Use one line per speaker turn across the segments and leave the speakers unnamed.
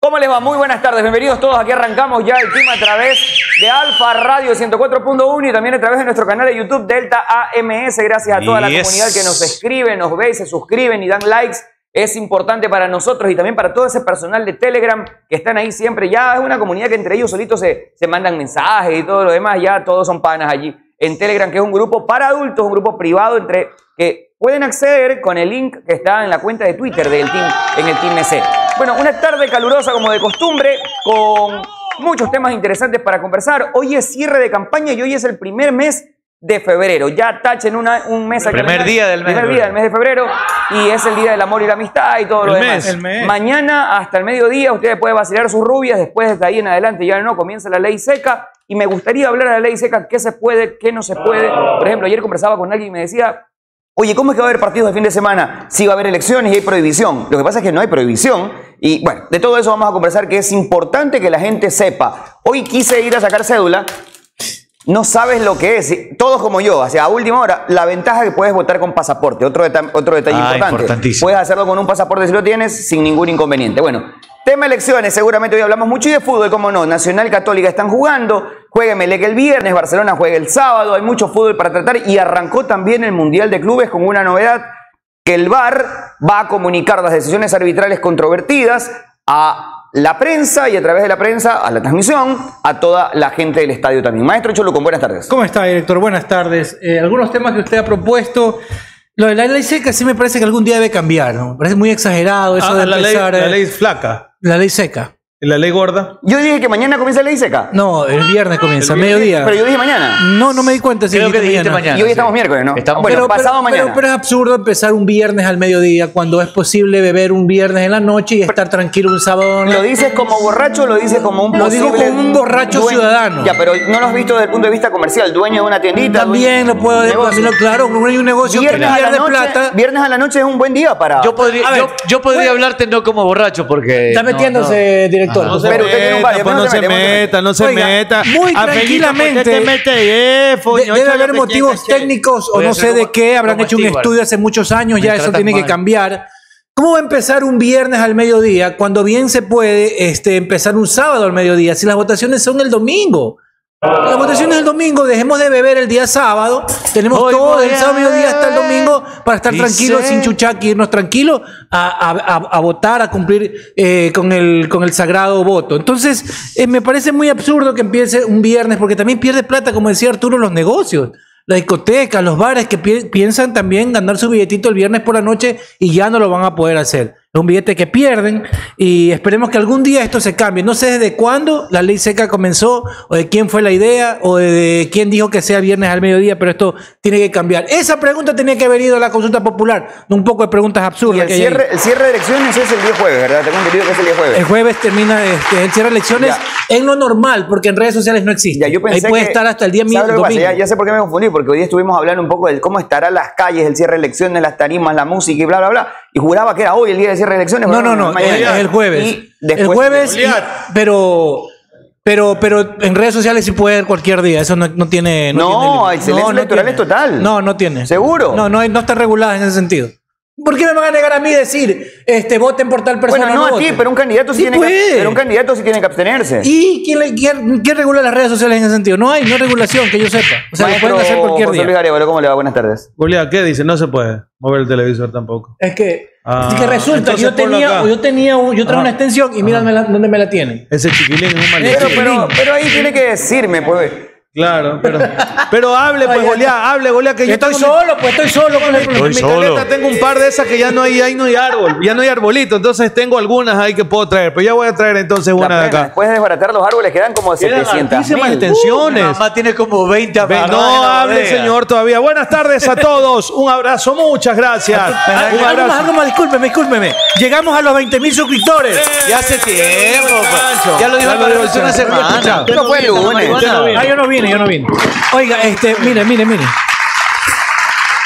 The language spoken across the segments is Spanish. ¿Cómo les va? Muy buenas tardes, bienvenidos todos. Aquí arrancamos ya el clima a través de Alfa Radio 104.1 y también a través de nuestro canal de YouTube Delta AMS. Gracias a toda la
Yes.
comunidad que nos escribe, nos ve, y se suscriben y dan likes. Es importante para nosotros y también para todo ese personal de Telegram que están ahí siempre. Ya es una comunidad que entre ellos solitos se, se mandan mensajes y todo lo demás. Ya todos son panas allí en Telegram, que es un grupo para adultos, un grupo privado entre que pueden acceder con el link que está en la cuenta de Twitter del team, en el Team EC. Bueno, una tarde calurosa como de costumbre, con muchos temas interesantes para conversar. Hoy es cierre de campaña y hoy es el primer mes de febrero. Ya tachen una- un mes. al
Primer
calendario.
día del mes
Primer
de
día del mes de febrero. Y es el día del amor y la amistad y todo lo
El
demás.
mes, el mes.
Mañana hasta el mediodía ustedes pueden vacilar sus rubias. Después desde ahí en adelante ya no comienza la ley seca. Y me gustaría hablar de la ley seca, qué se puede, qué no se puede. Por ejemplo, ayer conversaba con alguien y me decía, Oye, ¿cómo es que va a haber partidos de fin de semana? Si va a haber elecciones y hay prohibición. Lo que pasa es que no hay prohibición. Y bueno, de todo eso vamos a conversar que es importante que la gente sepa. Hoy quise ir a sacar cédula. No sabes lo que es. Todos como yo, hacia a última hora, la ventaja es que puedes votar con pasaporte. Otro, deta- otro detalle
Ah,
importante.
importantísimo.
Puedes hacerlo con un pasaporte si lo tienes, sin ningún inconveniente. Bueno, tema elecciones, seguramente hoy hablamos mucho y de fútbol, como no. Nacional Católica están jugando, juega Melec el viernes, Barcelona juega el sábado, hay mucho fútbol para tratar y arrancó también el Mundial de Clubes con una novedad, que el VAR va a comunicar las decisiones arbitrales controvertidas a la prensa y a través de la prensa a la transmisión, a toda la gente del estadio también. Maestro Cholucón, buenas tardes.
¿Cómo está, director? Buenas tardes. Eh, algunos temas que usted ha propuesto. Lo de la ley seca sí me parece que algún día debe cambiar, ¿no? Me Parece muy exagerado eso
Ah,
de
la, ley,
empezar, eh,
la ley flaca.
seca.
¿Y La ley gorda.
Yo dije que mañana comienza la ley seca.
No, el viernes comienza,
El
mediodía.
Pero yo dije mañana.
No, no me di cuenta si
Creo que dijiste mañana.
Y hoy
sí.
estamos miércoles, ¿no?
Estamos-
bueno,
pero,
pasado
pero-
mañana.
pero- pero es absurdo empezar un viernes al mediodía cuando es posible beber un viernes en la noche y estar tranquilo un sábado. en la-
¿Lo dices como borracho o lo dices como un
Lo digo
posible
como un borracho ciudadano.
Ya, pero no lo has visto desde el punto de vista comercial, dueño de una tiendita.
También
dueño-
lo puedo decir,
negocio.
claro, hay un negocio que
Viernes, a la
pierde
noche,
plata.
viernes a la noche es un buen día para.
Yo podría,
A ver,
yo, yo podría
bueno.
hablarte no como borracho porque.
Está
no, no.
metiéndose, director.
No se
Ah, Pero usted tiene un barrio,
meta, pues,
pero
no
no se meta,
se
no se
meta, no se
Oiga,
meta.
muy
Ah, Felita, ¿por qué te
tranquilamente,
mete, eh,
De-
foño?
debe
Oye,
haber
lo que
motivos
quieras,
técnicos o
Voy a
no
hacer
sé de
como-
qué, habrán
como
hecho un
Stewart.
estudio hace muchos años,
Me
ya eso
tratan
tiene que
mal.
cambiar. ¿Cómo va a empezar un viernes al mediodía cuando bien se puede este, empezar un sábado al mediodía si las votaciones son el domingo? Las votaciones el domingo, dejemos de beber el día sábado, tenemos
Hoy
todo
voy
el
a
sábado mediodía hasta el domingo para estar
Dice-
tranquilos, sin chuchaqui, irnos tranquilos a, a- a- a votar, a cumplir eh, con, el, con el sagrado voto. Entonces, eh, me parece muy absurdo que empiece un viernes, porque también pierde plata, como decía Arturo, los negocios. Las discotecas, los bares que pi- piensan también ganar su billetito el viernes por la noche y ya no lo van a poder hacer. Es un billete que pierden y esperemos que algún día esto se cambie. No sé desde cuándo la ley seca comenzó o de quién fue la idea o de, de quién dijo que sea viernes al mediodía, pero esto tiene que cambiar. Esa pregunta tenía que haber ido a la consulta popular, no un poco de preguntas
Y
absurdas.
el
que hay ahí.
cierre, el cierre de elecciones es el día jueves, ¿verdad? Tengo entendido que es el día jueves.
El jueves termina este, el cierre de elecciones en lo normal, porque en redes sociales no existe.
Ya, yo pensé
Ahí puede
que-
estar hasta el día mi-
¿sabes lo que
domingo.
pasa? Ya, ya sé por qué me confundí, porque hoy día estuvimos hablando un poco de cómo estarán las calles, el cierre de elecciones, las tarimas, la música y bla, bla, bla. Y juraba que era hoy el día de cierre de elecciones.
No,
pero
no, no,
mañana.
es, es el jueves.
Y
El
después-
jueves, y-
Goliat.
pero, pero, pero en redes sociales sí puede ser cualquier día. Eso no, no tiene.
No,
tiene-
el silencio electoral es total.
No, no tiene.
¿Seguro?
No, no, hay- no está regulada en ese sentido. ¿Por qué me van a negar a mí decir, este, voten por tal persona?
Bueno, no, a ti,
voten?
pero un candidato sí,
Sí
tiene que,
puede.
pero un candidato sí tiene que abstenerse.
¿Y quién, le- quién- quién regula las redes sociales en ese sentido? No hay, no hay regulación que yo sepa. O sea, lo
Maestro
pueden hacer cualquier
José Luis
día.
Arevalo, ¿cómo le va? Buenas tardes.
Goliat, ¿qué dice? No se puede mover el televisor tampoco.
Es que,
Ah,
es que resulta que
entonces
yo
ponlo
tenía,
acá.
yo tenía, un- yo traía
Ah.
una extensión y mírame la- dónde me la tienen.
Ese chiquilín es un maldito.
Pero,
sí.
pero, pero ahí tiene que decirme, pues.
Claro, pero, pero hable, pues, Goliat, hable, Goliat, que yo
Estoy
tengo mi-
solo, pues estoy solo con el problema.
En mi caleta tengo un par de esas que ya no hay, ahí no hay árbol, ya no hay arbolito, entonces tengo algunas ahí que puedo traer, pero ya voy a traer entonces
La
una de
plena,
acá.
Después de desbaratar los árboles quedan como 700
altísimas
mil.
extensiones.
Mi mamá tiene como 20
Ve,
amarradas en
no
la
hable,
bodega.
señor, todavía. Buenas tardes a todos. Un abrazo, muchas gracias. Un
Algo más,
abrazo.
algo más, discúlpeme, discúlpeme. Llegamos a los 20 mil suscriptores.
Ya hace tiempo. pues. Ya lo dijo
Ya
el
lo
padre
dijo
hace
el
una
señor.
semana.
Pero fue el lunes.
Ah, yo no vine, yo no vine. Oiga, este, mire, mire, mire.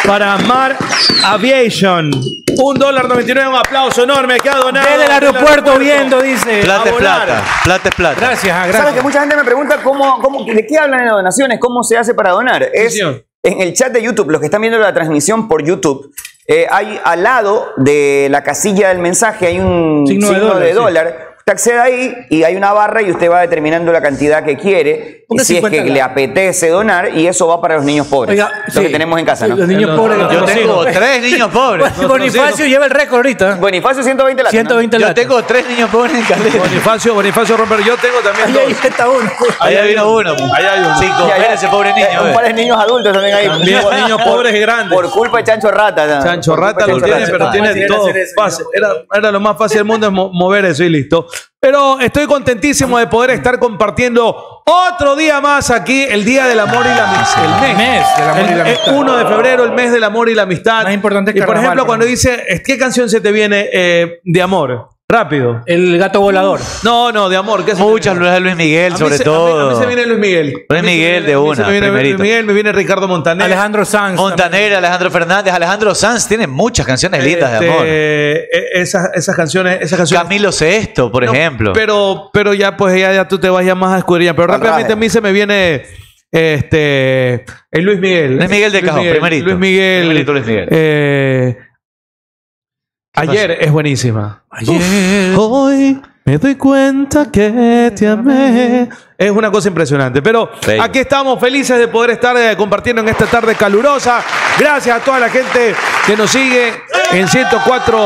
Para Mar Aviation. Un dólar 99, un aplauso enorme que ha donado.
Desde el aeropuerto viendo, dice.
Plata es
A volar.
plata. Plata es plata.
Gracias, ah,
Sabes que
gracias.
mucha gente me pregunta cómo, cómo- de qué hablan en las donaciones, cómo se hace para donar. es
señor.
en el chat de YouTube, los que están viendo la transmisión por YouTube, eh, hay al lado de la casilla del mensaje hay un signo,
Signo de dólar,
de
sí.
dólar. Usted accede ahí y hay una barra y usted va determinando la cantidad que quiere, y
Ponga
si es
50
que le
dólares.
apetece donar y eso va para los niños pobres,
Oiga,
lo
sí.
que tenemos en casa, ¿no?
Los niños
Yo
pobres. que
Yo
estamos
tengo
haciendo.
tres niños pobres.
Bonifacio lleva el récord ahorita.
Bonifacio 120 latas, ¿no?
120
Yo
latas.
tengo tres niños pobres en caleta.
Bonifacio, Bonifacio Romero. Yo tengo también
Ahí, ahí
dos.
está uno.
Allá vino uno.
Allá hay uno.
Sí,
Ya, ya.
comer ese pobre
Eh,
niño.
Un
ve.
par de niños adultos también ahí.
También
Por-
niños pobres y grandes.
Por culpa de Chancho Rata.
Ah,
¿no?
Chancho
Por culpa
Rata
de
lo
Chancho
tiene,
Rata.
pero
Fácil
tiene
era
todo.
hacer eso,
Fácil.
¿no?
Era, era lo más fácil del mundo es mo- mover eso y listo. Pero estoy contentísimo de poder estar compartiendo otro día más aquí, el Día del Amor y la Amistad. El mes.
mes del amor y la
El- el
amistad.
1 de febrero, el mes del amor y la amistad.
Más importante que
Y por
carnaval,
ejemplo,
por
cuando
ejemplo.
dice, "Es- ¿qué canción se te viene eh, de amor? Rápido.
El gato volador.
No, no, de amor. ¿qué se te
Muchas
viene?
luces de Luis Miguel,
A mí
sobre
se- a mí-
todo.
A mí, se viene Luis Miguel.
Luis
A mí se
Miguel
viene-
de
a mí se
una,
me viene Luis
primerito.
Miguel, me viene Ricardo Montaner.
Alejandro Sanz.
Montaner, Alejandro Fernández, Alejandro Sanz tiene muchas canciones lindas de
Este,
amor.
e- Esas, esas canciones, esas canciones
Camilo Sesto, por
No,
ejemplo.
Pero, pero ya, pues ya, ya tú te vas ya más a escudriñar. Pero
Al
rápidamente
raje.
a mí se me viene este el Luis Miguel.
Luis Miguel de Cajón, primerito.
Luis Miguel.
Primerito Luis Miguel.
eh, ayer es buenísima.
Ayer.
Hoy me doy cuenta que te amé. Es una cosa impresionante. Pero
Bello.
aquí estamos felices de poder estar eh, compartiendo en esta tarde calurosa. Gracias a toda la gente que nos sigue en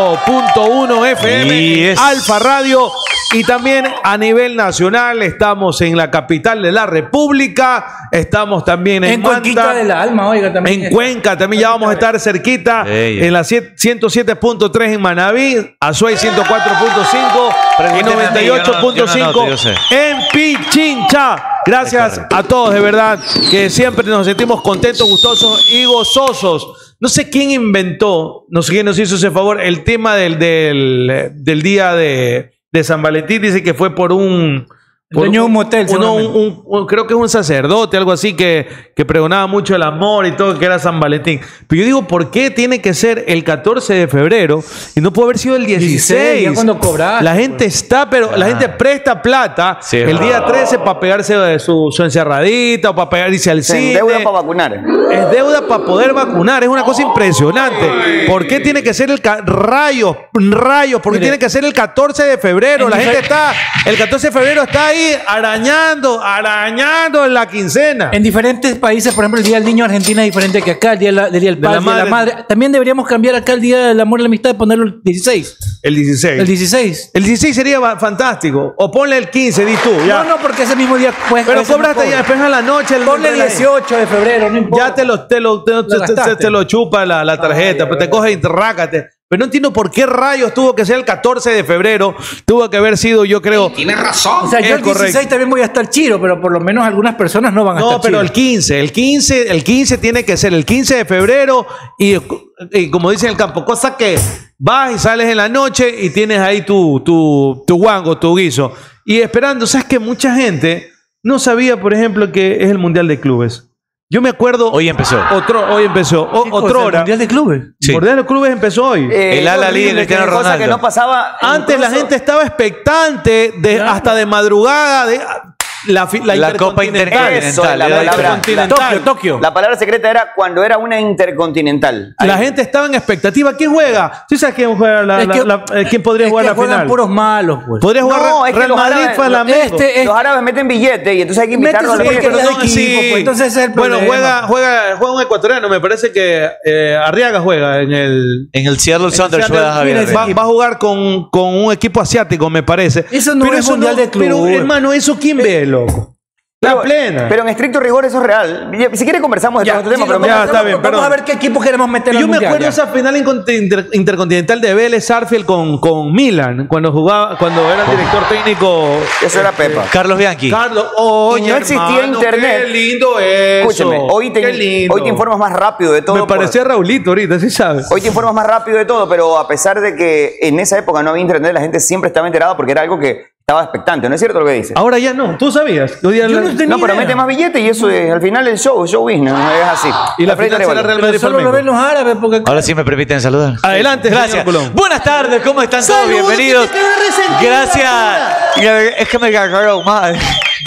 104.1 FM,
Yes.
Alfa Radio. Y también a nivel nacional, estamos en la capital de la República. Estamos también en,
En Cuenquita
Manta.
del Alma, oiga, también.
En Cuenca también ya vamos a estar cerquita.
Bello.
En la sie- 107.3 en Manaví, Azuay 104.5 y
Pregúntenme a mí, yo no- yo no
98.5
anoto, yo sé.
en Pichincha. Gracias a todos, de verdad, que siempre nos sentimos contentos, gustosos y gozosos. No sé quién inventó, no sé quién nos hizo ese favor, el tema del, del, del día de, de San Valentín. Dice que fue por un...
El
por
dueño de un motel,
uno-
seguramente.
un- un- un- creo que es un sacerdote, algo así, que, que pregonaba mucho el amor y todo, que era San Valentín. Pero yo digo, ¿por qué tiene que ser el 14 de febrero y no puede haber sido el 16?
16, ya cuando cobraste,
la gente está, pero la gente presta plata
Sí, es
el día 13 para pegarse de su, su encerradita o para pegarse al
Se
cine.
endeuda para vacunar.
Es deuda para poder vacunar, es una cosa impresionante. ¿Por qué tiene que ser el ca- rayos, rayos? ¿Por qué
Mire.
tiene que ser el 14 de febrero?
En
La
mi
gente
fe-
está, el 14 de febrero está ahí arañando, arañando en la quincena.
En diferentes países, por ejemplo, el Día del Niño en Argentina es diferente que acá, el Día de la- del Día del
De la
Padre, de la,
madre.
madre. También deberíamos cambiar acá el Día del Amor y la Amistad y ponerlo el 16.
El 16.
El 16.
El 16 sería ba- fantástico. O ponle el 15, di tú. Ya.
No, no, porque ese mismo día puedes a
Pero
veces no
cobraste ya
cobras.
después a la noche. El
Ponle
el-
18 de febrero, no importa.
Ya te lo, te lo, te lo-
Lo
te- te-
gastaste.
te lo chupa la, la tarjeta, pues te coge y te rácate. Pero no entiendo por qué rayos tuvo que ser el 14 de febrero. Tuvo que haber sido, yo creo.
Tienes razón.
O sea,
Es
yo el 16
correcto.
también voy a estar chiro, pero por lo menos algunas personas no van a
No,
estar
pero
chiro.
el 15, el 15, el 15 tiene que ser el 15 de febrero y, y como dicen en el campo, cosa que vas y sales en la noche y tienes ahí tu, tu, tu guango, tu guiso. Y esperando, sabes que mucha gente no sabía, por ejemplo, que es el Mundial de Clubes. Yo me acuerdo...
Hoy empezó.
Otro, hoy empezó. O-
¿Qué cosa?
otra
¿El
hora.
Mundial de clubes.
El Mundial de Clubes empezó hoy.
Eh,
El
es
ala líder
horrible,
de Cristiano
que cosa que
Ronaldo.
no pasaba.
Antes la
incluso-
gente estaba expectante de, hasta de madrugada de ah, la, fi- la
La Copa
Intercontinental.
Intercontinental.
Eso, la
Dale, dale,
palabra.
continental.
Tokio, Tokio.
La palabra secreta era cuando era una intercontinental.
La gente estaba en expectativa. ¿Quién juega? ¿Tú sabes quién, juega la-
Es
la-
que-
la- eh, quién podría
es
jugar
que
la
juegan
final?
puros malos, pues.
Podría jugar
Ah, No,
Re-
es que
Real
los
Madrid,
árabes-
Flamengo.
este-
Los árabes meten billetes y entonces hay que invitarlos a la
Métese
Sí,
porque
pero
no
fiesta.
hay
son
equipo,
así.
pues, entonces ese es el
bueno,
problema.
juega, juega, juega un ecuatoriano. Me parece que eh, Arriaga juega en el.
En el Seattle Sounders
Seattle-
juega Javier.
Mira, va,
Herrera.
va a jugar con, con un equipo asiático, me parece.
Eso no es Mundial de
Pero,
Clubes.
hermano, ¿eso quién ve, loco? La
Pero-
plena.
Pero en estricto rigor eso es real. Ya, Si quiere conversamos de
Ya,
todo este tema,
sí,
pero
lo
ya,
que
Ah, está
pasa,
bien,
Vamos
perdón.
a ver qué equipo queremos meter al
Yo me
Mundial,
acuerdo
ya.
esa final inconti- inter- intercontinental de Vélez Sarfield con, con Milan, cuando jugaba, cuando era el director técnico.
Eso era Pepa.
Carlos Bianchi.
Carlos, oye,
Y no existía
hermano,
internet.
Qué lindo eso.
Escúchame, hoy
qué
te,
lindo.
hoy te informas más rápido de todo.
Me
por-
parecía Raulito ahorita, sí sabes.
Hoy te informas más rápido de todo, pero a pesar de que en esa época no había internet, la gente siempre estaba enterada porque era algo que estaba expectante. ¿No es cierto lo que dices?
Ahora ya no, tú sabías. Hoy día
Yo
la-
no tenía
No, pero mete más billetes y eso es al final el show, show business, ¿no? es así.
Y la
Alfredo
final será
Arevalo.
Real
Pero
Madrid
solo lo
Flamengo.
ven los árabes porque
Ahora sí me permiten saludar.
Adelante, señor
gracias.
Colón.
Buenas tardes, ¿cómo están todos?
Saludos,
Bienvenidos.
que te quedé resentido,
Gracias. Es que me cagaron mal.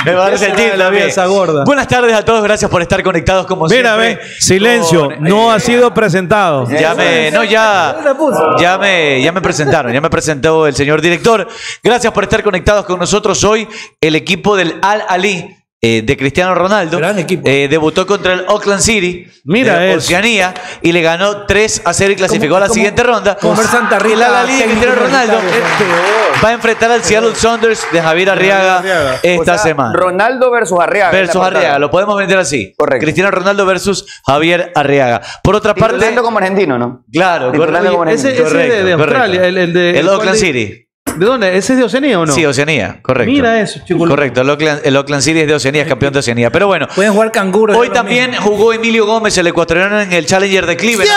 Me va a
Esa
resentir
la
también.
mesa gorda.
Buenas tardes a todos, gracias por estar conectados como
Mira,
siempre.
ve, silencio,
Con-
no ha sido presentado.
Ya me, no, ya,
La puso.
ya me, ya me presentaron, ya me presentó el señor director. Gracias por estar conectados con nosotros hoy. El equipo del Al Ali eh, de Cristiano Ronaldo
Gran equipo.
eh, debutó contra el Oakland City,
Mira
de
eso.
Oceanía, y le ganó 3 a 0 y clasificó a la
cómo-
siguiente ronda.
cómo ver Santa Rita
el Al Ali de
técnico
Cristiano Ronaldo
universitario,
eh, va a enfrentar al Seattle Saunders de Javier Arriaga
O
esta
sea,
semana.
Ronaldo versus Arriaga. en la
Versus
portada.
Arriaga, lo podemos vender así.
Correcto.
Cristiano Ronaldo versus Javier Arriaga. Por otra parte,
Titulando como argentino, ¿no?
Claro,
Titulando
correcto.
como
Ese, ese
argentino.
Correcto,
de, de
correcto.
Australia, el, el de.
El
cual
Auckland
de-
City.
¿De dónde? ¿Ese es de Oceanía o no?
Sí, Oceanía, correcto.
Mira eso, chico.
Correcto, el Oakland, el Oakland City es de Oceanía, es campeón de Oceanía. Pero bueno,
Pueden jugar canguros.
hoy
es lo mismo.
también jugó Emilio Gómez, el ecuatoriano, en el Challenger de Cleveland.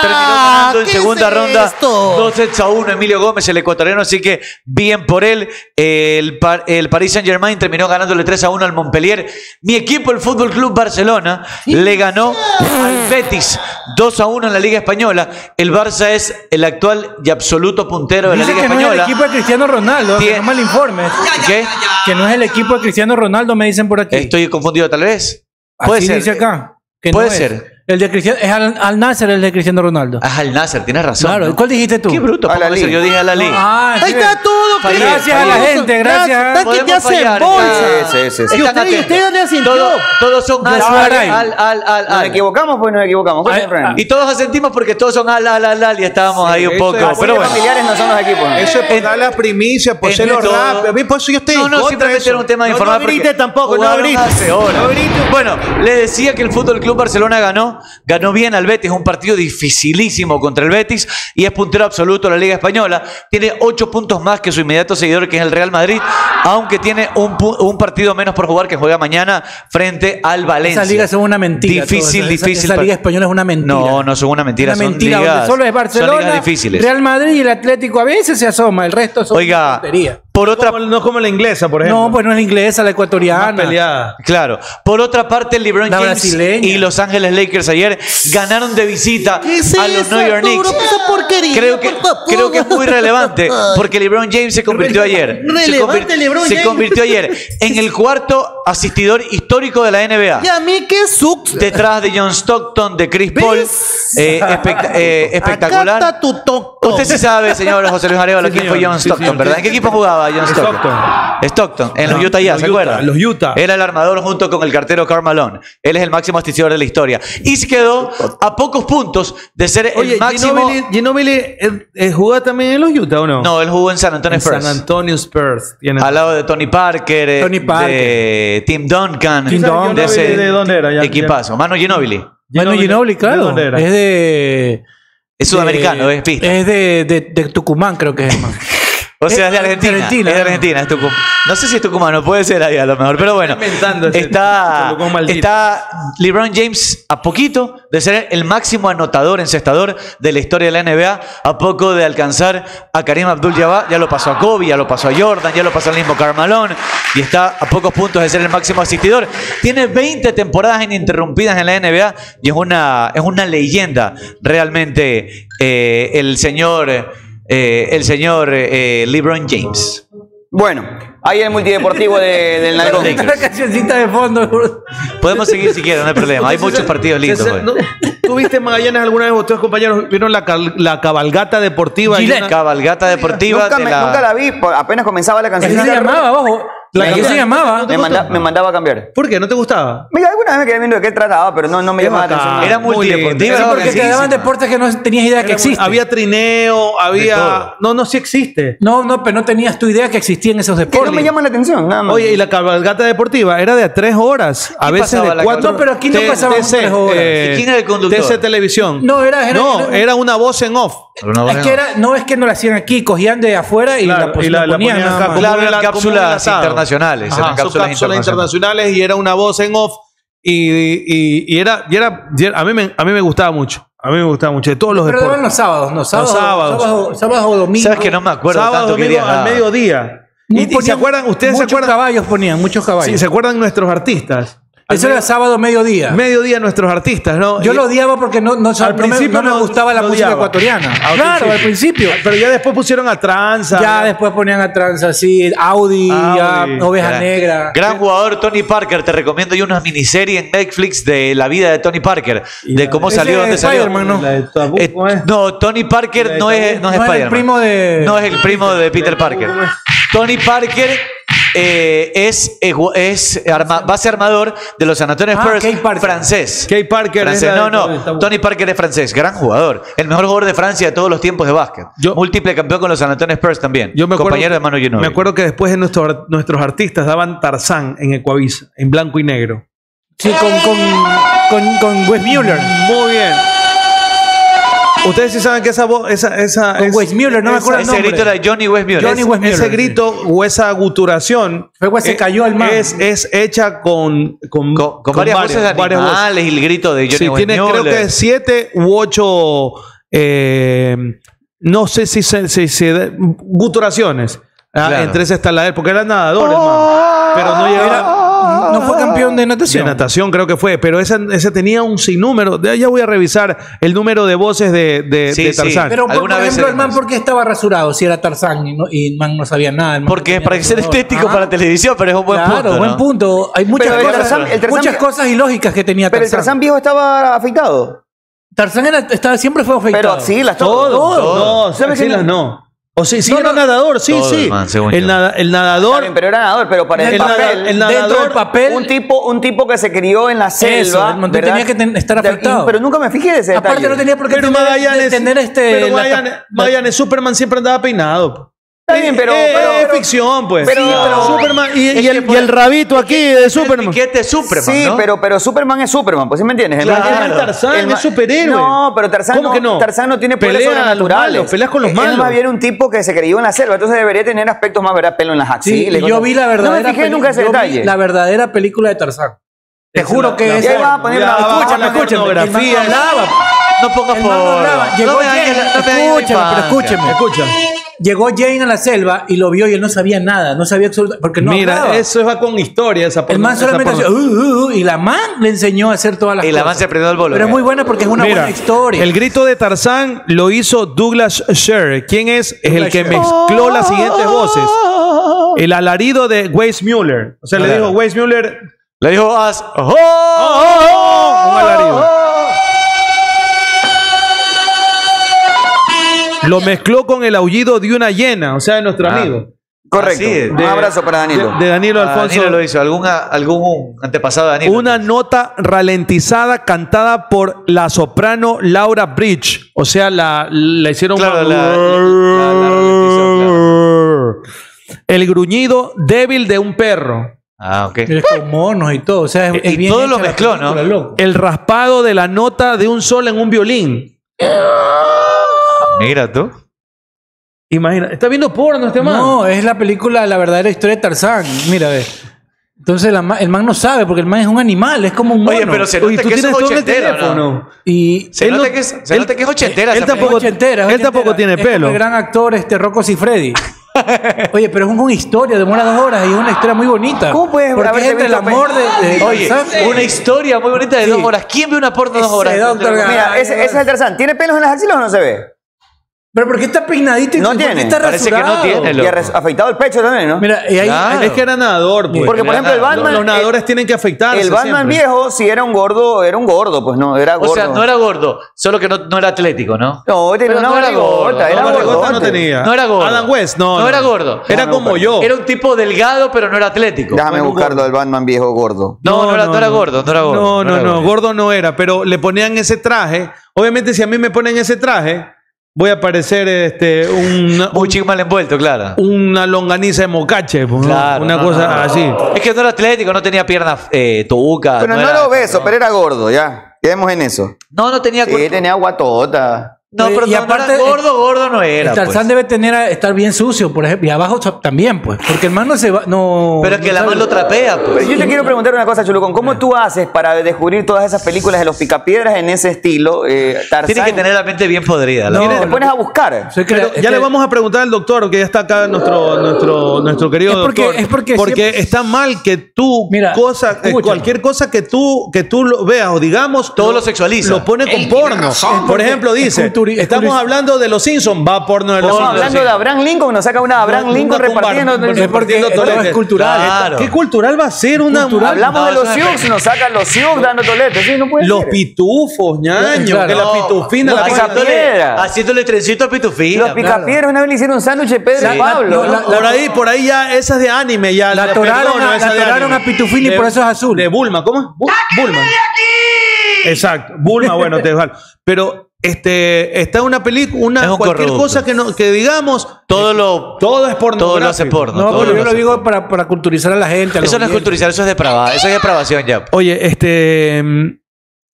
Terminó ganando en segunda ronda dos sets a uno Emilio Gómez, el ecuatoriano, así que bien por él. El, Par- el Paris Saint Germain terminó ganándole 3 a 1 al Montpellier. Mi equipo, el Fútbol Club Barcelona, le ganó al Betis 2 a 1 en la Liga Española. El Barça es el actual y absoluto puntero de la
Dice
Liga
que no es el
Española.
equipo de Cristiano Ronaldo, que
Tiene-
no mal informe.
¿Qué?
Que no es el equipo de Cristiano Ronaldo, me dicen por aquí.
Estoy confundido tal vez.
Así
Puede ser.
dice acá. que
Puede
no es.
ser.
El de Cristiano, es al, al Nasser el de Cristiano Ronaldo.
Ah, al Nasser, tienes razón.
claro,
¿no?
¿cuál dijiste tú?
Qué bruto,
Al
¿cómo
Ali.
eso? yo dije a la Liga.
Ah, sí.
todo,
Fallé,
Gracias a la
fallé.
gente, gracias.
Está que ya
Podemos
se
fallar,
embolsa.
ya.
Sí, sí, sí, sí.
Y
Están
usted, y
atentos.
usted le asintió.
Todo- todos son al, al,
Garay.
al, al, al,
Nos
al.
equivocamos, pues nos equivocamos. ¿Cuál es el
Ah,
problema?
Y todos asentimos porque todos son al, al, al, al y estábamos ahí un
eso
poco.
es-
Así
pero
de
bueno.
familiares no son los equipos. ¿no?
Eso es por
En-
dar la primicia, por
en
ser los
todo.
rap. A mí por eso yo estoy
No,
en
no,
contra de
simplemente
eso.
era un tema de
No,
informar.
No grites
porque
tampoco, no
jugaron hace
grites.
horas.
No grites.
Bueno, les decía que el Fútbol Club Barcelona ganó, ganó bien al Betis, un partido dificilísimo contra el Betis y es puntero absoluto de la Liga Española. Tiene ocho puntos más que su inmediato seguidor, que es el Real Madrid, aunque tiene un, pu- un partido menos por jugar que juega mañana frente al Valencia.
Esas ligas son una mentira.
Difícil,
todas. Esa-
difícil.
Esa,
pa-
liga española es una mentira.
No, no son una mentira.
Una
son
mentira. donde
ligas-
solo es
Son
Barcelona,
ligas difíciles.
Real Madrid y el Atlético a veces se asoma, el resto son
Oiga,
tonterías.
por otra
Como- No es como la inglesa, por ejemplo.
No, pues no es la inglesa, la ecuatoriana.
Más peleada.
Claro. Por otra parte, LeBron
La
James
brasileña.
y Los Ángeles Lakers ayer ganaron de visita
¿Qué es
a los
eso,
New York
Arturo?
Knicks.
Esa porquería,
creo que,
por favor.
creo que es muy relevante porque LeBron James se convirtió ayer. se,
Relevante LeBron
se
James.
convirtió ayer en el cuarto asistidor histórico de la NBA.
Y a mí qué sucks.
Detrás de John Stockton, de Chris Paul,
¿Ves?
Eh, espect- eh, espectacular.
Acá está tu toco.
Usted sí sabe, señor José Luis Arevalo,
Sí,
quién
señor.
fue John
Sí,
Stockton,
señor.
¿verdad? ¿En qué equipo jugaba John Stockton?
Stockton.
Stockton, en los
No,
Utah Jazz,
los
¿se
Utah,
acuerda?
los Utah.
Era el armador junto con el cartero Karl Malone. Él es el máximo asistidor de la historia. Y se quedó a pocos puntos de ser
Oye,
el máximo...
Ginobili, Ginobili, eh, eh, jugaba también en los Utah, ¿o no?
No, él jugó en San Antonio
en
Spurs.
San Antonio Spurs. Tiene-
Al lado de Tony Parker, eh,
Tony Parker.
de Tim Duncan,
Tim Duncan.
de ese
¿De dónde era? Ya-
equipazo. Mano Ginobili.
Bueno, Ginobili,
¿de
claro.
dónde era?
Es de.
Es sudamericano,
Eh,
es pista.
Es de, de- de Tucumán, creo que es, hermano.
O sea, es de
eh,
Argentina.
Argentina,
es de
¿no?
Argentina, es Tucum- No sé si es tucumano, puede ser ahí a lo mejor, pero bueno.
inventando ese
Está,
Tucumán maldito.
está LeBron James a poquito de ser el máximo anotador, encestador de la historia de la NBA, a poco de alcanzar a Karim Abdul-Jabbar. Ya lo pasó a Kobe, ya lo pasó a Jordan, ya lo pasó al mismo Carmalón y está a pocos puntos de ser el máximo asistidor. Tiene 20 temporadas ininterrumpidas en la NBA y es una, es una leyenda realmente eh, el señor eh, el señor eh, eh, LeBron James.
Bueno, ahí el multideportivo de- del Nalgón.
Una cancioncita de fondo. bro.
Podemos seguir si quieren, no hay problema. Hay muchos partidos lindos.
César,
hoy.
¿no? ¿Tú viste Magallanes alguna vez? ¿Ustedes compañeros vieron la, cal- la cabalgata deportiva? Pues, Hay
Gillette,
una-
Cabalgata deportiva
Nunca,
de
me-
la,
nunca la vi, por- apenas comenzaba la
Así
canción.
se llamaba, ojo.
La
Así se
canción.
llamaba.
Me, manda- me mandaba a cambiar.
¿Por qué? ¿No te gustaba?
Mira, alguna vez me quedé viendo de qué trataba, pero no, no me llamaba la
bacán.
atención.
Era
Muy deportiva.
multideportiva.
Sí,
era
porque te daban
organizísima.
deportes que no tenías idea que existen.
Había trineo, había...
todo.
No, no, sí existe.
No, no, pero no tenías tu idea que existían esos
Que no
deportes.
me llama la atención, nada más.
Oye, y la cabalgata deportiva era de a tres horas, a veces
pasaba
de
la
cuatro.
cabalgata? No,
pero aquí no pasaban tres horas.
¿Y quién era el conductor?
TC eh, Televisión.
No, era- era-
no,
era-
era una voz en off.
Pero no,
es que
no.
era, no es que no la hacían aquí, cogían de afuera y
Claro,
la, pos-
y la-
la
la
ponían.
ponían
nada
acá
más.
como
Claro,
un
eran
enla- como un
cápsulas
enlatado.
internacionales,
Ajá,
eran
son
cápsulas
cápsulas internacionales y era una voz en off. Y, y- y era, y era- y era- a, mí me, a mí me gustaba mucho. A mí me gustaba mucho. De todos los
Pero daban
deportes.
los sábados, no, sábados.
sábados.
sábados. sábados o domingos.
Sabes que no me acuerdo
Sábado,
tanto que
domingo,
día.
al
nada.
mediodía.
Muy
Y, y se
ponían
acuerdan, ustedes se
muchos
acuerdan.
caballos ponían, muchos
Sí,
caballos.
se acuerdan nuestros artistas. Al
Eso era sábado mediodía.
mediodía nuestros artistas, ¿no?
Yo
Y- ah,
lo odiaba porque no, no,
Al
no me-
principio
no me,
lo-
gustaba la
lo
música
odiaba. Ah,
ecuatoriana.
Al
claro, al principio.
Pero ya después pusieron a tranza.
Ya después ponían a trans así, Audi,
Audi.
ya, Oveja
Gran-
Negra.
Gran jugador Tony Parker. Te recomiendo yo una miniserie en Netflix de la vida de Tony Parker. De cómo
Ese
salió,
es
dónde salió.
Spider-Man, ¿no?
La de Tabú,
Eh,
¿cómo es?
no, Tony Parker no es, no es
No era el
Spider-Man.
primo de-
No es el primo de Peter Parker. Tony Parker eh, es, eh, ju- es arma- va a ser armador de los San Antonio
Ah,
Spurs
Kay Parker.
francés.
Kay Parker
Francés.
es la
No,
de-
no. Tony Parker es francés. Gran jugador. El mejor jugador de Francia de todos los tiempos de básquet.
Yo-
Múltiple campeón con los San Antonio Spurs también.
Yo me acuerdo,
Compañero de Manu Ginóbili.
Me acuerdo que después de nuestro ar- nuestros artistas daban Tarzán en Ecuavisa, en blanco y negro.
Sí, con, con, con, con Wes Mueller.
Muy bien. Ustedes sí saben que esa voz, esa, esa,
Con
es-
Westmuller, no me acuerdo el
Ese
nombre.
grito era Johnny Westmuller.
Johnny West- Westmuller,
ese
sí.
grito o esa guturación
Luego se
eh,
cayó al mar.
es, es hecha con, con,
Con, con varias, voces de
varias voces.
animales y el grito de Johnny
Sí, tiene creo
Westmuller.
que siete u ocho, eh, no sé si se, si se da- guturaciones ah,
Claro.
entre ese está la él, porque eran nadadores,
Oh.
man. pero no llegaba
No fue campeón de
de
natación.
natación creo que fue, pero esa, esa tenía un sinnúmero, de- ya voy a revisar el número de voces de, de,
Sí,
de
sí.
Tarzán.
Pero por, por
Alguna vez
ejemplo,
se
el man,
descansó.
¿por qué estaba rasurado si era Tarzán y, no, y el man no sabía nada? El man
Porque es
tenía
para ser
rasurador?
estético
Ah,
para televisión, pero es un buen
claro,
punto.
buen
¿no?
punto. Hay muchas,
Pero el
cosas,
Tarzán- el Tarzán-
muchas cosas ilógicas que tenía
pero el
Tarzán.
Tarzán viejo estaba afeitado.
Tarzán era- estaba, siempre fue
Pero
afectado.
axilas, todo.
Todo,
todo.
no,
¿Sabes qué?
axilas no. O sí, sí,
No,
era
no.
nadador, sí,
Todo,
sí.
man, según
el,
yo.
nada- el
Está
nadador,
bien, pero era nadador, pero para el,
El nada-
papel.
el
Dentro
nadador,
del papel,
un tipo, un tipo que se crió en la selva.
el montón
¿verdad?
tenía que ten- estar
De-
afectado.
y- pero nunca me fijé de ese
aparte
detalle.
no tenía por qué
pero
tener,
Magallanes,
tener este...
pero
la-
Magallanes, Magallanes, Superman siempre andaba peinado.
Está bien, pero-
Eh,
pero-
es
pero-
ficción, pues.
pero-
Sí, pero Superman y, y el, y el rabito aquí de Superman.
Piquete es Superman,
sí,
¿no?
pero, pero Superman es Superman, pues ¿sí me entiendes?
Claro,
El man-
es Tarzán,
el man-
es superhéroe.
No, pero Tarzán
¿Cómo
no,
que no?
Tarzán no tiene poderes
Pelea a los
sobrenaturales.
malos, peleas con los
Él
malos.
más bien un tipo que se creyó en la selva, entonces debería tener aspectos más, ¿verdad? Pelo en las
Sí,
axilas.
y yo
cosas.
vi la verdadera
No me fijé
peli-
nunca ese
yo vi
detalle.
La verdadera película de Tarzán. Te juro que
la-
es.
Y ahí vas a poner
Ya
la-
va,
escúchame,
la
escúchame.
pornografía.
El man no hablaba.
No pongas
El
por.
man no hablaba. Llegó
me dañes
Jane,
la- me dañes la
escúchame, pero
infancia.
escúchame.
Escucha.
Llegó Jane a la selva y lo vio y él no sabía nada, no sabía absolutamente. Porque no
Mira,
hablaba.
eso va con historia esa
El man
esa
solamente hacía,
porno-
"Uh, uh, uh", y la man le enseñó a hacer todas las
Y
cosas.
la man se aprendió el bolo.
Pero es muy buena porque es una
Mira,
buena historia.
El grito de Tarzán lo hizo Douglas Sher. ¿Quién es? Es el que
Sher. Oh.
mezcló las siguientes voces. El alarido de Weiss Mueller. O sea, le
Claro.
dijo Weiss Mueller.
Le dijo As. ¡Oh!
Un alarido. Lo mezcló con el aullido de una hiena, o sea, de nuestro
Ah.
amigo.
Correcto.
Así es.
Un
De-
abrazo para Danilo.
De, de Danilo
Ah,
Alfonso.
Danilo lo hizo. Algún, algún antepasado de Danilo.
Una nota ralentizada cantada por la soprano Laura Bridge. O sea, la, la hicieron
Claro,
una-
la- la- la ralentizó,
el gruñido débil de un perro.
Ah, ok.
Es con monos y todo. O sea, es,
Y-
es
y
bien
todo
hecha
lo
la
mezcló, ¿no?
película, loco.
El raspado de la nota de un sol en un violín.
Mira tú.
Imagina, está viendo porno este man.
No, es la película La verdadera historia de Tarzán. Mira, ve. Entonces la ma- el man no sabe porque el man es un animal, es como un mono.
Oye, pero se nota
Oye, tú
que eso
tienes
es
todo en el
ochentero, ¿no?
teléfono.
Y
Se
Él
nota
no-
que es- se
él-
nota que es ochentera.
él
esa
tampoco-
película.
ochentera,
Él tampoco tiene
Es como
pelo.
el gran actor este Rocco Freddy. Oye, pero es una historia, demora dos horas y es una historia muy bonita.
¿Cómo puedes
Porque
haberte
es entre el
visto
amor de, de- de
Oye,
Tarzán.
una historia muy bonita de
Sí.
dos horas. ¿Quién ve una porno de dos
Ese
horas?
doctor Gaga.
Mira, ese, ese es el Tarzán. ¿Tiene pelos en las axilas o no se ve?
Pero ¿por qué está peinadito y
No
por qué
tiene.
está
Parece que no
rasurado?
tiene,
Y
Loco.
arres- afeitado el pecho también, ¿no?
Mira, y ahí
Claro.
Es que era nadador, pues.
Porque, por ejemplo, el
Los-
Batman...
los nadadores
el-
tienen que afectarse.
El Batman
siempre.
viejo, si era un gordo, era un gordo, pues no, era gordo.
O sea, no era gordo, solo que no, no era atlético, ¿no?
No, tenía
Pero
una
no era
barrigota,
gordo,
era
no,
Barrigota
gordote.
no tenía.
No era gordo.
Adam West, no.
No era gordo.
Era
No, no,
como
pero-
yo.
Era un tipo delgado, pero no era atlético.
Déjame buscarlo del Batman viejo gordo.
No, no, era, no era gordo, no era gordo.
No, no,
era
no, gordo no era, pero le ponían ese traje. Obviamente, si a mí me ponen ese traje, voy a parecer este, una,
Muy chico mal envuelto, claro.
una longaniza de mocache, pues, ¿no?
Claro,
una
no,
cosa
no, no.
así.
Es que no era atlético, no tenía piernas eh, tubucas,
Pero no,
era-
era obeso, pero era gordo, ya. Quedemos en eso.
No, no tenía
Sí,
cuerpo.
tenía guatota.
No, pero
Y
no,
aparte-
no era gordo, gordo no era.
el Tarzán
pues.
debe tener a- estar bien sucio, por ejemplo, y abajo so- también, pues, porque el man no se va no
Pero es que la mano lo trapea,
Pero
pues.
yo te quiero preguntar una cosa, Chulucón. ¿Cómo tú haces para descubrir todas esas películas de los picapiedras en ese estilo? Eh, Tarzán?
Tiene que tener la mente bien podrida. la
No,
verdad.
Te pones a buscar.
Soy
Pero
crea- es
ya le
que- este,
vamos a preguntar al doctor, que ya está acá nuestro, nuestro, nuestro querido
Es porque-
doctor.
es porque siempre-
está mal que tú,
Mira,
cosa, eh,
escúchame.
cualquier cosa que tú, que tú lo veas o digamos,
Todo
tú-
lo sexualiza.
Lo pone con porno. Por ejemplo,
Es
dice,
culturi- es
estamos
culturi-
hablando de los Simpsons, va porno de los
Estamos
Porno,
hablando
Simpsons.
de Abraham Lincoln, nos saca una de Abraham
Nunca
Lincoln
con bar-
repartiendo.
Es porque
repartiendo
esto
toletes.
es cultural.
Claro.
¿Qué cultural va a ser una
Hablamos de
No,
los
eso es-
Sioux, nos sacan los Sioux dando toletes. Sí, no puede
Los
ser.
pitufos, ñaño,
Claro.
que la pitufina,
No,
la
pica-
pitufina.
haciéndole,
piedra.
haciéndole trencito a pitufina.
Los picapiedras una vez le hicieron un sándwich de Pedro
Sí.
y Pablo.
No,
¿no?
la-
por ahí, por ahí ya, esa es de anime, ya.
La atoraron a- la atoraron a Pitufina y por eso es azul.
De Bulma, ¿cómo? Bu- Bulma. Exacto, Bulma, bueno, te dejo. Pero este, está una película,
Es
una
un
cualquier
corrupto.
cosa que, no, que digamos,
Todo lo.
todo es porno.
Todo lo hace porno.
No,
todo
pero yo
hace
lo digo para, para culturizar a la gente. a los
Eso no es
oyentes.
culturizar, eso es depravado. Eso es depravación ya.
Oye, este. mm,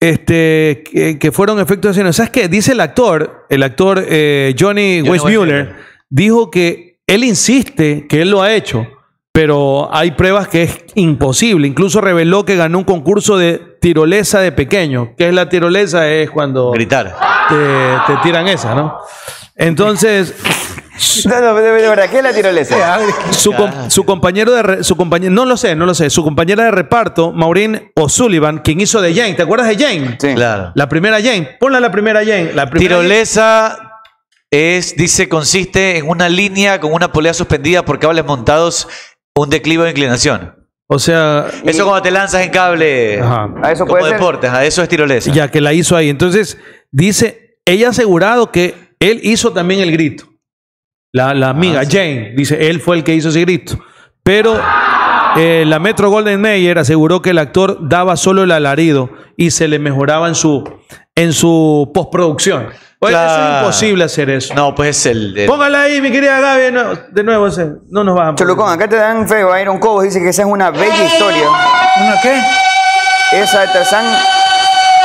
Este. Que, que fueron efectos de escena. ¿Sabes qué? Dice el actor, el actor eh, Johnny,
Johnny
Westmuller,
Weissmuller.
dijo que él insiste que él lo ha hecho, pero hay pruebas que es imposible. Incluso reveló que ganó un concurso de tirolesa de pequeño. ¿Qué es la tirolesa? Es cuando te,
Gritar.
te tiran esa, ¿no? Entonces,
No, no, de de verdad, ¿qué es la tirolesa?
su, com- su compañero de re- su compañero no lo sé no lo sé su compañera de reparto Maureen O'Sullivan quien hizo de Jane te acuerdas de Jane
Sí.
Claro.
la primera Jane ponla la primera Jane la primera
Tirolesa es, dice, consiste en una línea con una polea suspendida por cables montados, un declive de inclinación.
Jane. o sea
Eso cuando te lanzas en cable
ajá.
A eso
como
puede ser.
deportes, a eso es tirolesa.
ya que la hizo ahí entonces dice ella ha asegurado que él hizo también el grito la, la amiga Jane dice él fue el que hizo ese grito pero eh, la Metro Golden Mayer aseguró que el actor daba solo el alarido y se le mejoraba en su en su postproducción Oye, eso es
Claro.
imposible hacer eso
No, pues es el. el-
Póngala ahí, mi querida Gaby, de nuevo. De nuevo, ese. no nos bajan.
Cholucón, acá te dan feo. Iron Cobos dice que esa es una bella historia.
¿Una qué?
Esa de Tarzán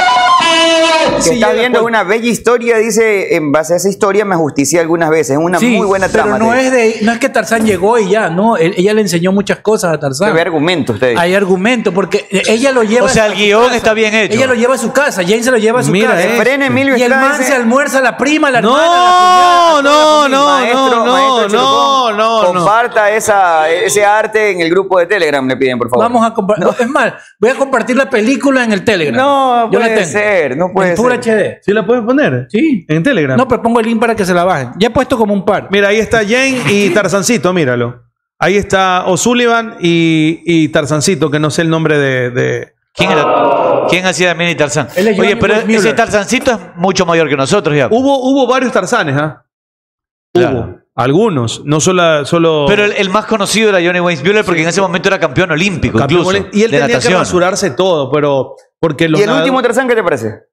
que
Sí,
está
ya la
viendo
cuento.
una bella historia, dice, en base a esa historia me justicié algunas veces. Es una
Sí,
muy buena
pero
trama.
no
te-
es, de, no es que Tarzán llegó y ya, no. él- ella le enseñó muchas cosas a Tarzán.
te ve argumentos, ustedes.
Hay argumento, porque ella lo lleva.
O sea,
a
el
su
guión
casa.
está bien hecho.
Ella lo lleva a su casa, Jane se lo lleva a su
Mira,
casa.
eh.
Frena Emilio
y el
Estrada,
man
dice-
se almuerza a la prima, la hermana,
No,
la cuñada,
no, no,
Maestro-
no, no,
maestro
no,
Cholucón,
no, no.
Comparta esa, ese arte en el grupo de Telegram, le piden, por favor.
Vamos a compartir. Es más, voy a compartir la película en el Telegram.
No,
Yo la
puede
tengo.
ser, no puede
en pura
ser.
HD.
¿Sí la puedes poner?
Sí.
En Telegram.
No, pero pongo el link para que se la bajen. Ya he puesto como un par.
Mira, ahí está Jane y Tarzancito, míralo. Ahí está O'Sullivan y, y Tarzancito, que no sé el nombre de. de-
¿Quién era? ¿Quién hacía de Mini Tarzán?
Él es
Oye,
Johnny
pero
Weissmuller.
ese Tarzancito es mucho mayor que nosotros ya.
Hubo, hubo varios Tarzanes, ¿ah? Hubo.
Claro.
Algunos. No solo. solo
Pero el, el más conocido era Johnny Wayne Mueller porque en ese momento era campeón olímpico
Campeón
incluso.
Olímpico. Y él
de
tenía que
natación.
rasurarse todo, pero. Porque los
¿Y el
nada-
último Tarzán qué te parece?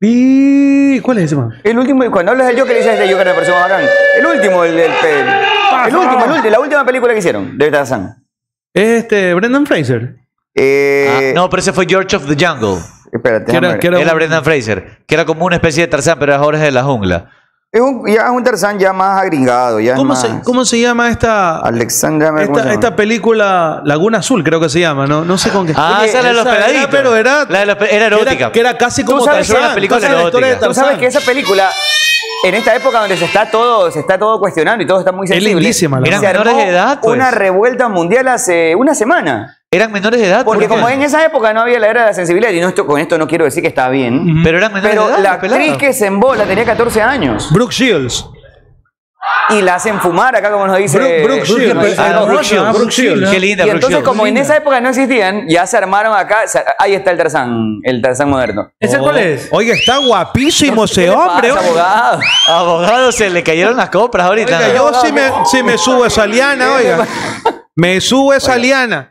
Y- ¿Cuál es ese man?
El último, y cuando hablas del Joker, dices de Joker me pareció más bacán. El último, el, el, el-
Ah,
el último, el último, la última película que hicieron de Tarzán.
Es este, Brendan Fraser.
Ah,
Eh,
no, pero ese fue George of the Jungle.
Espérate,
Que
déjame
era,
ver.
que era
era
un-
Brendan Fraser, que era como una especie de Tarzán, pero ahora es de la jungla.
Es un, ya es un Tarzán ya más agringado, ya es
¿Cómo
más-
se, cómo se llama esta,
Alexandra, ¿cómo se
esta,
llama?
esta película Laguna Azul, creo que se llama? No, no sé con qué.
Ah, esa era de los
era,
peladitos.
pero era,
La de los pe- era erótica.
que Era, que era casi
Tú
como
sabes
Tarzán.
que la película
Tú sabes
era
historia de
erótica.
Tú sabes
Tarzán.
que esa película, en esta época donde se está todo, se está todo cuestionando y todo está muy
Es
sensible.
lindísima la
se
verdad.
armó
Menores de edad, pues.
una revuelta mundial hace una semana.
Eran menores de edad.
Porque
¿por qué?
como en esa época no había la era de la sensibilidad, y no esto, con esto no quiero decir que está bien,
Pero eran menores de
pero
edad.
la
los pelados. Ah,
actriz que se embola tenía 14 años
Brooke Shields.
y la hacen fumar acá, como nos dice.
Brooke, Brooke
como
Shields.
nos dice
Ah,
Aldo.
Brooke Shields. Brooke Shields.
Qué linda,
Y
Brooke
entonces,
Shields.
como en esa época no existían, ya se armaron acá. se- Ahí está el Tarzán, el Tarzán moderno.
¿Ese
Oh.
cuál es?
Oiga, está guapísimo ese
¿Qué le
hombre.
pasa,
oiga.
abogado?
Abogado, se le cayeron las compras ahorita.
Oiga, yo sí me, sí me subo esa liana, oiga. Me subo esa liana.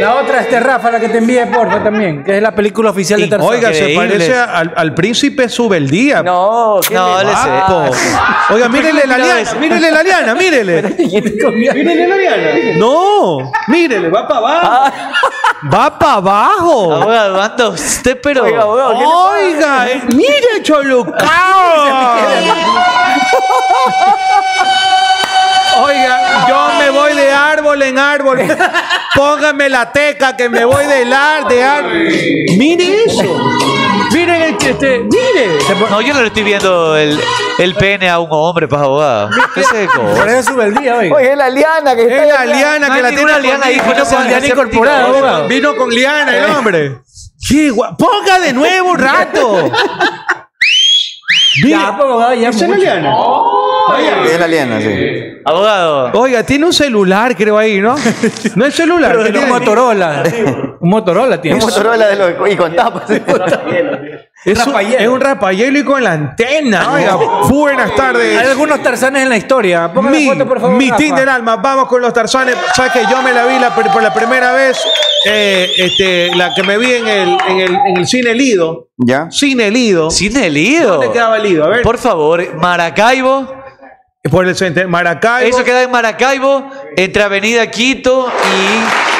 La otra es Terrafa, la que te envié, porfa, también, que es la película oficial de
Y-
Tarzán.
Oiga, se
Increíble.
parece al, al príncipe Subeldía.
No, ¿qué
No,
le
le sé.
pasa?
Guapo. Oiga, mírele la liana, mírele la liana, mírele. Mírele la liana. No, mírele, va para abajo.
Ah.
Va para abajo.
Abogado, anda usted, pero.
Oiga, abogado, ¿qué le pasa?
Oiga, eh, mire, Cholucao. Oiga, yo me voy de árbol en árbol. Póngame la teca que me voy de ar, de árbol. Mire eso. Mire, este, este, mire.
no, yo no le estoy viendo el, el pene a un hombre, pues, abogado. ¿Qué seco?
Parece sube el día, oiga.
Oye, es la liana que está
Es la
ahí.
liana
No
que
hay
la tiene
ninguna liana ahí, pues,
con
no pueden
liana
hacer
incorporada.
tico,
abogado.
abogado.
Vino con liana el hombre. Qué guapo. Ponga de nuevo un rato. Mire,
Ya, pues, abogado, ya
¿esa es la
mucho.
liana?
Es la liana, sí.
Abogado.
Oiga, tiene un celular, creo ahí, ¿no? No es celular.
Pero
¿qué
tiene un
tiene?
Motorola. Un Motorola tiene.
Es Motorola de los, y con tapas.
es, un, es un rapayelo y con la antena. Oiga, buenas
Hay
tardes.
algunos tarzanes en la historia. Pongan la
Mi,
foto, por favor.
mi
Rafa.
team del alma, vamos con los tarzanes. ¿Sabes que yo me la vi la, pr- por la primera vez? eh, este, la que me vi en el, en el, en el cine Lido.
¿Ya?
Cine Lido.
Sin el ido.
¿Dónde quedaba Lido? A ver.
Por favor, Maracaibo.
Por el centro, Maracaibo.
Eso queda en Maracaibo, entre Avenida Quito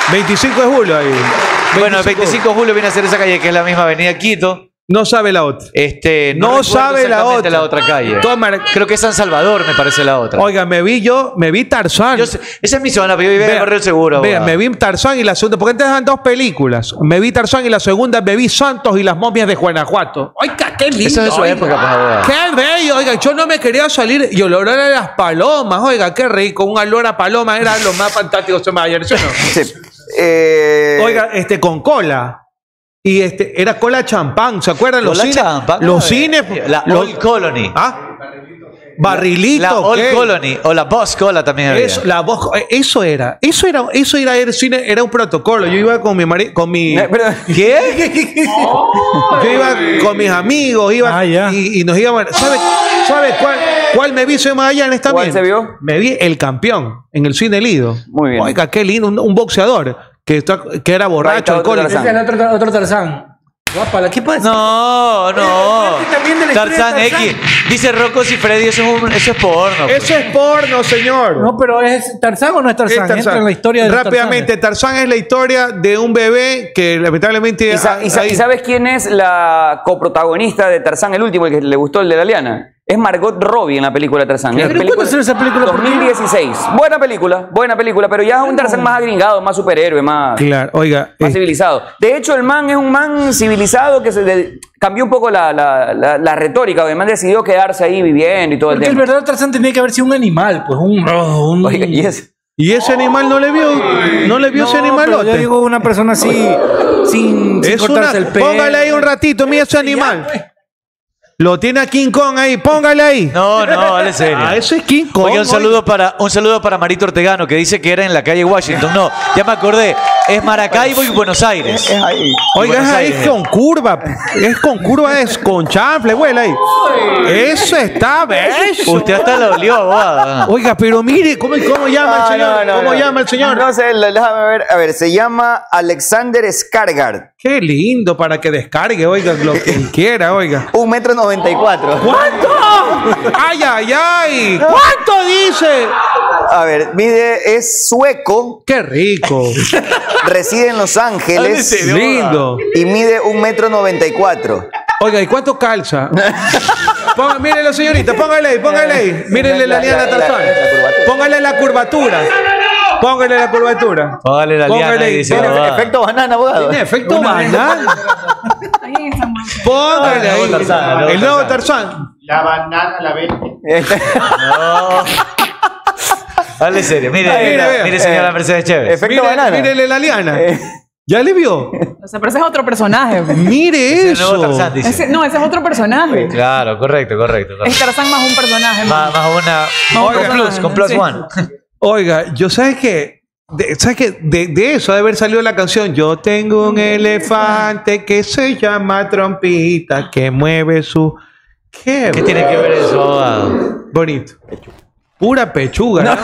y.
25 de julio ahí.
Bueno, el 25 de julio viene a ser esa calle que es la misma Avenida Quito.
No sabe la otra.
Este,
No,
recuerdo
sabe la
exactamente
otra.
la otra calle.
Toda Mara-
Creo que es San Salvador, me parece la otra.
Oiga, me vi yo, me vi Tarzán.
Yo sé- esa es mi zona, pero yo vivía en
Vea,
el barrio del seguro.
vea, me
abogado.
vi Tarzán y la segunda. Porque antes eran dos películas. Me vi Tarzán y la segunda, me vi Santos y las momias de Guanajuato. Oiga, qué lindo.
Eso es de su
oiga.
época, pues, abogado.
Qué bello, oiga, yo no me quería salir y olor a las palomas, oiga, qué rico, un olor a paloma era lo más fantástico que se me ayer, ¿sí o no?
Sí. Eh,
Oiga, este, con cola. Y este, era cola champán, ¿se acuerdan? Los
Cola
cines.
champán,
los
eh,
cines.
la
los-
Old Colony.
¿Ah? Barrilito.
la Old
¿qué?
Colony o la Boss Cola también
Ah,
había.
Eso, la voz, eh, eso era, eso era, eso era el cine, era un protocolo. Yo iba con mi mari- con mi
No, Eh, pero-
¿Qué? Yo iba con mis amigos, iba
Ah, ya.
y, y nos íbamos. ¿Sabes sabe cuál, cuál me vi en Magallanes también?
¿Cuál se vio?
Me vi el campeón en el cine Lido.
Muy bien.
Oiga, qué lindo, un, un boxeador que, está- que era
Ahí está
borracho,
otro
alcohólico.
Ese es el otro, otro Tarzán. Guapa, ¿la qué pasa?
No, no.
Pero también de la historia
Tarzán
de Tarzán.
X. Dice Rocco y Freddy, eso es, un- eso es porno. pues.
Eso es porno, señor.
No, pero ¿es Tarzán o no es Tarzán?
Es Tarzán.
Entra en la historia de los
Rápidamente, Tarzán es la historia de un bebé que lamentablemente.
¿Y, sa- y sa-
ahí-
y sabes quién es la coprotagonista de Tarzán el último, el que le gustó el de la liana? Es Margot Robbie en la película Tarzán.
Pero ¿cuándo
película-
salió esa película? ¿Por qué?
2016. Buena película, buena película, pero ya es un Tarzán más agringado, más superhéroe, más,
Claro, oiga.
más
eh,
civilizado. De hecho, el man es un man civilizado que se de- cambió un poco la, la, la, la retórica. El man decidió quedarse ahí viviendo y todo el
Porque el
tema.
verdadero Tarzán tenía que haber sido un animal, pues un. un-
Oiga, y es-
¿Y ese animal no le vio? ¿No le vio ese
No, pero
animalote?
Yo digo una persona así, sin, sin
Es
cortarse
una-
el pelo. pues.
Póngale ahí un ratito, mira ese animal.
pues.
Lo tiene a King Kong ahí, póngale ahí.
No, no, hable serio.
Ah, eso es King Kong.
Oye, un saludo, para, un saludo para Marito Ortegano, que dice que era en la calle Washington. No, ya me acordé. Es Maracaibo y Buenos Aires.
Eh, Oiga,
Buenos
es ahí
Aires.
con curva. Es con curva, es con chanfle, güey, ahí. Eso está bello.
Usted hasta lo olió, abogado.
Oiga, pero mire, ¿cómo, cómo llama el
Ah,
señor?
no, no,
¿Cómo
no.
llama el señor?
No sé, lo- déjame ver. A ver, se llama Alexander Skargard.
Qué lindo para que descargue, oiga, lo que quiera, oiga.
Un metro noventa y cuatro.
¿Cuánto? ¡Ay, ay, ay! ¿Cuánto dice?
A ver, mide, es sueco,
¡Qué rico!
reside en Los Ángeles
lindo.
y mide un metro noventa y cuatro.
Oiga, ¿y cuánto calza? Ponga, mírelo, señorita, póngale ahí, póngale ahí. Mírenle la
La- la-
liana
la-
Tarzán.
la curvatura.
Póngale la curvatura. Póngale la curvatura.
Póngale la liana,
Póngale,
ahí, dice
tiene
el abogado.
Efecto banana, abogado.
Ah. Tiene efecto banal. Póngale
Ah, el
ahí.
nuevo Tarzán, el
El
nuevo
nuevo Tarzán.
La banana, la vende.
Hable serio. Mire,
Ahí, mire,
mire,
vea.
mire, señora
Eh,
Mercedes Chévez.
Efecto
Mírele,
banana.
mírele la liana.
Eh.
¿Ya le vio?
O sea, pero ese es otro personaje. güey.
Mire
El nuevo Tarzán,
eso.
dice.
Ese- no, ese es otro personaje.
Claro, correcto, correcto. correcto.
Es Tarzán más un personaje.
Más,
man.
más una.
No,
con
no,
plus,
no,
con plus
sí.
one.
Oiga, yo sabes que. De, ¿Sabes qué? De, de eso ha de haber salido la canción. Yo tengo un elefante que se llama Trompita, que mueve su. Qué,
¿Qué tiene que ver eso, abogado?
bonito. Pura pechuga, ¿no?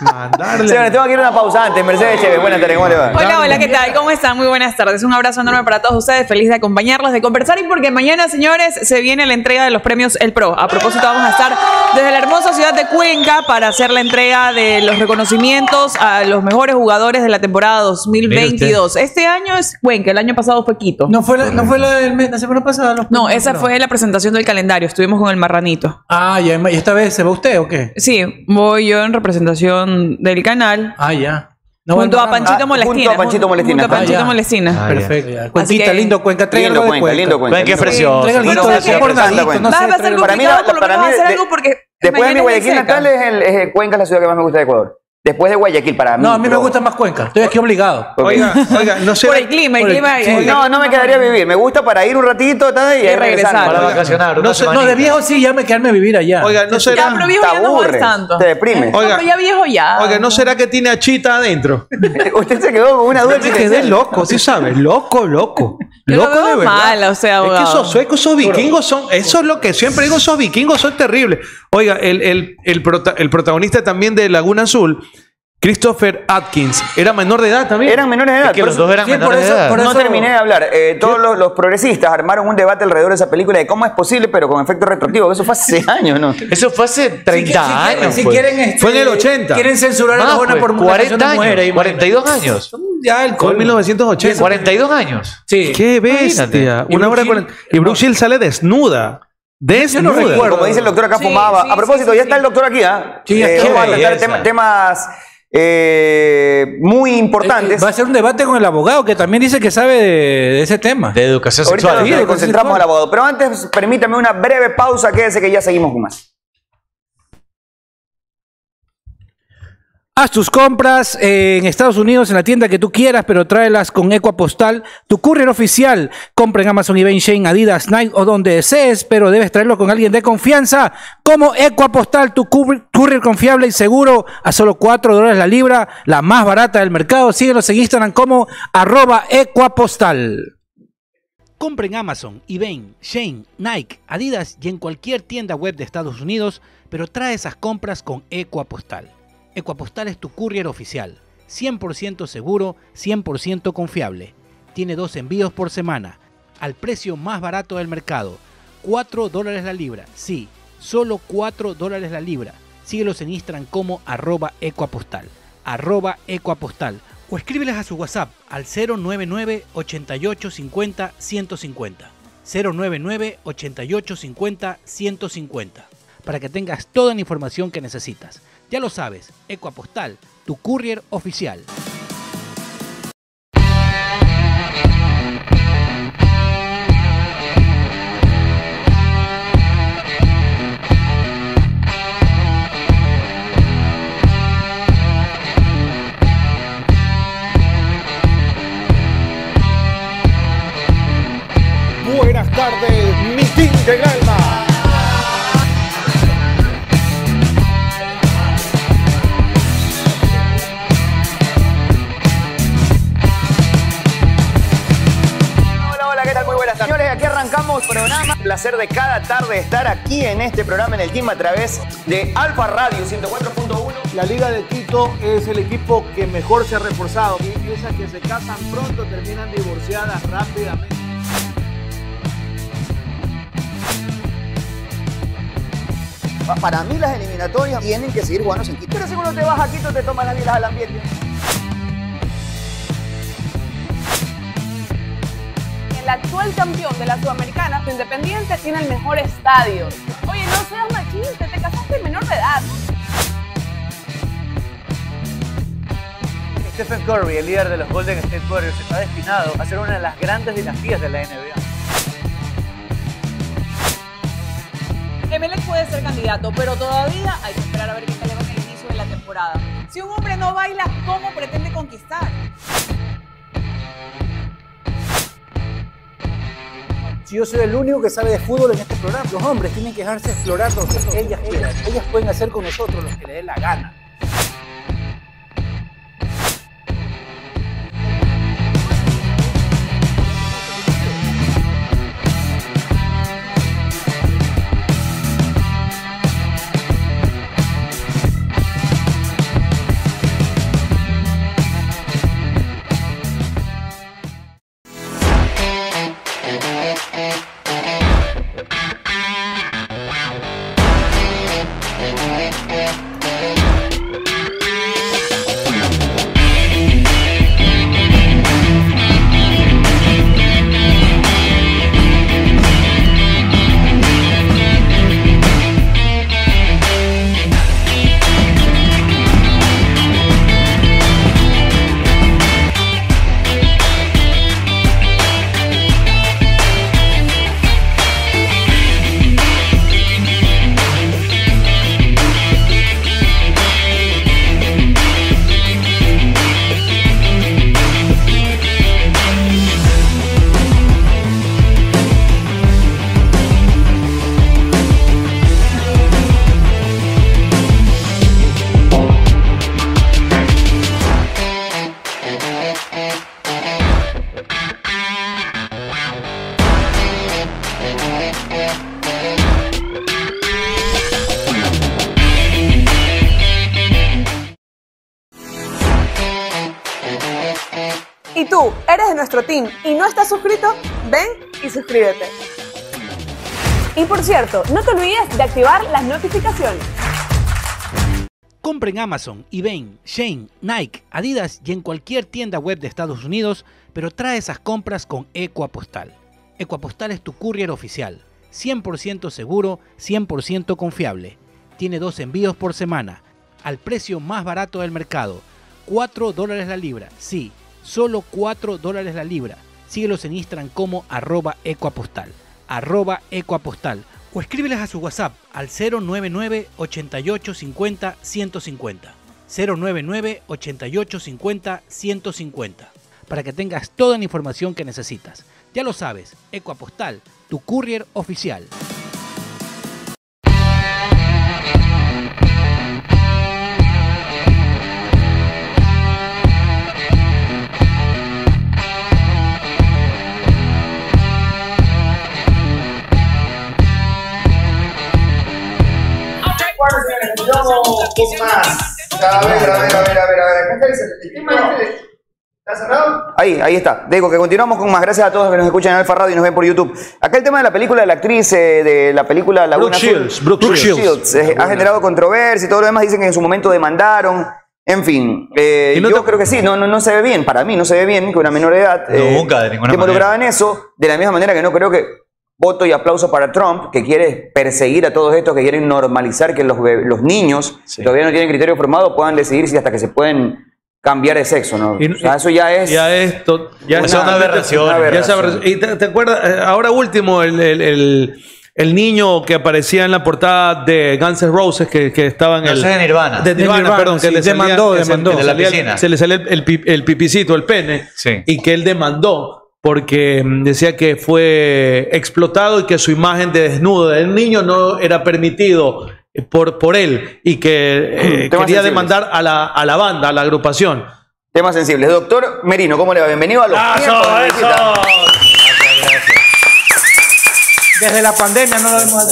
Mandarle.
Señores, tengo que ir a una pausa antes. Mercedes Chévez, buenas tardes, ¿cómo le va?
Hola, hola, ¿qué tal? ¿Cómo están? Muy buenas tardes. Un abrazo enorme para todos ustedes. Feliz de acompañarlos, de conversar y porque mañana, señores, se viene la entrega de los premios El Pro. A propósito, vamos a estar desde la hermosa ciudad de Cuenca para hacer la entrega de los reconocimientos a los mejores jugadores de la temporada 2022. Este año es Cuenca, el año pasado fue Quito.
No fue la, no fue la del mes, la semana pasada. los-
No, esa fue la presentación del calendario. Estuvimos con el marranito.
Ah, ya, ¿y esta vez se va usted o qué?
Sí, voy yo en representación del canal.
Ah, ya. No va
junto
el
a
programa.
Panchito
Ah,
Molestina.
junto a Panchito Molestina.
Junto a Panchito
Ah, ya.
Molestina.
Ah, Perfecto. ya.
Así
Cuenquita,
que-
lindo Cuenca. Traiga
Lindo
algo de
Cuenca,
Cuenca.
lindo Cuenca.
Ven, qué
lindo
precioso.
Traiga
Bueno,
algo
¿sabes
de
qué?
Cuenca.
Cuenca.
No
Vas,
sé,
va a ser
traiga-
Para mí,
complicado,
la-
por lo
para
menos
mí,
hacer
de-
algo porque
Después de mi
mañana es
Guayaquil
seca.
natal es, el, es- Cuenca, es la ciudad que más me gusta de Ecuador. Después de Guayaquil, para mí.
No, a mí me
pero-
gusta más Cuenca. Estoy aquí obligado.
Ok.
Oiga, oiga, no sé.
Por el clima, el
por el-
clima.
sí,
el-
eh, No, no me quedaría a vivir. Me gusta para ir un ratito tal, y
Y
ahí
regresar.
regresar.
Para vacacionar. una
No sé, no,
No,
semanita.
de viejo sí, ya me quedarme a vivir allá.
Oiga, no
Ya, pero
será.
viejo
Te
ya no
aburres,
juegas tanto.
te deprimes.
No,
Oiga.
pero ya viejo ya.
Oiga, no será que tiene a Chita adentro.
Usted se quedó con una duda.
Me quedé loco, sí sabes, loco, loco.
Yo lo
Loco
veo
de verdad.
mal, o sea,
es que
abogado.
esos suecos, esos vikingos son, eso es lo que siempre digo, esos vikingos son terribles. Oiga, el, el, el, prota- el protagonista también de Laguna Azul, Christopher Atkins, era menor de edad también.
Eran menores de edad.
Que
por
los
eso-
dos eran
sí, por
menores de
eso-
edad.
por
no
eso-
terminé de hablar. Eh, todos los, los progresistas armaron un debate alrededor de esa película de cómo es posible, pero con efecto retroactivo. Eso fue hace seis años, ¿no?
Eso fue hace 30 años.
Si
pues.
quieren, este,
Fue en el 80.
Quieren censurar a
Más,
la buena
pues,
por una
40
canción de
años.
mujeres, imagínate.
42 años.
Ya el
Fue en
colmo.
1980.
42 años.
Sí.
Qué
Imagínate.
bestia.
Y
Una hora
Bruce
cuarenta-
Hill-
Y Bruce Hill sale desnuda. Desnuda.
recuerdo.
Como dice el doctor acá
Sí,
fumaba.
sí,
a propósito,
sí,
ya
sí,
está
sí.
el doctor aquí, ¿ah?
Sí, aquí.
Eh, vamos a
Qué
tratar
belleza.
tema- temas eh, muy importantes.
Va a ser un debate con el abogado que también dice que sabe de, de ese tema.
De educación
Ahorita
sexual.
nos
Sí,
concentramos al abogado. Pero antes, permítame una breve pausa. Quédese que ya seguimos con más.
Haz tus compras eh, en Estados Unidos en la tienda que tú quieras, pero tráelas con Ecuapostal, tu courier oficial. Compra en Amazon, eBay, Shane, Adidas, Nike o donde desees, pero debes traerlo con alguien de confianza. Como Ecuapostal, tu cour- courier confiable y seguro a solo 4 dólares la libra, la más barata del mercado. Síguenos en Instagram como arroba Ecuapostal. Compra en Amazon, eBay, Shane, Nike, Adidas y en cualquier tienda web de Estados Unidos, pero trae esas compras con Ecuapostal. Ecuapostal es tu courier oficial, 100% seguro, 100% confiable. Tiene dos envíos por semana, al precio más barato del mercado, 4 dólares la libra. Sí, solo 4 dólares la libra. Síguelos en Instagram como arroba ecoapostal, arroba ecoapostal o escríbeles a su WhatsApp al 099 88 50 150. 099 88 50 150. para que tengas toda la información que necesitas. Ya lo sabes, Ecoapostal, tu courier oficial.
Buenas tardes, mitin del alma.
Hola, hola, ¿qué tal? Muy buenas tardes. Señores, aquí arrancamos programa. Un placer de cada tarde estar aquí en este programa en el Team a través de Alfa Radio 104.1.
La Liga de Quito es el equipo que mejor se ha reforzado. Y esas que se casan pronto terminan divorciadas rápidamente.
Pa- Para mí las eliminatorias tienen que seguir jugándose en Quito. Pero si uno te vas a Quito te tomas las vidas al ambiente.
El actual campeón de la Sudamericana, Independiente, tiene el mejor estadio. Oye, no seas machista, te casaste menor de edad.
Stephen Curry, el líder de los Golden State Warriors, está destinado a ser una de las grandes dinastías de la NBA.
Emelec puede ser candidato, pero todavía hay que esperar a ver qué tal le va en el inicio de la temporada. Si un hombre no baila, ¿cómo pretende conquistar?
Si yo soy el único que sabe de fútbol en este programa, los hombres tienen que dejarse explorar lo que ellas quieran. Ellas pueden hacer con nosotros lo que les dé la gana.
Y tú, eres de nuestro team y no estás suscrito, ven y suscríbete. Y por cierto, no te olvides de activar las notificaciones.
Compren Amazon, eBay, Shane, Nike, Adidas y en cualquier tienda web de Estados Unidos, pero trae esas compras con Ecoapostal. Ecoapostal es tu courier oficial, 100% seguro, 100% confiable. Tiene dos envíos por semana, al precio más barato del mercado, 4 dólares la libra. Sí, solo 4 dólares la libra. Síguelos en Instagram como arroba ecoapostal, arroba ecoapostal. O escríbeles a su WhatsApp al 099 88 50 150. 099 88 50 150. Para que tengas toda la información que necesitas. Ya lo sabes, Ecoapostal, tu courier oficial.
Vamos más. A ver, a ver, a ver, a ver, a ver. Acá está el tema este de- ¿Está cerrado? Ahí, ahí está. Digo que continuamos con más. Gracias a todos los que nos escuchan en Alfa Radio y nos ven por YouTube. Acá el tema de la película de la actriz eh, de la película Laguna
Brooke
Azul.
Shields, Brooke Shields.
eh, ha generado controversia y todo lo demás. Dicen que en su momento demandaron. En fin, eh,
Y no
yo
te-
creo que sí. No, no, no se ve bien. Para mí no se ve bien que una menor de edad eh,
No, nunca, de ninguna
que involucrada en eso. De la misma manera que no creo que voto y aplauso para Trump, que quiere perseguir a todos estos que quieren normalizar que los, be- los niños que todavía no tienen criterio formado puedan decidir si hasta que se pueden cambiar de sexo, ¿no? O sea, eso ya es...
Ya es to- ya
Una
es totalmente-
aberración.
ya es
Aberración.
aberración. Y te, te acuerdas, eh, ahora último, el, el- el- el niño que aparecía en la portada de Guns N' Roses, que, que estaba en
No,
el.
ese es de Nirvana.
De Nirvana,
De Nirvana,
perdón, que
sí,
le salía-
demandó,
que se-
demandó.
que le
De la
salía-
piscina.
Se le sale el, el pi- el pipicito, el pene. Y que él demandó porque mm, decía que fue explotado y que su imagen de desnudo del niño no era permitido eh, por, por él y que eh,
Temas
quería
sensibles.
demandar a la, a la banda, a la agrupación.
Temas sensibles. Doctor Merino, ¿cómo le va? Bienvenido a los tiempos de visita.
Desde la pandemia no lo vemos.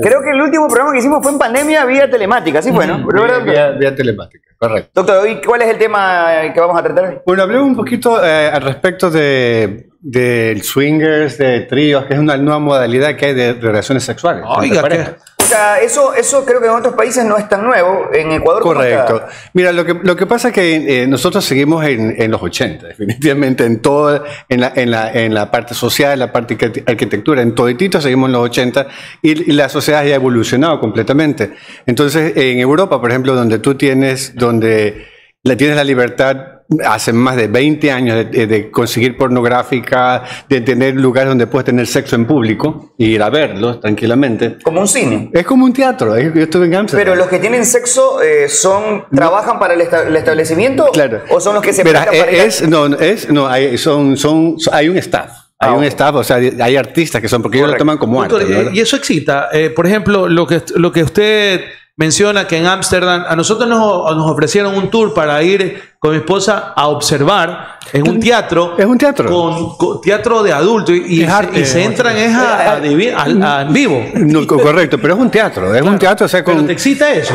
Creo que el último programa que hicimos fue en pandemia vía telemática, ¿sí fue, no?
Vía, vía- vía telemática, correcto.
Doctor, hoy, ¿cuál es el tema que vamos a tratar hoy?
Bueno, hablemos un poquito eh, al respecto de, del swingers, de tríos, que es una nueva modalidad que hay de relaciones sexuales. entre parejas.
O sea, eso, eso creo que en otros países no es tan nuevo. En Ecuador, ¿cómo está?
Correcto. Mira, lo que, lo que pasa es que eh, nosotros seguimos en, en los 80, definitivamente, en todo, en la, en la, en la parte social, en la parte arquite- arquitectura, en toditito seguimos en los 80 y, y la sociedad ya ha evolucionado completamente. Entonces, en Europa, por ejemplo, donde tú tienes, donde la, tienes la libertad hace más de 20 años de, de conseguir pornográfica, de tener lugares donde puedes tener sexo en público y ir a verlos tranquilamente.
Como un cine.
Es como un teatro. es- Yo estuve en Amsterdam.
Pero los que tienen sexo eh, son trabajan para el, esta- el establecimiento o son los que se
Verá, e-, eh,
prestan para ir a-
es, no, no, es, no, hay, son, son, son- hay un staff. Hay
Ah,
un staff, o sea, hay artistas que son, porque ellos lo toman como
Doctor,
arte. ¿no?
eh, y eso excita. Eh, por ejemplo, lo que, lo que usted menciona que en Ámsterdam, a nosotros nos, nos ofrecieron un tour para ir con mi esposa a observar en un teatro. Es
un teatro.
Con, con teatro de adulto y, y,
Es arte.
y se entran es a, a divi- a- a- en vivo.
No, co- correcto, pero es un teatro, es un teatro, o sea, con,
¿Te excita eso?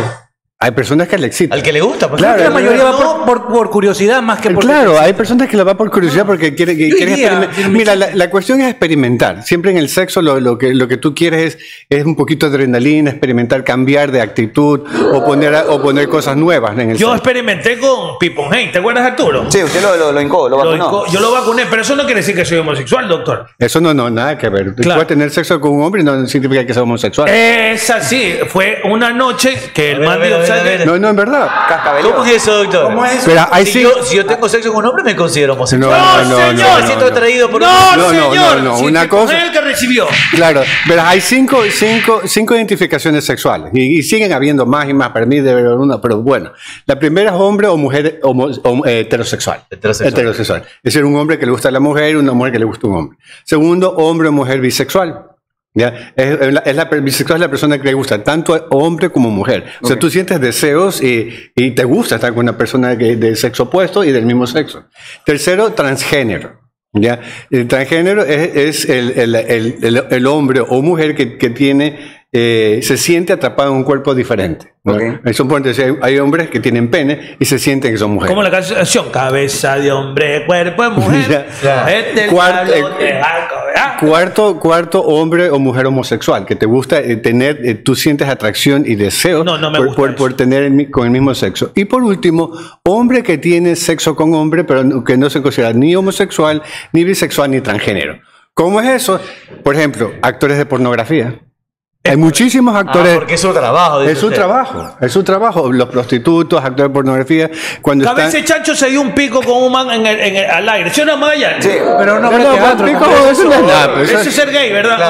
hay personas que le excitan.
Al que le gusta,
Pues creo que la mayoría va por, por- por curiosidad más que por.
Claro, hay personas que lo van por curiosidad porque quieren, que-
Yo
quieren
iría,
experimen-
pero me
Mira, la, la cuestión es experimentar. Siempre en el sexo lo, lo que, lo que tú quieres es, es un poquito de adrenalina, experimentar, cambiar de actitud o poner, a- o poner cosas nuevas en el
Yo
sexo.
experimenté con Pipon Hein, ¿te acuerdas Arturo?
Sí, usted lo, lo, lo hincó, lo
Lo
vacunó.
hincó- yo lo vacuné, pero eso no quiere decir que soy homosexual, doctor.
Eso no, no, nada que ver. Tú Puedes tener sexo con un hombre y no significa que sea homosexual.
Es así, fue una noche que el man
ver,
de
a ver, a ver.
No, no, en verdad.
¿Cómo es eso, doctor?
¿Cómo es eso? Pero ahí
si,
sí-
yo, si yo tengo sexo con un hombre, me considero homosexual.
No, No, no, señor, no,
Me
no,
siento
no.
atraído por
No, No, no, señor, no, no, si una te cosa- coge el
que recibió.
Claro, verás, hay cinco, cinco, cinco identificaciones sexuales y, y siguen habiendo más y más. Para mí debe haber una, pero bueno. La primera es hombre o mujer homo- homo- eh, heterosexual.
Heterosexual.
Heterosexual. Es decir, un hombre que le gusta a la mujer, una mujer que le gusta a un hombre. Segundo, hombre o mujer bisexual. ¿Ya? Es, es la, es la per- bisexual es la persona que le gusta tanto a hombre como mujer. O sea, tú sientes deseos y, y te gusta estar con una persona que, del sexo opuesto y del mismo sexo. Tercero, transgénero. ¿ya? El transgénero es, es el, el- el- el- el hombre o mujer que, que tiene, eh, se siente atrapado en un cuerpo diferente. ¿no? Eso puede decir, hay hombres que tienen pene y se sienten que son mujeres.
Como la canción, cabeza de hombre, cuerpo de mujer. Este es el
Cuarto,
diablo
eh,
de barco, ¿verdad?
Cuarto, cuarto hombre o mujer homosexual, que te gusta eh, tener, eh, tú sientes atracción y deseo por, por- por tener el mi- con el mismo sexo. Y por último, hombre que tiene sexo con hombre, pero no- que no se considera ni homosexual, ni bisexual, ni transgénero. ¿Cómo es eso? Por ejemplo, actores de pornografía. Hay muchísimos
Ah,
actores.
porque es su trabajo, dice
Es su
usted.
trabajo. Es su trabajo. Los prostitutos, actores de pornografía. Cuando
Cabeza
están-
de chancho se dio un pico con un man en el- en el- al aire. ¿Sí o no, Maya?
Sí. Pero no, No, pero no, teatro, pico, ¿no? eso no es nada, pero eso-
Eso es ser gay, ¿verdad? ¿O no?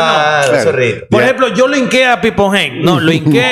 Claro, eso es rico.
Por
Ya.
ejemplo, yo lo hinqué a Pipo Hen. No, lo hinqué.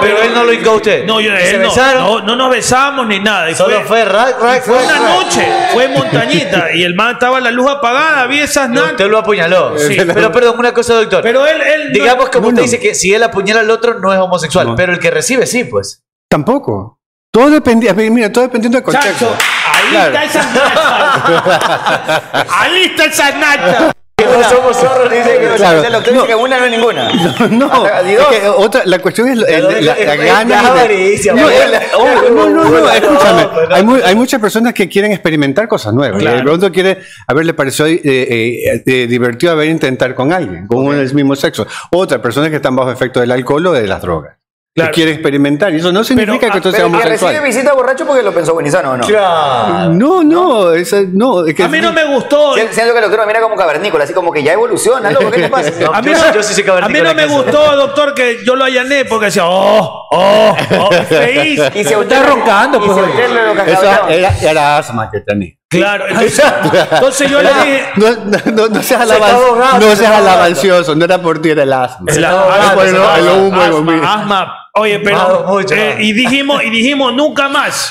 Pero él no lo hincó a usted.
No, yo,
¿Y se
él no,
besaron?
no, no nos besamos ni nada. Y
Solo fue rack, rack,
fue
rack,
una
rack.
noche, fue en montañita y el man estaba la luz apagada, vi esas nanas.
Usted lo apuñaló.
Sí.
Pero perdón, una cosa, doctor.
Pero él, él no-
Digamos como
No, no.
usted dice que si él apuñala al otro no es homosexual, pero el que recibe sí, pues.
Tampoco. Todo dependía, mira, todo dependiendo del contexto.
Chacho,
ahí
Claro.
está esa nacha. ahí está esa nacha.
Que no somos zorros, dice que,
Claro.
o sea, lo que dice que una no es ninguna.
No,
Hasta
es
Dios.
que otra, la cuestión es el-
Pero
la,
es-
la
es-
gana
es
de-
avaricia,
No,
abuela.
el- oh, no, no, no, escúchame. Hay, mu- hay muchas personas que quieren experimentar cosas nuevas. ¿eh? Y de pronto quiere, a ver, le pareció eh, eh, eh, divertido haber intentar con alguien, con uno del mismo sexo. Otras personas que están bajo efecto del alcohol o de las drogas. que quiere experimentar. Y eso no significa que tú seas
Pero que
homosexual.
recibe visita borracho porque lo pensó Buenizano, ¿o no?
Ah.
No, no, esa- no, es que-
me gustó.
Siento que el doctor mira como cavernícola, así como que ya evoluciona, loco, ¿qué te pasa?
a mí no, a mí no me gustó, doctor, que yo lo allané porque decía, oh, oh, oh, feísimo.
Y si a usted-
roncando,
pues,
y si a usted lo- lo
Esa
cacabearon.
era, era asma que tenía.
Claro, entonces, entonces yo le
Era-
dije.
No, no, no, no seas
Se está
alabancioso,
ahogando,
no
se está
seas alabancioso, no era por ti, era el asma.
El asma,
Era
asma,
por
Ah,
el,
asma,
el humo, el
asma,
vomito.
asma. Oye, pero. eh, y dijimos, y dijimos, nunca más.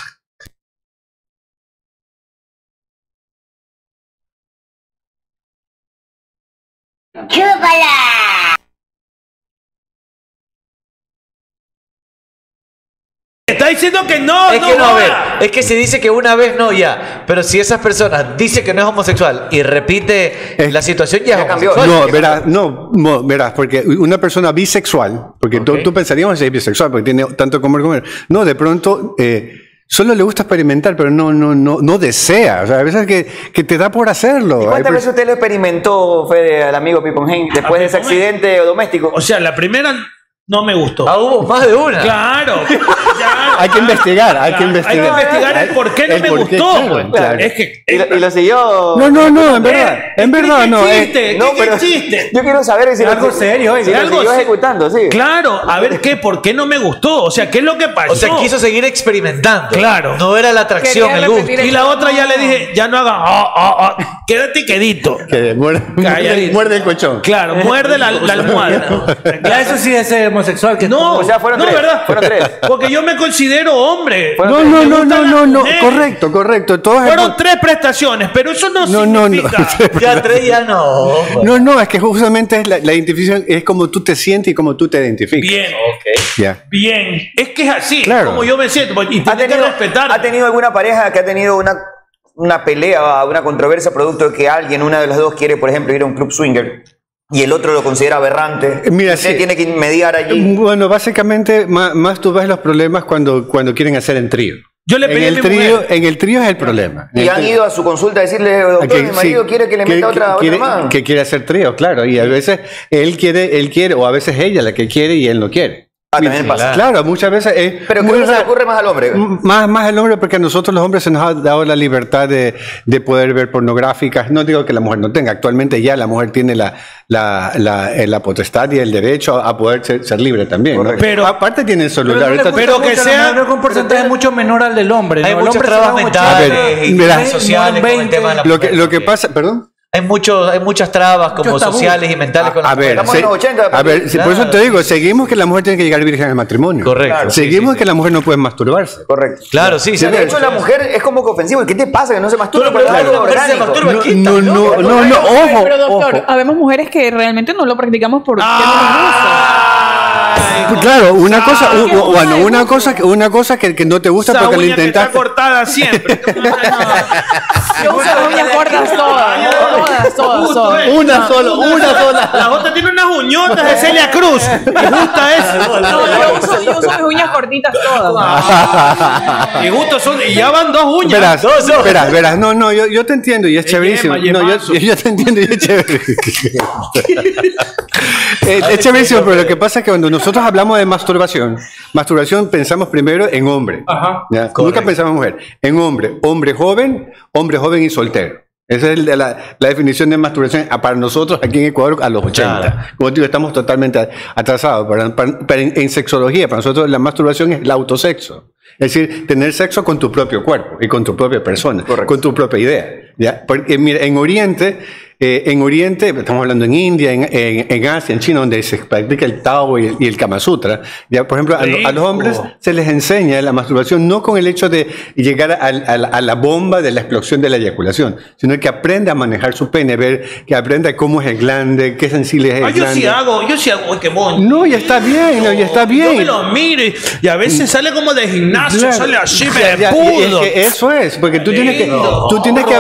Está diciendo que no,
Es que no, a ver, es que si dice que una vez no, ya. Pero si esas personas dice que no es homosexual y repite la situación, ya, es homosexual.
No, verás, no, no, verás, porque una persona bisexual, porque tú- tú, pensaríamos que es bisexual, porque tiene tanto comer comer. No, de pronto eh, solo le gusta experimentar, pero no, no, no, no desea. O sea, a veces que, que te da por hacerlo. Hay
¿Cuántas
pers-
veces usted lo experimentó, Fede, al amigo Pipongen, después de ese accidente doméstico?
O sea, la primera no me gustó.
Ah, hubo más de una.
Claro.
Hay que investigar, hay que
Hay
investigar.
que investigar el por qué no
el
me
por qué,
gustó.
claro, claro.
Es que.
Y lo, y lo siguió.
No, no, no, en verdad, en verdad no. eh.
No, pero yo quiero saber si lo-
Algo serio,
si lo
algo
siguió
serio.
ejecutando, sí.
Claro, a ver qué, por qué no me gustó. O sea, ¿qué es lo que pasó?
O sea, quiso seguir experimentando.
Claro.
No era la atracción,
Quería
el gusto.
repetir el- Y la otra ya le dije, ya no hagas, ah, ah, ah, quédate quedito.
Que muerde,
Calladito.
muerde el colchón.
Claro, muerde la, la almohada.
Ya eso sí es
eh,
ser homosexual. Que
No,
tú-
no, ¿verdad? Porque yo me considero hombre.
No, no,
Me
no,
gustan
no,
las
no, no,
mujeres.
correcto, correcto. Todos
Fueron tres prestaciones, pero eso no,
No, no, no.
significa.
Ya tres ya no.
No, no, es que justamente es la, la identificación es como tú te sientes y como tú te identificas.
Bien,
Ya.
bien. Es que es así,
Claro.
es como yo me siento. pues, Y
¿Ha
tenés que
tenido,
respetar.
¿Ha tenido alguna pareja que ha tenido una, una pelea, una controversia producto de que alguien, una de las dos, quiere, por ejemplo, ir a un club swinger y el otro lo considera aberrante?
Eh, Mira,
Usted
sí. Eh,
tiene que mediar allí.
Bueno, básicamente ma- más, tú ves los problemas cuando, cuando quieren hacer en trío.
Yo le
En
pedí a mi
el trío,
mujer.
en el trío es el problema.
Y han ido a su consulta a decirle, doctor,
eh, Ah, Que-
mi
sí,
marido quiere que le meta otra,
quiere,
otra más.
que quiere hacer trío, claro. Y a veces él quiere, él quiere, o a veces ella la que quiere y él no quiere.
Ah, también pasa.
Claro, muchas veces es
Pero
muy
creo que se le
raro. Mm,
ocurre más al hombre.
M- Más, más el hombre, porque a nosotros los hombres se nos ha dado la libertad de, de poder ver pornográficas. No digo que la mujer no tenga, actualmente ya la mujer tiene la, la, la, eh, la potestad y el derecho a, a poder ser, ser libre también. ¿no?
Pero-
Aparte tiene el celular.
Pero, no le
ahorita-
gusta
Pero que
mucho a la
sea-
mujer, creo que un porcentaje mucho menor al del hombre.
Hay
¿no? El
muchos
hombre se
trabajos
va mucho-
A ver,
mentales y
mira.
sociales con el tema de la
lo, que,
mujer
lo que
también.
pasa, perdón.
Hay, muchos hay muchas trabas como
Muchos tabús.
sociales y mentales con la
A
mujer.
ver,
Estamos en
se-
los 80,
a ver, si- por eso
Claro.
te digo, seguimos que la mujer tiene que llegar virgen al matrimonio.
Correcto. Claro, sí,
seguimos
sí,
que la mujer no puede masturbarse.
Correcto.
Claro, sí, sí.
de hecho, la mujer es como que ofensivo. ¿Qué te pasa? Que no se masturba.
Claro.
pero es algo
La mujer se
orgánico.
masturba. Pero aquí está,
No, no, no, no, ojo.
Pero doctor,
ojo.
habemos mujeres que realmente no lo practicamos porque
Ah, Pues Claro, una cosa, u- u- bueno, una cosa, que- una cosa que, que no te gusta
Esa
porque lo
uña que está
intentaste.
cortada siempre.
no nos gusta. Yo uso las uñas cortas todas, todas, todas, todas.
Una sola, una sola.
La otra tiene unas uñotas de Celia Cruz. Me gusta eso.
No, yo uso, yo uso mis uñas cortitas todas.
Y justo son. Y ya van dos uñas.
Ah. Verás,
dos, dos.
verás, verás, no, no, yo, yo te entiendo y es chéverísimo.
yema,
No,
yemazo.
yo, yo te entiendo y es chéverísimo. es, es chéverísimo, pero lo que pasa es que cuando nosotros hablamos de masturbación, masturbación pensamos primero en hombre. ¿ya? Nunca pensamos en mujer. En hombre, hombre joven, hombre joven y soltero. Esa es el de la, la definición de masturbación ah, para nosotros aquí en Ecuador a los 80. Como te digo, estamos totalmente a- atrasados. Para- para- para en, en sexología, para nosotros la masturbación es el autosexo. Es decir, tener sexo con tu propio cuerpo y con tu propia persona, con tu propia idea. ¿ya? Porque mira, en Oriente, eh, en Oriente, estamos hablando en India, en, en- en Asia, en China, donde se practica el Tao y el, y el Kama Sutra, ya, por ejemplo, a, lo- a los hombres se les enseña la masturbación no con el hecho de llegar al- a, la- a la bomba de la explosión de la eyaculación, sino que aprenda a manejar su pene, ver, que aprenda cómo es el glande, qué sensible es el
Ah, yo
glande.
sí hago, yo sí hago, ay, qué bonito.
No, ya está bien, no, ya está bien.
Yo me lo miro y, y a veces sale como de gimnasio,
Claro.
sale así,
Ya,
me
ya, y es
pudo.
que eso es, porque tú tienes que, tú tienes que,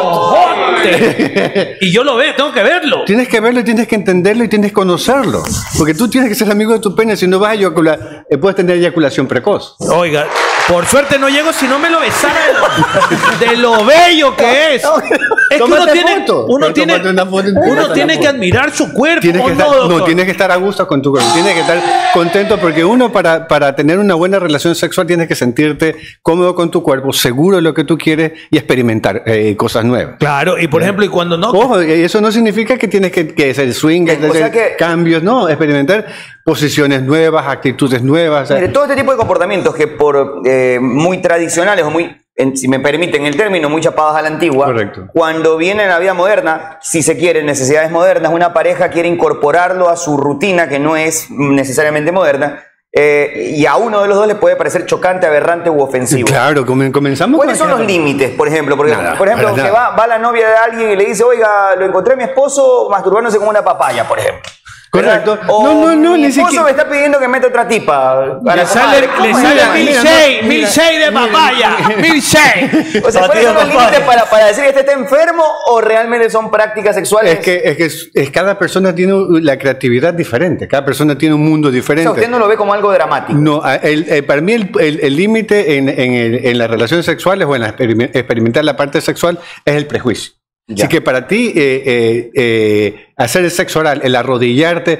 ¡Jote! y yo lo veo, tengo que verlo.
tienes que verlo, y tienes que entenderlo y tienes que conocerlo, porque tú tienes que ser amigo de tu pene, si no vas a eyacular, eh, puedes tener eyaculación precoz.
Oiga, por suerte no llego si no me lo besara de lo, de lo bello que es. Es que uno
Tómate
tiene,
foto,
uno
pero
tiene,
tómate una foto y
uno
tómate
tiene
la
que
foto.
admirar su cuerpo.
Tienes
¿o
que
no,
estar, no,
doctor?
tienes que estar a gusto con tu cuerpo, tienes que estar contento porque uno para, para tener una buena relación sexual tienes que sentirte cómodo con tu cuerpo, seguro de lo que tú quieres y experimentar eh, cosas nuevas.
Claro, y por ejemplo, y cuando no...
Ojo, y eso no significa que tienes que, que hacer swing, que
Eh, sea
hacer cambios, no, experimentar posiciones nuevas, actitudes nuevas. o sea,
Mire, todo este tipo de comportamientos que por eh, muy tradicionales o muy, en- si me permiten el término, muy chapadas a la antigua, cuando vienen a la vida moderna, si se quieren necesidades modernas, una pareja quiere incorporarlo a su rutina que no es necesariamente moderna, eh, y a uno de los dos le puede parecer chocante, aberrante u ofensivo.
Claro, comen- comenzamos
¿Cuáles
con-
son los límites, por ejemplo? Porque,
Nada,
por ejemplo,
para
que
nada.
va, va la novia de alguien y le dice, oiga, lo encontré a mi esposo masturbándose con una papaya, por ejemplo.
Correcto.
O
No, no, no,
mi
ni
esposo
siquiera-
me está pidiendo que meta otra tipa. a la
Le
comadre.
sale,
¿Cómo
le
es?
sale
Mira, mira,
milkshake,
mira.
milkshake de papaya, milkshake.
O sea, ¿cuáles son los
Papaya.
límites para, para decir este está enfermo o realmente son prácticas sexuales?
Es que, es que es- es cada persona tiene la creatividad diferente, cada persona tiene un mundo
o
diferente.
sea, usted no lo ve como algo dramático.
No, a- el- eh, para mí el el- el límite en, en, el- en las relaciones sexuales o en la experime- experimentar la parte sexual es el prejuicio.
Ya.
Así que para ti eh, eh, eh, hacer el sexo oral, el arrodillarte,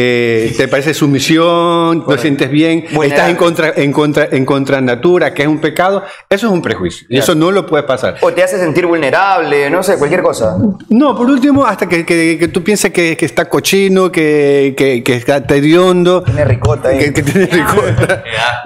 eh, te parece sumisión, no sientes bien, estás en contra, en contra, en contra natura, que es un pecado, eso es un prejuicio. Y eso no lo puede pasar.
O te hace sentir vulnerable, no sé, cualquier cosa.
No, por último, hasta que, que- que tú pienses que, que está cochino, que, que, que está hediondo. Tiene
ricota
Que, que tiene ricota.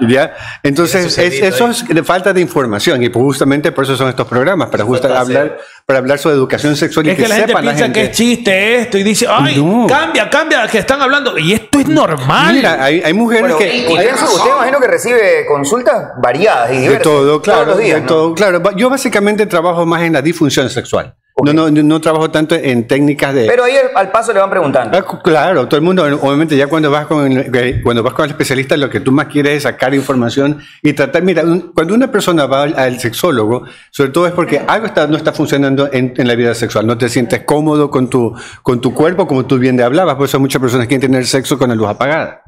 ¿Ya? Entonces, es- eso es de falta de información y pues justamente por eso son estos programas, para justo hablar, para hablar sobre educación sexual y
Es que la gente
sepa
piensa que es chiste esto y dice, ay, cambia, cambia, que están hablando. Y esto es normal.
Mira, hay, hay mujeres
Bueno,
que...
usted, usted imagino que recibe consultas variadas y
de
diversas.
todo, claro.
Todos los días,
de
¿no?
todo, claro. Ba- Yo básicamente trabajo más en la difunción sexual. No, no, no trabajo tanto en técnicas de...
Pero ahí al paso le van preguntando.
Ah, cu- Claro, todo el mundo, obviamente ya cuando vas con el, eh, cuando vas con el especialista lo que tú más quieres es sacar información y tratar, mira, un- cuando una persona va al, al sexólogo, sobre todo es porque algo está, no está funcionando en, en la vida sexual, no te sientes cómodo con tu, con tu cuerpo, como tú bien de hablabas, por eso muchas personas quieren tener sexo con la luz apagada.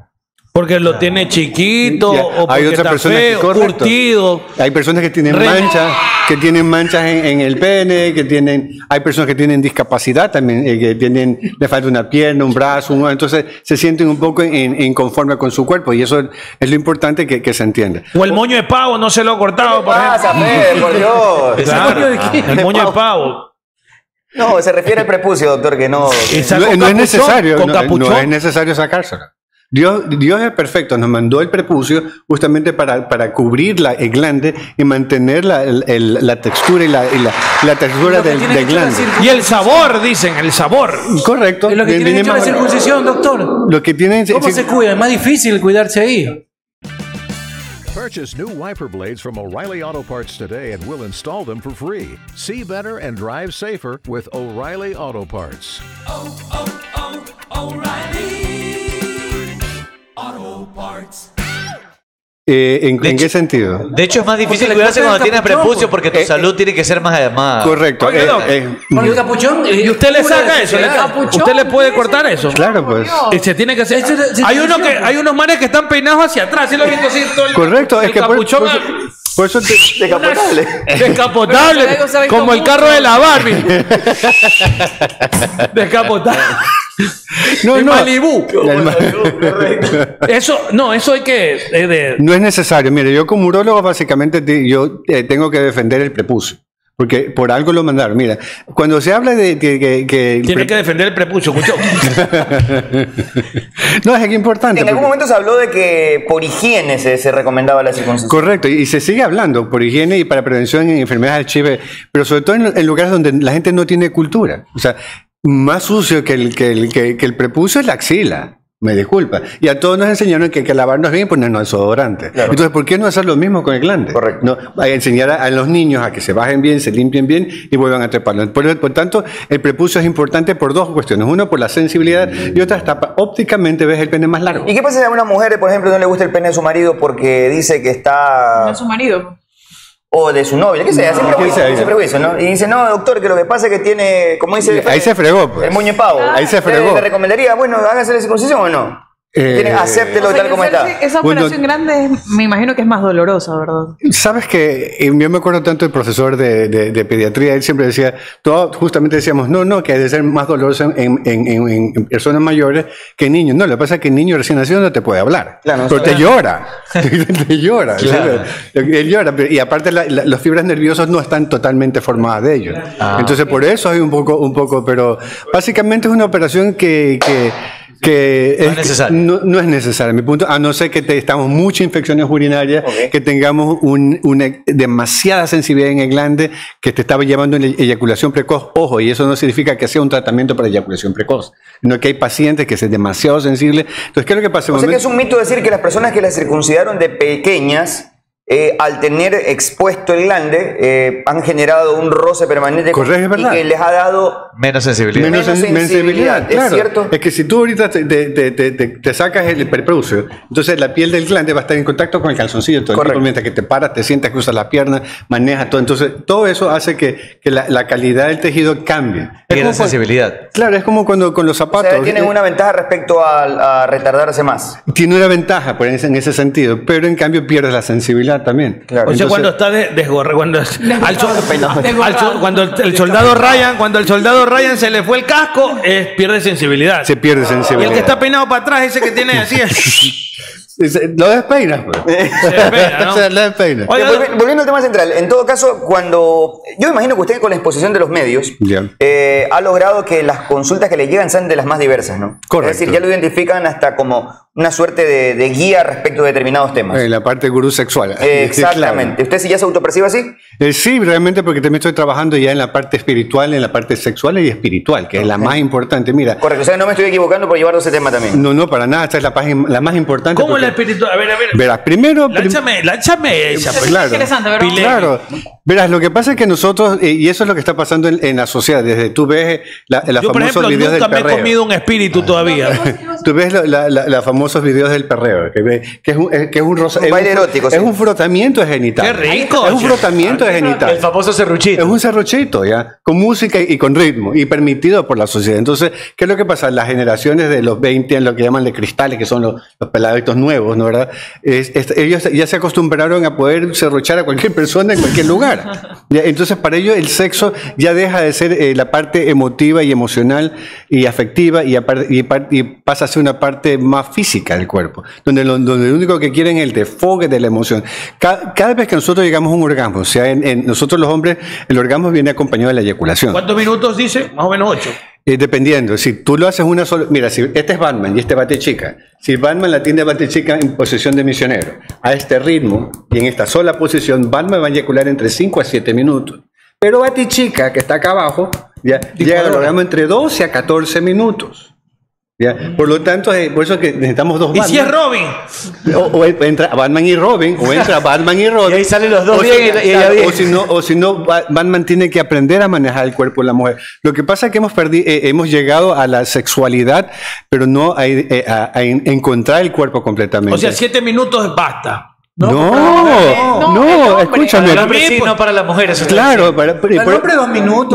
Porque lo tiene chiquito,
Ya,
o
hay
porque
otras
está
personas que
feo,
correcto.
curtido.
Hay personas que tienen
Re-
manchas, que tienen manchas en, en el pene, que tienen, hay personas que tienen discapacidad también, eh, que tienen, le falta una pierna, un brazo, un, entonces se sienten un poco en- inconforme con su cuerpo y eso es lo importante que, que se entienda.
O el moño de pavo, no se lo ha cortado, por
pasa, Fede,
ejemplo.
por Dios? ¿Ese
Claro,
moño de qué?
el moño de pavo.
No, se refiere al prepucio, doctor, que no.
No, no es necesario, no, no es necesario sacárselo. Dios, Dios es perfecto, nos mandó el prepucio justamente para, para cubrir la, el glande y mantener la, el- el- la textura y la, y la- la textura
Lo que
del,
tiene
del
que
glande.
decir-
Y el sabor, dicen, el sabor.
Correcto.
Es lo que
Bien,
tiene
bien
hecho la
más-
circuncisión, doctor.
Lo que tienen
¿Cómo se cuida? Es más difícil cuidarse ahí.
Purchase new wiper blades from O'Reilly Auto Parts today and we'll install them for free. See better and drive safer with O'Reilly Auto Parts.
Eh, ¿en, en qué sentido? Eh,
De hecho, es más difícil
le
cuidarse
cortan
cuando
el
tienes
capuchón,
pues.
prepucio porque tu salud tiene que ser más además.
Correcto.
Oiga,
eh,
doc,
eh,
Con el capuchón.
Y usted le saca eso, le- usted le puede cortar eso.
Claro, pues.
Y se tiene que hacer.
se-
Hay
se-
uno
se-
que, hay unos manes que están peinados hacia atrás, ¿sí lo he visto así todo el-
Correcto,
el
es que pues, por,
capuchón
por eso- por eso te-
a- descapotable,
Pero se ve
como el
común.
carro de la Barbie. descapotable.
No,
de
no.
Malibú.
El ma-
Eso, no, eso hay que eh, de-
No es necesario. Mire, yo como urólogo básicamente te- yo eh, tengo que defender el prepucio. Porque por algo lo mandaron. Mira, cuando se habla de que... que- que el
tiene
pre-
que defender el prepucio, escuchó.
No, es que es importante.
En algún
porque-
momento se habló de que por higiene se, se recomendaba la circuncisión.
Correcto, y y se sigue hablando por higiene y para prevención en enfermedades del chive, pero sobre todo en, en lugares donde la gente no tiene cultura. O sea, más sucio que el, que el, que, que el prepucio es la axila. Me disculpa. Y a todos nos enseñaron que hay que lavarnos bien y ponernos desodorante. Entonces, ¿por qué no hacer lo mismo con el glande? Correcto. No, hay que enseñar a, a los niños a que se bajen bien, se limpien bien y vuelvan a treparlo. Por, lo- por tanto, el prepucio es importante por dos cuestiones. Uno, por la sensibilidad y otra, hasta pa- ópticamente ves el pene más largo.
¿Y qué pasa si a una mujer, por ejemplo, no le gusta el pene de su marido porque dice que está.
No es su marido.
o de su novia, qué sea, sin
¿qué
prejuicio,
sea?
sin prejuicio, ¿no? Y dice, no, doctor, que lo que pasa es que tiene. como dice.
Ahí se fregó, pues.
El moño de pavo.
Ahí se
¿Le-
fregó.
¿Le recomendaría, bueno, hágase la circuncisión o no?
Eh,
O sea, que hacerse Esa
Bueno,
operación grande es- me imagino que es más dolorosa, ¿verdad?
Sabes que eh, yo me acuerdo tanto del profesor de, de- de pediatría, él siempre decía, todo, justamente decíamos, no, no, que ha de ser más doloroso en, en- en- en- en personas mayores que en niños. No, lo que pasa es que el niño recién nacido no te puede hablar,
Claro,
pero te
claro.
llora, te llora,
Claro.
¿sí? él llora, pero- y aparte la- la- las fibras nerviosas no están totalmente formadas de ellos. Entonces por eso hay un poco, un poco, pero básicamente es una operación que... que- que es- no, no es necesaria, mi punto, a no ser que te- estamos muchas infecciones urinarias, que tengamos un- una demasiada sensibilidad en el glande que te estaba llevando a la eyaculación precoz. Ojo, y eso no significa que sea un tratamiento para eyaculación precoz, no que hay pacientes que sean demasiado sensibles. Entonces, ¿qué es lo que pasa?
O sea que es un mito decir que las personas que las circuncidaron de pequeñas, eh, al tener expuesto el glande, eh, han generado un roce permanente con-
Correcto, es
y
verdad.
que les ha dado...
Menos sensibilidad.
Menos, sen- menos sensibilidad,
es
claro.
cierto.
Es que si tú ahorita te, te- te- te- te- te sacas el prepucio, entonces la piel del glande va a estar en contacto con el calzoncillo todo el tiempo, mientras que te paras, te sientas, cruzas las piernas, manejas todo. Entonces, todo eso hace que, que la, la calidad del tejido cambie. Es
Tiene
como cuando-
sensibilidad.
claro, es como cuando con los
O
zapatos.
sea, tienen
eh,
una ventaja respecto a, a retardarse más.
tiene una ventaja por en ese- en ese sentido, pero en cambio pierdes la sensibilidad también.
Claro.
O sea,
Entonces-
cuando está de, desgorra- cuando, al sol- al sol- cuando el, el soldado
Desgorrado.
Ryan, cuando el soldado Ryan se le fue el casco, eh, pierde sensibilidad. Se
pierde
Y el
sensibilidad.
que está peinado para atrás, ese que tiene así es.
Dice, Lo despeinas, pues.
¿no?
O sea, lo despeinas.
Oye, volvi- volviendo al tema central, en todo caso, cuando. Yo imagino que usted con la exposición de los medios
Ya.
eh, ha logrado que las consultas que le llegan sean de las más diversas, ¿no?
Correcto.
Es decir, ya lo identifican hasta como una suerte de, de guía respecto de determinados temas.
En la parte gurú sexual.
Exactamente. ¿Usted si ya se autopercibe así?
Eh, sí, realmente porque también estoy trabajando ya en la parte espiritual, en la parte sexual y espiritual, que es la más importante. Mira,
Correcto, o sea, no me estoy equivocando por llevarlo a ese tema también.
no, no, para nada, esta es la, pagi- la más importante.
¿Cómo
porque-
la espiritual? A ver, a ver.
Verás, primero... prim-
Lánchame, lánchame esa. pues.
Claro.
Pilé.
Claro. Verás, lo que pasa es que nosotros, eh, y eso es lo que está pasando en, en la sociedad, desde tú ves eh, la, los
Yo, por
famosos
ejemplo,
videos
nunca
del
me he
perreo. Ah.
comido un espíritu todavía.
Tú ves los famosos videos del perreo, que, ve- que es un, eh, que es un, rosa- es un
baile
fro-
erótico,
Es
sí.
un frotamiento genital.
Qué rico,
Es un
che. Ah,
frotamiento genital.
El famoso
serruchito. Es un serruchito, ya, con música y con ritmo, y permitido por la sociedad. Entonces, ¿qué es lo que pasa? Las generaciones de los 20, en lo que llaman de cristales, que son los, los peladitos nuevos, ¿no verdad? Es- es- ellos ya se acostumbraron a poder serruchar a cualquier persona en cualquier lugar. Ya, Entonces, para ellos el sexo ya deja de ser eh, la parte emotiva y emocional y afectiva y, apar- y par- y pasa a ser una parte más física del cuerpo, donde lo, donde lo único que quieren es el desfogue de la emoción. Ca- Cada, vez que nosotros llegamos a un orgasmo, o sea, en- en nosotros los hombres, el orgasmo viene acompañado de la eyaculación.
¿Cuántos minutos dice? Más o menos ocho.
Eh, dependiendo, si tú lo haces una sola. Mira, si este es Batman y este bate chica. Si Batman la tiene bate chica en posición de misionero, a este ritmo y en esta sola posición, Batman va a eyacular entre 5 a 7 minutos. Pero bate chica, que está acá abajo, ya, llega al orgasmo entre 12 a 14 minutos. ¿ya? Por lo tanto, eh, por eso que necesitamos dos
¿Y si es
Batman.
Robin?
O, o entra Batman y Robin, o entra Batman y Robin. Y ahí salen los
dos
o
bien
si,
y- y ella bien.
O si no, o si no, Ba- Batman tiene que aprender a manejar el cuerpo de la mujer. Lo que pasa es que hemos, perdi- eh, hemos llegado a la sexualidad, pero no a, eh, a- a en- encontrar el cuerpo completamente.
O sea, siete minutos basta.
no, no,
no, no,
escúchame.
Para el hombre sí, no para las mujeres. eso
Claro,
está
para,
bien.
para-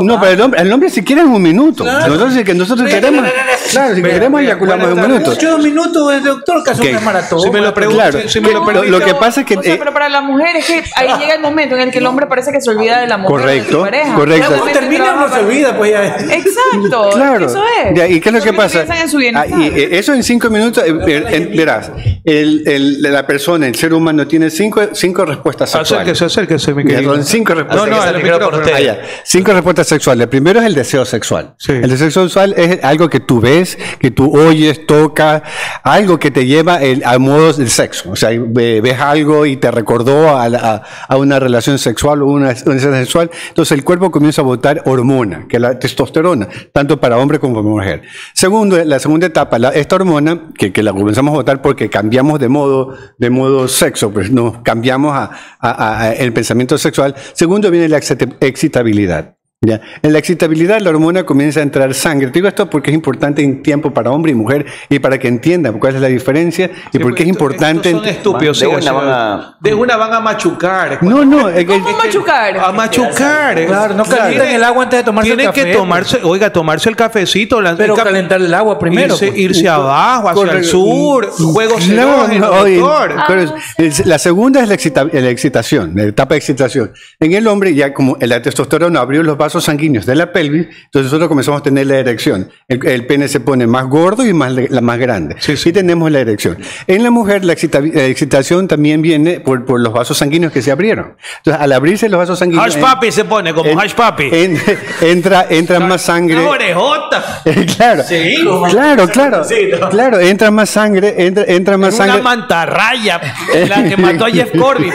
No, para el hombre, el hombre si quiere es un minuto. Nosotros, si que nosotros
Mira,
queremos,
mira, mira, mira.
claro, si
Mira,
queremos
mira,
eyaculamos en
cuarenta,
un minuto.
ocho minutos es doctor, casi
¿Qué?
una maratón.
Si me lo preguntas,
Claro.
si me lo preguntas. Lo que pasa es que,
O sea,
eh,
pero para la mujer es que ahí llega el momento en el que el hombre parece que se olvida de la mujer. de su
Correcto,
pareja.
correcto.
Luego
Cuando
termina,
termina, no se olvida, pues ya es.
Exacto.
Claro.
Eso es.
Ya, ¿Y qué es lo
Porque
que
no
pasa?
piensan en su bienestar.
Ah, y, eh, eso en cinco minutos, eh, eh, eh, verás, el- el- la persona, el ser humano, tiene cinco, cinco respuestas sexuales.
Acérquese, acérquese, mi
Ya,
querido.
Son cinco respuestas.
No, no, al micrófono.
Ah, ya. Cinco respuestas sexuales. Primero es el deseo sexual. El deseo sexual es algo que tú ves, que tú oyes, tocas, algo que te lleva el- a modos del sexo. O sea, ve- ves algo y te recordó a, la- a- a una relación sexual o una, una escena sexual. Entonces el cuerpo comienza a botar hormona, que es la testosterona, tanto para hombre como para mujer. Segundo, la segunda etapa, la- esta hormona, que, que la comenzamos a botar porque cambiamos de modo, de modo sexo, pues nos cambiamos a, a- a- a el pensamiento sexual. Segundo viene la excit- excitabilidad. Ya. En la excitabilidad la hormona comienza a entrar sangre. Te digo esto porque es importante en tiempo para hombre y mujer y para que entiendan cuál es la diferencia y por
pues,
qué es importante.
Son estúpidos.
De
siga,
una
siga.
van a-
De una van a machucar.
No, no. es que-
¿Cómo machucar?
A machucar.
Claro, no
Claro.
calientan el agua antes de tomarse el
Tienen
café.
que tomarse, oiga, tomarse el cafecito. la-
Pero
el caf-
calentar el agua primero.
Irse,
pues.
irse abajo, hacia el
Correcto.
sur,
uh,
juegos
No,
erógenos,
no, oye,
doctor.
correcto. Es- La segunda es la, excita- la excitación, la etapa de excitación. En el hombre, ya como la testosterona abrió los vasos sanguíneos de la pelvis, entonces nosotros comenzamos a tener la erección. El, el pene se pone más gordo y más, le- la más grande. Y tenemos la erección. En la mujer, la, excita- la excitación también viene por, por los vasos sanguíneos que se abrieron. Entonces, al abrirse los vasos
Ah.
sanguíneos.
Hash
en-
papi se pone como
en-
hash papi.
en- entra, entra más sangre.
Una orejota.
claro,
Sí.
claro, claro, claro, entra más sangre, entra, entra más
Una
sangre. Eh.
mantarraya. La que mató a Jeff Corbin.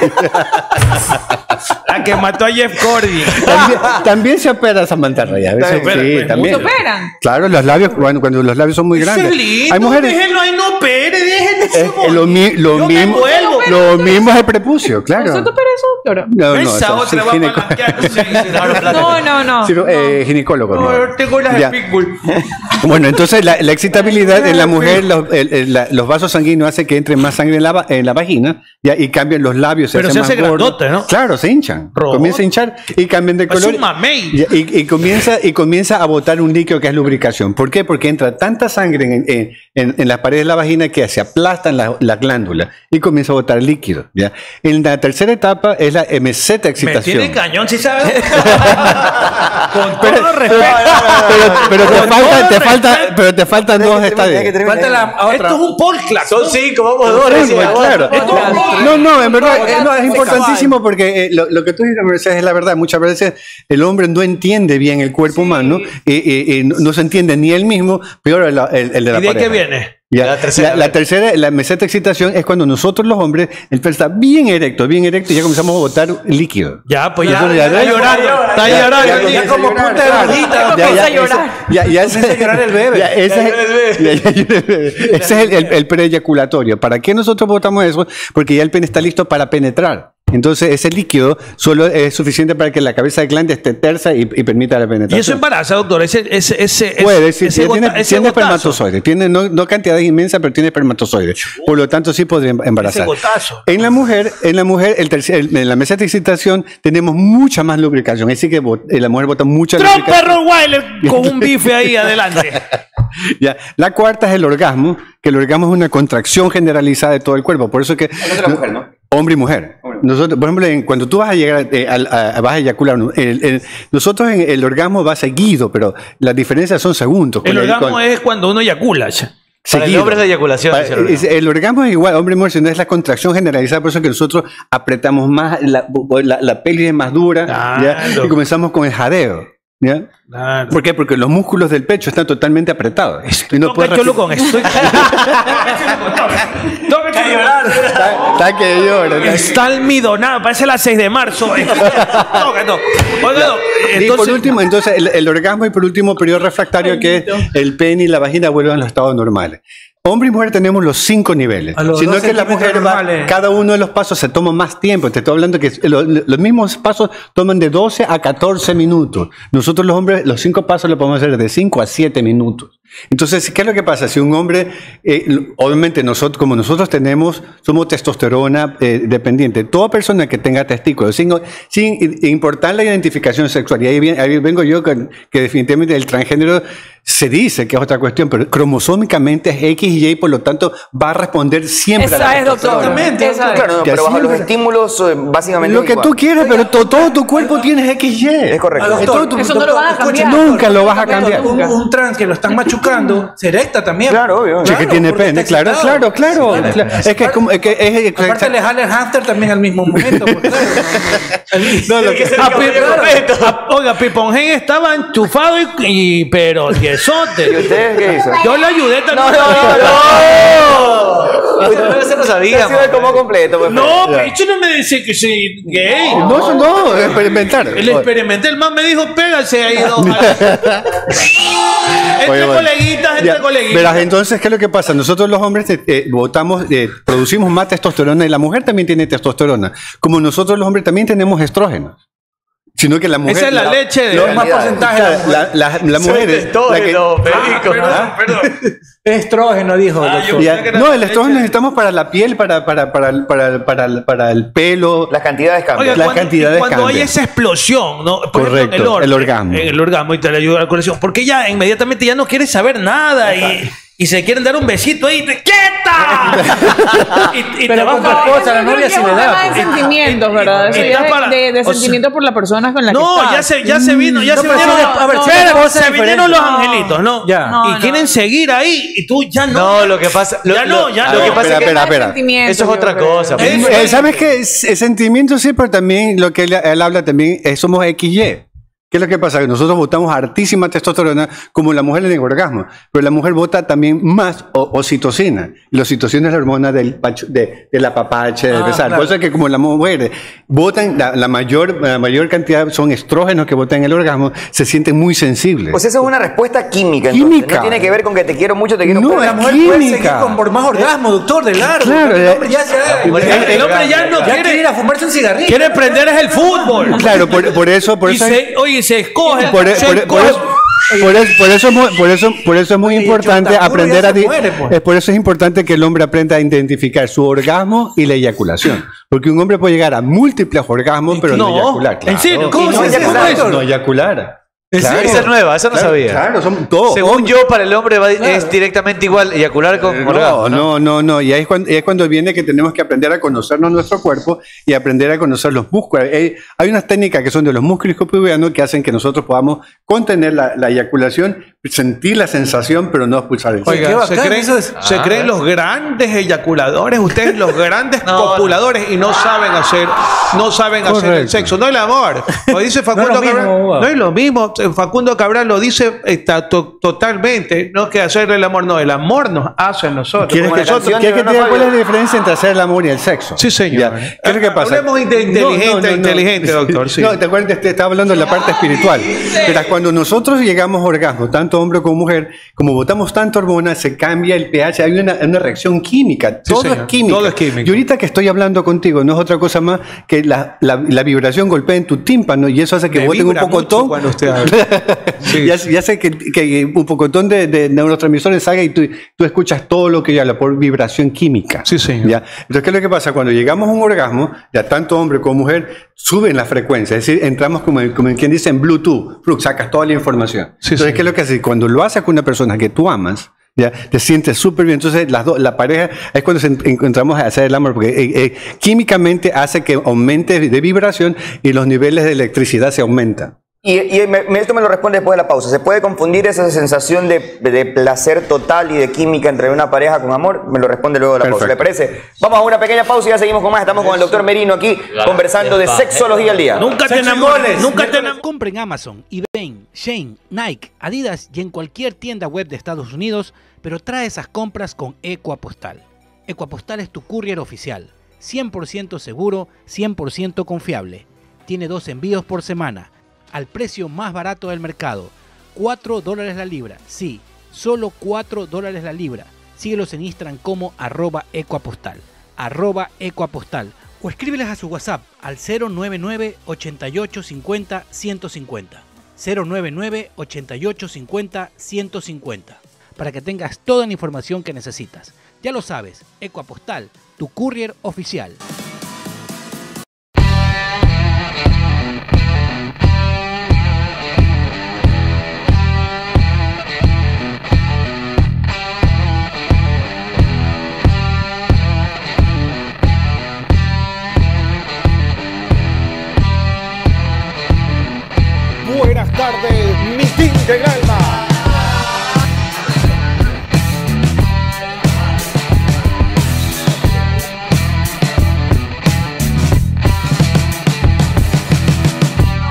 la que mató a Jeff Corbin.
también, también se opera esa mantarraya. a veces
Se opera,
sí,
pues,
también.
¿se operan?
Claro, los labios, cuando, cuando los labios son muy
Ese
grandes.
es lindo,
Hay mujeres.
Déjenlo ahí, no pere, déjenlo.
eh, eh, lo mi- lo
Yo me
mismo,
vuelvo.
lo mismo es el prepucio, claro.
¿Usted opera eso, doctora?
No, no,
Esa
eso
otra
sí,
va
gine-
No, no, no.
ciro- eh, ginecólogo. no.
Tengo las
Ya.
Pitbull.
Bueno, entonces la, la excitabilidad en la mujer, los, el- el- la- los vasos sanguíneos hacen que entre más sangre en la, va- en la vagina ya, y cambian los labios.
Pero se
hacen más
hace
gordos.
grandote, ¿no?
Claro, se hinchan.
Robot.
Comienza a hinchar y cambian de
Es
color.
un mamey.
Ya, Y, y comienza, y comienza a botar un líquido que es lubricación. ¿Por qué? Porque entra tanta sangre en, en- en- en las paredes de la vagina que se aplastan las las glándulas y comienza a botar líquido. ¿ya? En la tercera etapa es la MZ
Me
excitación.
tiene cañón, ¿sí sabes? Con
Pero-
todo respeto.
pero, pero te
Con
falta,
todo
te falta, pero te faltan dos
tiene
estadios.
que terminar.
Falta la otra.
Esto es un podcast.
Son cinco, vamos dos.
Sí,
decía, vos.
claro.
Esto es un podcast.
No, no, en verdad eh, no, es importantísimo porque eh, lo, lo que tú dices, Mercedes, es la verdad. Muchas veces el hombre no entiende bien el cuerpo humano y, y- y no, no se entiende ni él mismo, peor el, el- el de la
¿Y de
pareja.
qué viene?
Ya,
La
La
tercera,
tercera,
a
la,
ver.
tercera, la meseta de excitación es cuando nosotros los hombres, el pene está bien erecto, bien erecto y ya comenzamos a botar líquido.
Ya, pues ya.
Eso ya-
Está llorando. Está
Ya, ya
llorando.
comienza
Ya como
a llorar,
punta de
claro.
gordita.
Ya,
Comienza
ya,
a llorar.
ese- Ya, ya ese-
llorar el bebé.
ya, ese
Ya
es-
llora el bebé.
ya, ya llora el bebé. Ese es el, el, el preeyaculatorio. ¿Para qué nosotros votamos eso? Porque ya el pene está listo para penetrar. Entonces, ese líquido solo es suficiente para que la cabeza de glande esté tersa y, y permita la penetración.
Y eso embaraza, doctor. Ese, ese, ese,
Puede,
ese,
sí,
ese
tiene,
gota-
tiene
ese gotazo.
espermatozoides. Tiene no, no cantidades inmensas, pero tiene espermatozoides. Por lo tanto, sí podría em-
Ese
embarazar.
gotazo.
En la mujer, en la mujer, el tercer- el- en la mesa de excitación tenemos mucha más lubricación. Así que bot- eh, la mujer bota mucha
Trump
lubricación.
Rottweiler con un bife ahí adelante.
Ya. La cuarta es el orgasmo, que el orgasmo es una contracción generalizada de todo el cuerpo. Por eso que
otra mujer, ¿no?
hombre y mujer. Nosotros, por ejemplo, en- cuando tú vas a llegar, eh, al- a- vas a eyacular, el- el- nosotros en el orgasmo va seguido, pero las diferencias son segundos.
El
Con
orgasmo
con-
es cuando uno eyacula. ya.
Para el
seguido.
hombre es la eyaculación.
Pa-
dice el orgasmo.
es- el orgasmo es igual, hombre y mujer, sino es la contracción generalizada, por eso que nosotros apretamos más, la, la, la pelvis es más dura ¿ya?
Claro.
y comenzamos con el jadeo. ¿ya?
Claro.
¿Por qué? Porque los músculos del pecho están totalmente apretados. Y no puedes
Toca cholo con
respirar.
estoy. Toca cholo
Está, está que llora. está que-
Está almidonado, parece la 6 de marzo. Toca, no. Oiga, no,
y por
entonces-
último, entonces el, el orgasmo y por último periodo refractario que es el pene y la vagina vuelven a los estados normales. Hombre y mujer tenemos los cinco niveles,
A los
sino
dos
que la
centímetros
mujer va,
normales.
cada uno de los pasos se toma más tiempo. Te estoy hablando que lo- lo- los mismos pasos toman de 12 a 14 minutos. Nosotros los hombres, los cinco pasos lo podemos hacer de 5 a 7 minutos. Entonces, ¿qué es lo que pasa? Si un hombre, eh, l- obviamente nosotros, como nosotros tenemos, somos testosterona eh, dependiente. Toda persona que tenga testículos, sin, sin i- importar la identificación sexual, y ahí, vien- ahí vengo yo con- que definitivamente el transgénero se dice que es otra cuestión, pero cromosómicamente es X y Y, por lo tanto va a responder siempre a la
Esa es, doctora.
Exactamente,
Esa es.
Claro, no,
Que
pero
así
bajo
es
los
verdad.
estímulos, eh, básicamente.
Lo que
igual.
tú quieras, pero to- todo tu cuerpo tienes XY.
Es correcto.
Todo tu-
Eso no lo van a
escucha,
cambiar.
Nunca lo vas a cambiar.
Un, un trans que lo están machucando se erecta también.
Claro, obvio.
Sí, que tiene
porque
pene,
está
claro,
excitado.
claro, claro.
Sí,
Claro. Es que es como- es que es-
Aparte le jala el hamster también al mismo momento. pues, claro.
No, lo que-
A Pi- a- Ah, Oiga, Pipongen estaba enchufado y, y- pero
¿Y
tiesote.
ustedes qué hizo?
Yo le ayudé
No,
también.
no, no,
Usted no se lo sabía.
no.
man.
Se como completo. pues,
No, Pichu no me dice que soy gay.
No, eso no, experimentar.
El experimenté, el man me dijo, pégase ahí dos. entre
Oye, bueno.
coleguitas,
Este
entre
Ya,
coleguitas.
Verás, entonces, ¿qué es lo que pasa? Nosotros los hombres eh, eh, votamos, eh, producimos más testosterona y la mujer también tiene testosterona. Como nosotros los hombres también tenemos estrógenos. sino que la mujer.
Esa es la leche de-
lo-
es más porcentaje
La,
de la mujer.
la- la- la
Soy
mujer es la que-
estrógeno,
Ah,
Perico.
Estrógeno, dijo. el doctor.
Ya, no, el estrógeno necesitamos para la piel, para, para, para, para, para, para el pelo.
Las cantidades
cambian.
Oiga,
las
cuando,
cantidades
y cuando hay
cambian.
esa explosión, ¿no? Por
Correcto,
ejemplo,
el
orgasmo. En El orgasmo y te le ayuda a la colección. Porque ya inmediatamente ya no quieres saber nada y, y se quieren dar un besito ahí. y te- ¡Quieta! y, y te vas
No,
para-
eso creo que es un tema de sentimientos, ¿verdad? Eso
y-
ya
y-
es
pues. para-
de, de
o sea-
sentimientos por la persona con la que
No,
estás.
ya se, ya se vino, ya
No,
se
pero
vinieron.
eso es- a ver, si
espera,
una cosa
se
diferente.
vinieron los
No.
angelitos, ¿no?
No,
y
no.
quieren seguir ahí y tú ya no.
No, lo que pasa.
ya no, ya no.
Lo que pasa es que-
espera, espera.
Eso es otra cosa. pues.
Eh, ¿Sabes qué? Es, es sentimiento, sí, pero también lo que él, él habla también es somos XY. ¿Qué es lo que pasa? Que nosotros votamos hartísima testosterona como la mujer en el orgasmo, pero la mujer vota también más o- oxitocina. La oxitocina es la hormona del, pachu- de, de la papache, del
Ah,
besar.
claro.
Por eso es que como las mujeres votan, la, la mayor, la mayor cantidad son estrógenos que votan en el orgasmo, se sienten muy sensibles.
Pues esa es una respuesta química. entonces.
Química.
No tiene que ver con que te quiero mucho, te quiero
No,
poco.
es
La mujer puede seguir
química. Eh,
con-
Por más orgasmo, doctor, de largo.
Claro,
el hombre ya,
eh,
se,
el hombre ya-
el hombre ya no quiere, ir a fumarse un cigarrillo.
Quiere prender es el fútbol.
Claro, por, por eso, por
y
eso.
se, oye, se escoge.
por, e-
se
por- por
escoge.
eso, por eso- por eso es muy- por eso- por eso es muy importante
Chontapuro
aprender
ya
a
se
di-
muere, pues.
es por eso es importante que el hombre aprenda a identificar su orgasmo y la eyaculación, porque un hombre puede llegar a múltiples orgasmos pero no,
no,
eyacular.
¿en serio? ¿Cómo
Y no
se dice
eyacular,
eso?
No eyacular.
Claro. Esa es nueva, esa no
Claro,
sabía.
Claro, son todos.
Según yo, para el hombre va- es directamente igual eyacular con
No,
orgasmo, ¿no?
no, no, no. Y ahí es, cuando, ahí es cuando viene que tenemos que aprender a conocernos nuestro cuerpo y aprender a conocer los músculos. Eh, hay unas técnicas que son de los músculos pubianos que hacen que nosotros podamos contener la, la eyaculación, sentir la sensación, pero no expulsar el
Oiga,
sexo.
se creen,
Ah,
se creen los grandes eyaculadores, ustedes los grandes copuladores y no saben hacer, no saben hacer el
Correcto.
sexo, no el amor. Lo dice Facundo
lo mismo,
Cabral,
Hugo.
no es lo mismo. Facundo Cabral lo dice está, to- totalmente, no es que hacer el amor, no, el amor nos hace a nosotros.
¿Quieres
como
que,
la canción
quieres
de
que te
Leonardo
diga cuál es la diferencia entre hacer el amor y el sexo?
Sí, señor. Ah,
Ya. ¿Qué es lo que pasa?
Hablemos de inteligente, inteligente, doctor, sí.
No, te acuerdas, te estaba hablando de la parte espiritual. Pero cuando nosotros llegamos a orgasmo, tanto hombre como mujer, como botamos tanta hormona, se cambia el pH, hay una, una reacción química.
Sí,
todo,
señor.
es química.
Todo es química.
Y ahorita que estoy hablando contigo, no es otra cosa más que la, la- la vibración golpea en tu tímpano y eso hace que
Me
boten un
vibra mucho
pocotón.
cuando usted habla.
Y hace, y hace que, que un pocotón de, de neurotransmisores salga y tú, tú escuchas todo lo que ella habla por vibración química.
Sí, señor.
¿ya? Entonces, ¿qué es lo que pasa? Cuando llegamos a un orgasmo, ya tanto hombre como mujer suben la frecuencia. Es decir, entramos como, en- como en quien dice en Bluetooth, fluc, sacas toda la información. Entonces, ¿qué es lo que hace? Cuando lo haces con una persona que tú amas, ya, te sientes súper bien. Entonces, las dos- la pareja es cuando se en- encontramos a hacer el amor, porque eh, eh, químicamente hace que aumente de vibración y los niveles de electricidad se aumentan.
Y, y me- me- esto me lo responde después de la pausa. ¿Se puede confundir esa sensación de, de placer total y de química entre una pareja con amor? Me lo responde luego de la pausa. ¿Le
Perfecto.
parece? Vamos a una pequeña pausa y ya seguimos con más. Estamos con el doctor Merino aquí conversando de sexología al día.
Nunca te enamores, nunca te enamores.
Compren Amazon, eBay, Shane, Nike, Adidas y en cualquier tienda web de Estados Unidos, pero trae esas compras con Ecoapostal. Ecoapostal es tu courier oficial, 100% seguro, 100% confiable. Tiene dos envíos por semana, al precio más barato del mercado, 4 dólares la libra. Sí, solo 4 dólares la libra. Síguelos en Instagram como arroba ecoapostal, arroba ecoapostal. O escríbeles a su WhatsApp al 099 88 50 150. 099 88 50 150. Para que tengas toda la información que necesitas. Ya lo sabes, Ecoapostal, tu courier oficial.
Buenas tardes, mitin del alma.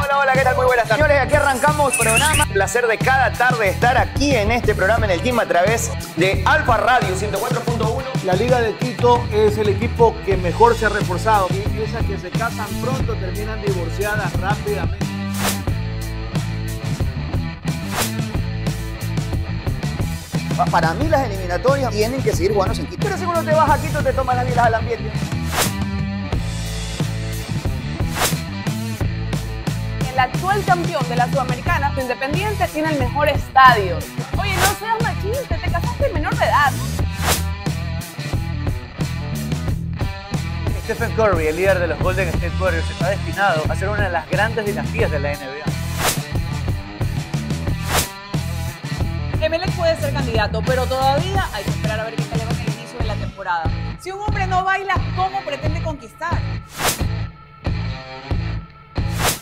Hola, hola, ¿qué tal? Muy buenas tardes. Señores, aquí arrancamos programa. Un placer de cada tarde estar aquí en este programa en el team a través de Alfa Radio 104.1.
La Liga de Quito es el equipo que mejor se ha reforzado. Y esas que se casan pronto terminan divorciadas rápidamente.
Pa- Para mí las eliminatorias tienen que seguir jugando en Quito. Pero si uno te vas a Quito, te tomas las vidas al ambiente.
el actual campeón de la Sudamericana, su Independiente, tiene el mejor estadio. Oye, no seas machista, te casaste menor de edad.
Stephen Curry, el líder de los Golden State Warriors, está destinado a ser una de las grandes dinastías de la NBA.
Emelec puede ser candidato, pero todavía hay que esperar a ver qué tal le va en el inicio de la temporada. Si un hombre no baila, ¿cómo pretende conquistar?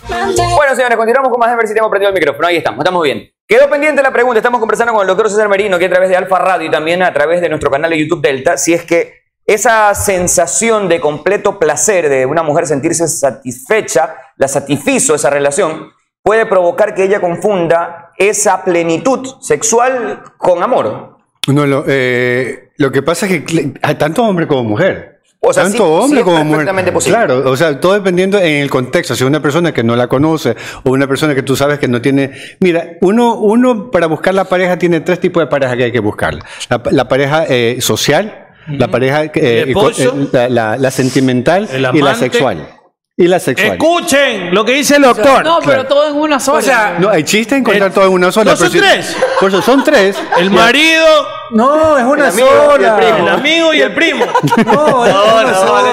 Bueno, señores, continuamos con más de ver si tengo prendido el micrófono. Ahí estamos, estamos bien. Quedó pendiente la pregunta. Estamos conversando con el doctor César Merino, que a través de Alfa Radio y también a través de nuestro canal de YouTube Delta, si es que esa sensación de completo placer de una mujer sentirse satisfecha, la satisfizo esa relación, puede provocar que ella confunda esa plenitud sexual con amor.
No, lo, eh, lo que pasa es que cl- hay tanto hombre como mujer.
O sea,
tanto
sí- sí
hombre
es
como mujer.
perfectamente posible.
Claro, o sea, todo dependiendo en el contexto. Si una persona que no la conoce o una persona que tú sabes que no tiene. Mira, uno, uno para buscar la pareja tiene tres tipos de pareja que hay que buscar: la, la pareja eh, social, la pareja eh,
El
y co-
esposo.
eh, la, la- la sentimental
El
y la
amante.
sexual. Y la sexual.
Escuchen lo que dice el doctor.
No, pero todo en una sola.
No, hay chiste en contar todo en una sola.
no, son
pero
tres.
Por eso son tres.
El
Ya.
marido.
No, es una
el amigo y el
sola.
primo. El amigo y el primo.
No, es una sola.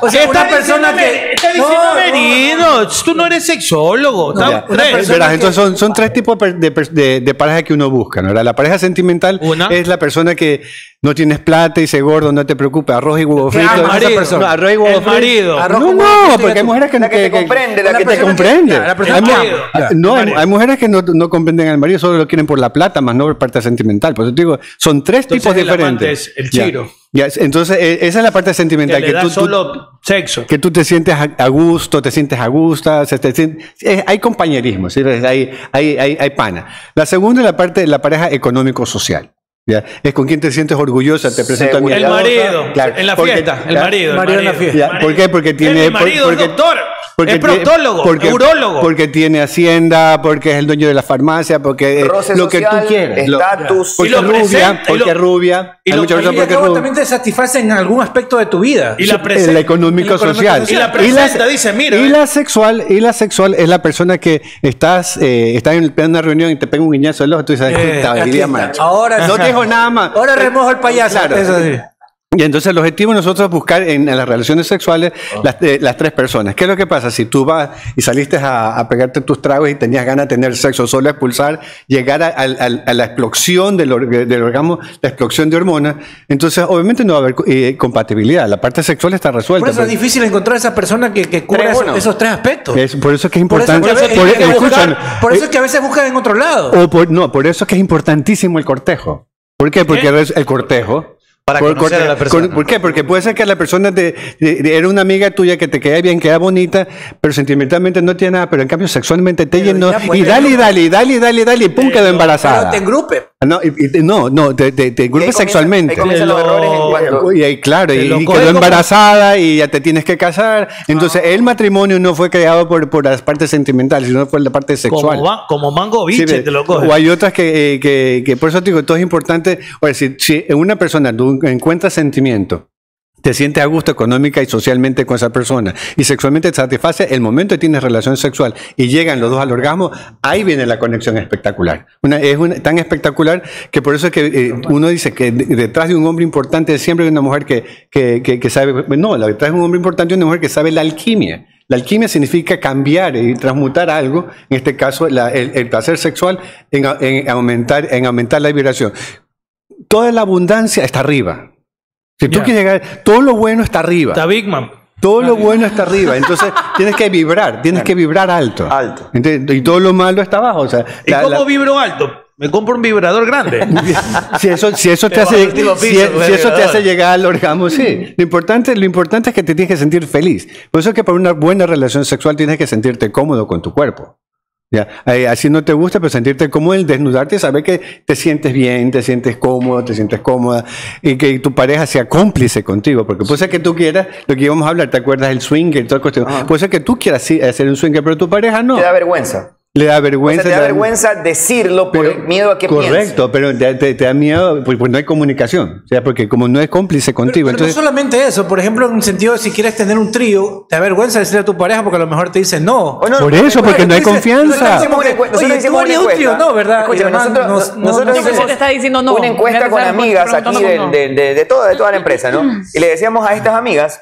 O sea,
Esta
una persona que.
Está diciendo
No, no,
Merino, tú no eres sexólogo.
No,
Están
ya.
tres.
Verás, entonces son, son tres tipos per- de, per- de- de pareja que uno busca, ¿no? La pareja sentimental es la persona que no tienes plata y se gordo, no te preocupes, arroz y huevo frito.
el
esa
marido,
persona. No, arroz y huevo
el
frito.
marido. Arroz
no,
con huevo
no,
frito y
porque
ya
hay
tú-
mujeres que,
la que te comprende, la que te
comprende.
ya, la persona
Hay mu-
que- ya,
no,
el
hay,
marido.
hay mujeres que no, no comprenden al marido, solo lo quieren por la plata, más no por parte sentimental. Por eso te digo, son tres
Entonces,
tipos
el
diferentes.
amante es el
Ya.
chiro.
Ya, entonces, eh, esa es la parte sentimental.
Que
Que,
le da
tú- tú-
solo sexo.
que tú te sientes a a gusto, te sientes a gusto, se te sien- eh, hay compañerismo, ¿sí? hay, hay, hay, hay pana. La segunda es la parte de la pareja económico-social. ¿ya? Es con quien te sientes orgullosa, te presento a mi
El
esposa,
marido, en la fiesta, el
¿ya?
marido, el Marido en la marido.
¿Ya?
fiesta.
¿Por qué? Porque tiene...
mi marido
por-
es doctor, es
tiene-
proctólogo, es urólogo.
Porque tiene hacienda, porque es el dueño de la farmacia, porque es
Roce
lo que tú
social,
quieras. lo-
estatus.
Porque
Y lo
es rubia,
presenta, y lo-
porque es rubia.
Y
hay
lo
muchas personas
y
porque es
luego
rubia.
también te satisface en algún aspecto de tu vida.
Y la Sí, presen- el económico
el económico
social.
social.
Y la-
dice,
eh,
Y la sexual, y la sexual es la persona que estás, eh, estás en en una reunión y te pega un guiñazo del ojo, tú dices,
Eh,
"Aquí está,
aquí está.
iría macho".
Ahora
no
sí.
te dijo nada más.
Ahora remojo el payaso.
Claro.
Eso sí.
Y entonces el objetivo de nosotros es buscar en, en las relaciones sexuales las, eh, las tres personas. ¿Qué es lo que pasa? Si tú vas y saliste a, a pegarte tus tragos y tenías ganas de tener sexo, solo expulsar, llegar a, al- al- a la explosión del, org- del orgasmo, la explosión de hormonas, entonces obviamente no va a haber eh, compatibilidad. La parte sexual está resuelta. pues.
Por eso es
pero-
difícil encontrar esa persona que, que cubra
Tres,
esos,
uno.
esos tres aspectos.
es, por eso es que es
Por eso,
importante.
por eso-
por- e, eh,
es que
escúchame,
buscar- por eso es que a veces buscan en otro lado.
O por- no, por eso es que es importantísimo el cortejo. ¿Por qué? Porque res- el cortejo.
Para
Por-
conocer a la
corte-
persona.
¿Por qué? Porque puede ser que la persona te- de- de- era una amiga tuya que te queda bien, queda bonita, pero sentimentalmente no tiene nada, pero en cambio sexualmente te llenó.
ya, pues,
Y dale, y dale, y dale, y dale, y dale, y pum, quedó embarazada.
Pero te engrupe.
Ah, No, y- y te- no, no, te, te, te engrupe sexualmente. Y ahí, claro, y, y quedó embarazada y ya te tienes que casar. Entonces,
Ah.
el matrimonio no fue creado por, por las partes sentimentales, sino por la parte sexual.
Como, va- como mango
Sí,
biche
ve,
te lo coge.
O hay otras que, eh, que, que por eso te digo, todo es importante. O sea, si, si en una persona tú encuentras sentimiento, te sientes a gusto económica y socialmente con esa persona y sexualmente te satisface el momento que tienes relación sexual y llegan los dos al orgasmo, ahí viene la conexión espectacular. Una, es una- tan espectacular que por eso es que eh, uno dice que de- detrás de un hombre importante siempre hay una mujer que, que, que- que sabe, no, la- detrás de un hombre importante hay una mujer que sabe la alquimia. La alquimia significa cambiar y transmutar algo, en este caso la- el, el placer sexual, en, a- en aumentar, en aumentar la vibración. Toda la abundancia está arriba. Si tú quieres llegar, todo lo bueno está arriba.
Está Bigman.
Todo lo bueno está arriba, entonces tienes que vibrar, tienes que vibrar alto. Alto. y todo lo malo está abajo. O sea,
¿Y
la-
cómo
la-
vibro alto? Me compro un vibrador grande.
si eso, si eso te
Te bajo
hace,
el último
si- e,
piso,
si eso te
vibrador.
hace llegar al orgasmo, sí. Lo importante, lo importante es que te tienes que sentir feliz. Por eso es que para una buena relación sexual tienes que sentirte cómodo con tu cuerpo. ¿ya? Eh, Así no te gusta, pero sentirte cómodo, el desnudarte y saber que te sientes bien, te sientes cómodo, te sientes cómoda y que tu pareja sea cómplice contigo. Porque puede ser que tú quieras, lo que
Ah.
íbamos a hablar, ¿te acuerdas? El swinger, toda cuestión. Puede ser que tú quieras sí, hacer un swinger, pero tu pareja no.
Te da vergüenza.
Le da
O sea,
vergüenza.
te da
le
vergüenza decirlo por el miedo a que piensen.
Correcto, pero te, te- te da miedo porque pues no hay comunicación. O sea, porque como no es cómplice contigo.
Pero no
entonces,
solamente eso, por ejemplo, en un sentido de si quieres tener un trío, te avergüenza decirle a tu pareja porque a lo mejor te dice no.
no, Por no, eso, porque no hay confianza.
Como que,
Nosotros
Oye, tú
hicimos una
harías un trío,
encuesta.
no, ¿verdad? Y
Escúchame,
además
nosotros,
nos-
nos- nosotros
no, no,
hicimos
no.
una encuesta con amigas aquí de, de- de- de toda, de toda la empresa, ¿no? Y le decíamos a estas amigas,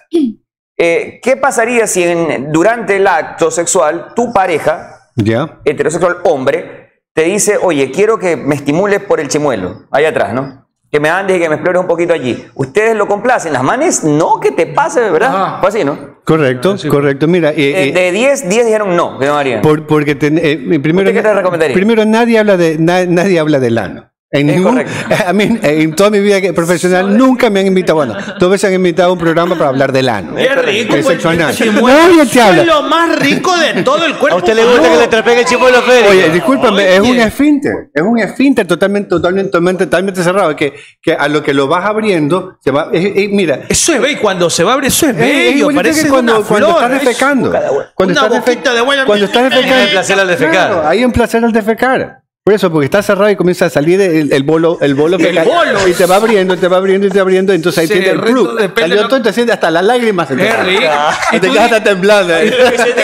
eh, ¿qué pasaría si en- durante el acto sexual tu pareja,
ya.
heterosexual hombre, te dice, oye, quiero que me estimules por el chimuelo, allá atrás, ¿no? Que me andes y que me explores un poquito allí. ¿Ustedes lo complacen? Las manes, no, que te pase, ¿verdad? Fue así, ¿no?
Ah,
Correcto, correcto. Mira, eh,
De de
eh,
10, 10 dijeron no, que no harían.
Por- porque ten- eh, mi- primero,
¿Usted qué te recomendaría?
primero nadie habla de na- nadie habla del ano. En, ningún- a mí, eh, en toda mi vida que- profesional nunca me han invitado, bueno, dos veces han invitado a un programa para hablar del ano.
Qué rico,
El
pues,
sexo anal.
se muere.
Nadie te
Es
habla.
lo más rico de todo el cuerpo.
¿A usted le gusta que le
trapee el chimuelo Félix?
Oye, discúlpame, es un esfínter, es un esfínter totalmente, totalmente, totalmente, totalmente cerrado, que, que a lo que lo vas abriendo, se va, eh, eh, mira,
Eso es bello, cuando se va a abrir, eso es
Es- es
bello,
igualito
parece
que cuando,
una
cuando
flor,
estás
es
defecando. Cuando
una
estás
boquita de guayaba.
Cuando estás defecando.
Hay un placer al defecar.
Claro, hay un placer al defecar. Por eso, porque está cerrado y comienza a salir el, el bolo, el bolo que
El
cae.
bolo.
Y te va abriendo, te va abriendo y te va abriendo. Entonces ahí
Se
tiene el
derrite
club.
de pelo
Salió todo y te sientes hasta las lágrimas. se te
Qué
caen.
rico.
Y te quedas hasta temblando. ahí.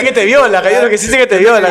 que te viola, cayó lo que siente que te viola.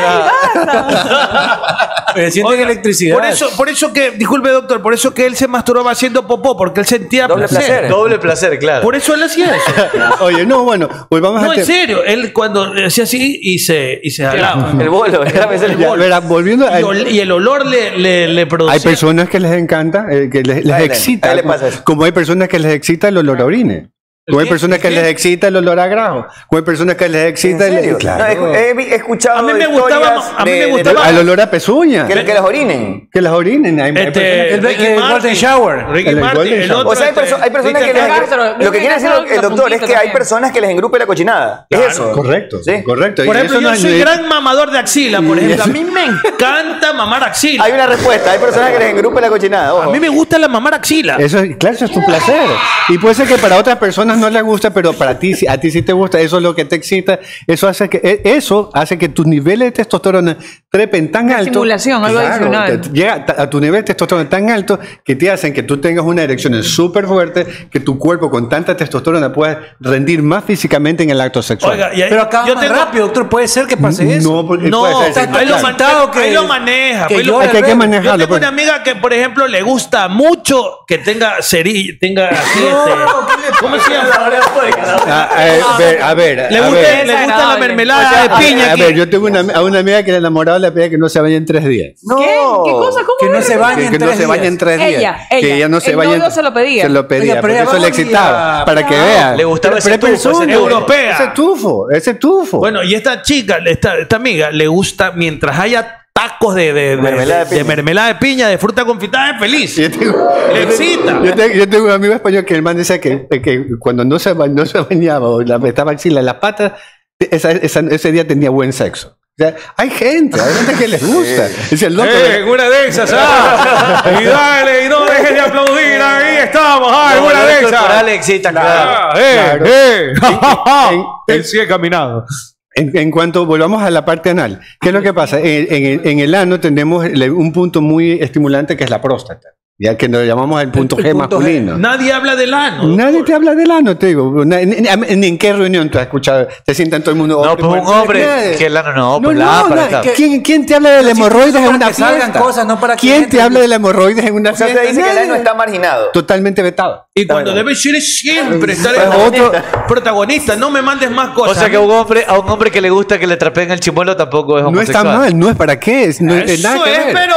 sienten electricidad.
Por eso, por eso que, disculpe doctor, por eso que él se masturbaba haciendo popó, porque él sentía
Doble placer. Doble placer, claro.
Por eso él hacía eso.
Oye, no, bueno, volvamos
No,
a te-
en serio, él cuando hacía así y se, y se jalaba.
El bolo, era veces el
Ya,
bolo.
verá, volviendo a-
Y, ol- y el olor le, le, le producía.
Hay personas que les encanta, eh, que les, les
A él,
excita.
a él le
como-
pasa eso.
Como hay personas que les excita el olor a orines. Como hay personas que les excita el olor a grajo. Como hay personas que les excita el.
serio?
Claro.
eh,
No, he, he vi- he escuchado
A mí me
historias
gustaba- a mí
de-
me
de-
gustaba-
Al olor a pezuña.
Que, que las orinen.
Que las orinen. Hay, hay
Este,
personas que-
el Ricky El Martin. Golden Shower. Ricky
El
Martin,
Golden
el
Shower.
otro
O sea, hay,
este,
perso- hay personas que
Ricky
les...
Castro,
Lo que quiere decir
Ricky
el
Castro,
doctor es que hay
también.
personas que les engrupe la cochinada. Es eso.
Correcto. Correcto.
Por
Y
ejemplo,
eso
yo
no es-
soy gran mamador de axila, por ejemplo. A mí me encanta mamar axila.
Hay una respuesta. Hay personas que les engrupe la cochinada.
A mí me gusta la mamar axila.
Eso es, claro, eso es tu placer. Y puede ser que para otras personas no les gusta, pero para ti, sí- a ti sí te gusta. Eso es lo que te excita. Eso hace que, e- eso hace que tus niveles de testosterona trepen tan alto.
estimulación, algo adicional.
te- Llega ta- a tu nivel de testosterona tan alto que te hacen que tú tengas una erección súper fuerte, que tu cuerpo con tanta testosterona pueda rendir más físicamente en el acto sexual.
Oiga, y ahí-
Pero acaba
yo
más
tengo-
rápido, doctor. Puede ser que pase
No,
eso.
porque
No,
puede ser,
está-
sí,
ahí, lo
claro.
maneja,
que-
ahí lo maneja.
que
pues, lo-
llora
Es que hay que el bebé.
Yo
manejarlo,
tengo
pues.
una amiga que, por ejemplo, le gusta mucho que tenga ceri, tenga así, este, ¿cómo se llama?
Ah, eh, ver, a ver,
Le
a
gusta,
ver.
le gusta la mermelada
O sea, a
de piña.
ver, A
aquí.
ver, yo tengo una, a una amiga que la enamorada le pedía que no se bañe en tres días.
No. ¿Qué? ¿Qué cosa? ¿Cómo
Que no
es?
se bañe
que,
en
que no
tres
se bañe
días.
en tres
Ella,
días.
ella.
Que ella no se
El
baña. en-
novio se lo pedía.
Se lo pedía,
Oiga, pero
porque
ella
eso le
va
excitaba.
bonita.
Para que vea.
Le gustaba
Pero-
ese
pero hay
tufo, ese
personas-
tufo.
pues, Europea.
Ese tufo, ese tufo.
Bueno, y esta chica, esta, esta amiga, le gusta mientras haya tacos de, de- de-
Mermelada de
de
piña.
mermelada de piña, de fruta confitada, es feliz.
Yo tengo,
Le excita.
yo tengo- yo tengo un amigo español que el man decía que, que cuando no se, ba- no se bañaba o la estaba axila en las patas, esa- esa- ese día tenía buen sexo. O sea, hay gente, hay gente que les gusta. Dice el loco.
Eh, una de esas, ah. Y dale, y no dejes de aplaudir, ahí estamos, ah,
Los
una de
olores
esas.
corporales excitan, claro.
Ah, eh,
Claro.
eh.
En- en-
sí he caminado.
En, en cuanto volvamos a la parte anal, ¿qué es lo que pasa? En, en- en el ano tenemos le- un punto muy estimulante que es la próstata, ya que lo llamamos el punto G masculino.
Nadie habla del ano.
Nadie te habla del ano, te digo. Na- Ni, ni- ni en qué reunión tú has escuchado, te sientan todo el mundo.
No, pues un
mujer,
hombre.
nadie.
Que el ano no,
No,
pues
no,
la ápara,
na-
claro.
que-
¿quién, quién te habla de la
Así que
hemorroides
para
en una
que salgan
fiesta?
cosas, no para que
¿Quién
entren.
te habla de la hemorroides en una
O sea,
fiesta?
te dice que el ano
Nadie.
está marginado.
Totalmente vetado.
Y cuando debe ser siempre estar en
Otro-
protagonista, no me mandes más
O
cosas.
sea que a un hombre, a un hombre que le gusta que le trapeen el chimuelo tampoco es
No está
homosexual.
mal, no es para qué. Es, no, es nada
Eso
que
es,
ver.
pero.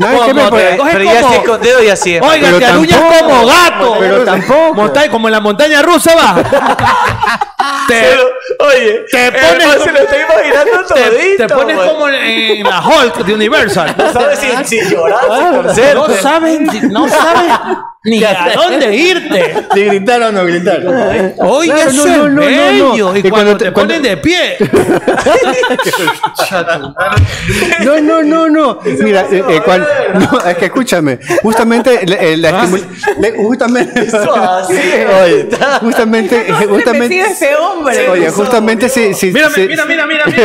Nada que ver,
Pero,
porque-
Coge
pero ya
como-
así con dedo y así es.
Oiga,
Pero
te aruñas
tampoco.
como gato.
Pero tampoco.
Monta- como en la montaña rusa va. te,
Oye,
te pones.
hermano, se lo estoy imaginando
te- te,
todito,
pones
güey.
como en, en la Hulk de Universal.
No sabes si, si llorar, si torcer.
No sabes, no sabes ni a dónde irte.
Si gritaron o no gritaron.
Oye,
Claro,
eso
no, no,
es
no, no,
bello.
no.
Y, cuando,
Y cuando
te,
te- cuando-
ponen de pie.
No, no, no, no. Mira, eh, eh, cuan- no, es que escúchame. Justamente le- eh, la estimul- le- justamente.
así.
Oye, justamente,
No se
este
justamente.
me sigue ese hombre.
Oye, Supuestamente sí. sí
Mira,
sí-
mira, mira, mira,
Es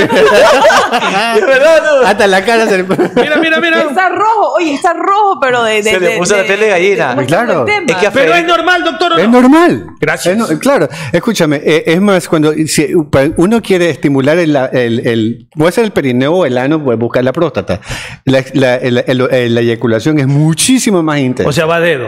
verdad, Hasta la cara se le
Mira, mira, mira.
Está rojo, oye, está rojo, pero de. de-
Se le
de-
puso la
de-
piel de gallina.
¿cómo se llama el
Claro.
tema?
Es que a
Pero
Freddy-
es
normal, doctor.
Es normal. Gracias. claro. Escúchame, eh, es más, cuando si uno quiere estimular el, el, el- puede ser el perineo o el ano, pues buscar la próstata. La, la- el- el- el- la eyaculación es muchísimo más intensa.
O sea, va a dedo.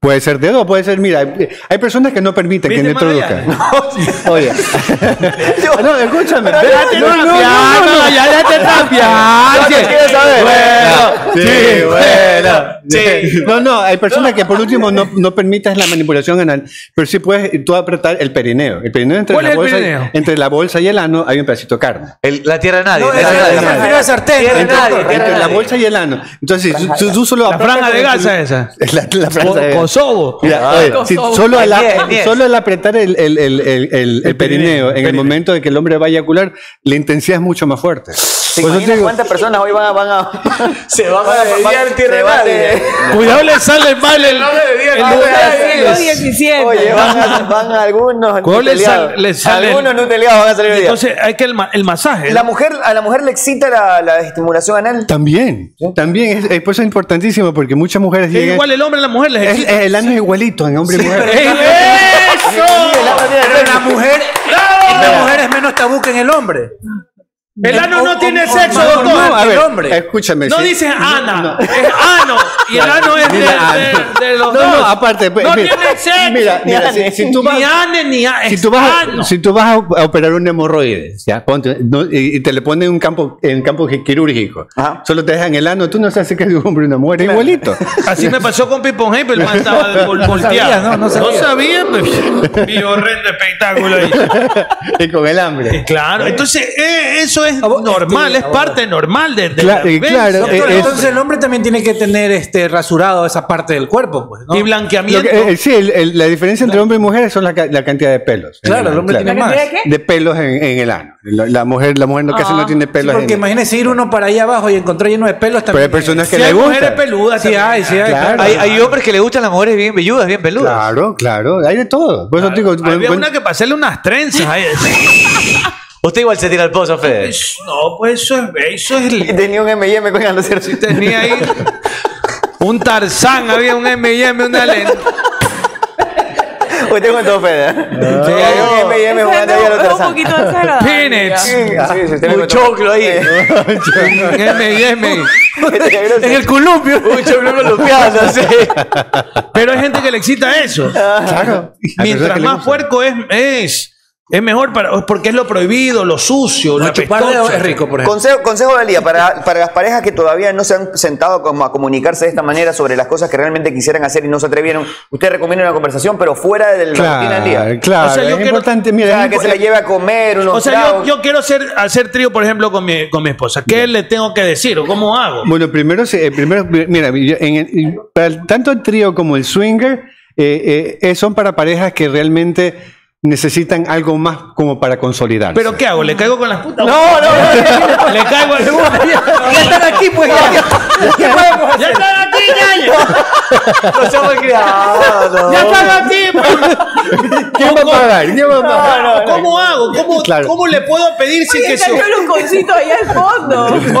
puede ser dedo, puede ser, mira, hay personas que no permiten que le
¿Viste,
introduzcan. Oye.
No,
escúchame.
Ya te
No, no, no, no, no.
ya, ya te
Ya te quieres saber.
sí, bueno,
sí. No, no, hay personas que por último no, no permitas la manipulación anal, pero sí puedes tú apretar el perineo. El perineo entre,
¿Cuál
la
es el
bolsa,
perineo?
entre la bolsa y el ano hay un pedacito de carne.
El- la tierra de nadie.
No,
la tierra
esa-
de
esa-
nadie.
prefiero la sartén.
Tierra de
Entre-
nadie, tierra de
Entre la
nadie.
bolsa y el ano. Entonces, si tú, tú solo
La franja de gasa esa.
La, la franja
Co-
de gasa.
Kosovo.
Mira,
Ah,
oye,
Kosovo.
si solo, al,
Así es, así es.
solo al apretar el, el, el, el, el- el perineo, en el momento de que el hombre va a eyacular, la intensidad es mucho más fuerte.
¿Te
Por eso te
imaginas
digo,
cuántas personas hoy van a... Van a se van
a beber al tierra de nadie.
Cuidado, le sale mal el. el lugar.
Oye, van, a- van a algunos
Cuidado, le
nuteleados.
sal- le sale-
Algunos nuteleados van a salir hoy día.
Entonces, hay que el, ma- el masaje.
La mujer, a la mujer le excita la, la estimulación anal.
También, también, es, es- por eso es importantísimo, porque muchas mujeres
Es
llegan-
igual el hombre y la mujer. Les
Es- es- el ano es igualito en hombre y mujer.
eh, ¡Eso!
Pero la mujer, la mujer es menos tabú que en el hombre.
El ano no
O-
tiene
o- o
sexo,
más
doctor.
normal que
A
el
ver,
hombre.
escúchame.
No
sí.
dices Ana, es ano. Y el
Claro.
ano es de,
Mira, ano.
de- de los
No,
dos.
no, aparte, pues,
no
mira,
tiene sexo.
mira, mira, si- si tú vas-
ni ane ni a,
si
es
tú, vas
ano.
a, si tú vas a op- a operar un hemorroides, ¿ya? Ponte, no, y, y te le ponen en un campo, en campo qui- quirúrgico, solo te dejan el ano, tú no sabes que es un hombre y una mujer, igualito.
Así me pasó con Pipon Hemp, el man estaba vol-
No
volteado.
sabía, no, no sabía.
pues, mi horrendo espectáculo ahí.
y con el hambre.
Claro, entonces eh, eso
Ah,
es normal, es parte normal de, de
Cla-
la
eh,
vivencia.
claro, eh,
Doctor,
es-
entonces,
Entonces el hombre también tiene que tener este rasurado esa parte del cuerpo, pues, ¿no?
Y blanqueamiento.
Lo que- eh, sí, el- el- la diferencia entre hombre y mujer son la, ca- la cantidad de pelos.
Claro, el hombre tiene ¿La más. cantidad de qué?
De pelos en, en el ano. La, la mujer, la mujer no, casi
Ah.
no tiene pelos en
porque imagínese ir uno para allá abajo y encontrar lleno de pelos también.
hay personas que
Sí
le
hay
gustan.
mujeres peludas, sí hay, sí hay.
Claro.
Hay, hay hombres que le gustan las mujeres bien velludas, bien peludas.
Claro, claro, hay de todo. Por eso digo,
había
buen-
una que pasarle unas trenzas. ahí.
Usted igual se tira al pozo, Fede.
No, pues eso es, eso es
Y tenía un M&M con los cierto.
tenía ahí un Tarzán, había un M&M, una lente.
Hoy te contó Fede. Sí, hay un M&M jugando ahí a los
Es un
Tarzán.
poquito desagradable.
Peanuts.
Sí, sí, sí, usted me
Un
contó.
choclo ahí.
Un M&M.
En el columpio.
Un choclo columpiano, sí.
Pero hay gente que le excita eso.
Claro.
Mientras más puerco es, es, es mejor para, porque es lo prohibido, lo sucio, lo
chupar dedo
apestoso.
es rico, por ejemplo.
Consejo, consejo del día para, para las parejas que todavía no se han sentado como a comunicarse de esta manera sobre las cosas que realmente quisieran hacer y no se atrevieron. Usted recomienda una conversación, pero fuera del la rutina del
Claro,
día.
claro.
O sea, yo
es
quiero-
importante,
O
mira,
sea,
es
que
impo-
se la lleve a comer, unos
O sea, yo,
tragos.
yo quiero hacer, hacer trío, por ejemplo, con mi, con mi esposa. ¿Qué le tengo que decir o cómo hago?
Bueno, primero, se- eh, primero mira, yo- en el- y para el- tanto el trío como el swinger eh, eh, eh, son para parejas que realmente necesitan algo más como para consolidar.
¿Pero qué hago? ¿Le caigo con las putas?
No, no, no.
Le caigo al
Ya están aquí, pues. ya, ya. ¿Qué podemos
¡Ya
hacer?
están aquí, ya!
No somos criados.
¡Ya están aquí! pues!
¿Quién va a pagar? ¿Quién va a pagar?
¿Cómo hago? ¿Cómo,
Claro.
¿Cómo le puedo pedir sin
Oye,
que se
cayó el luconcito ahí al fondo.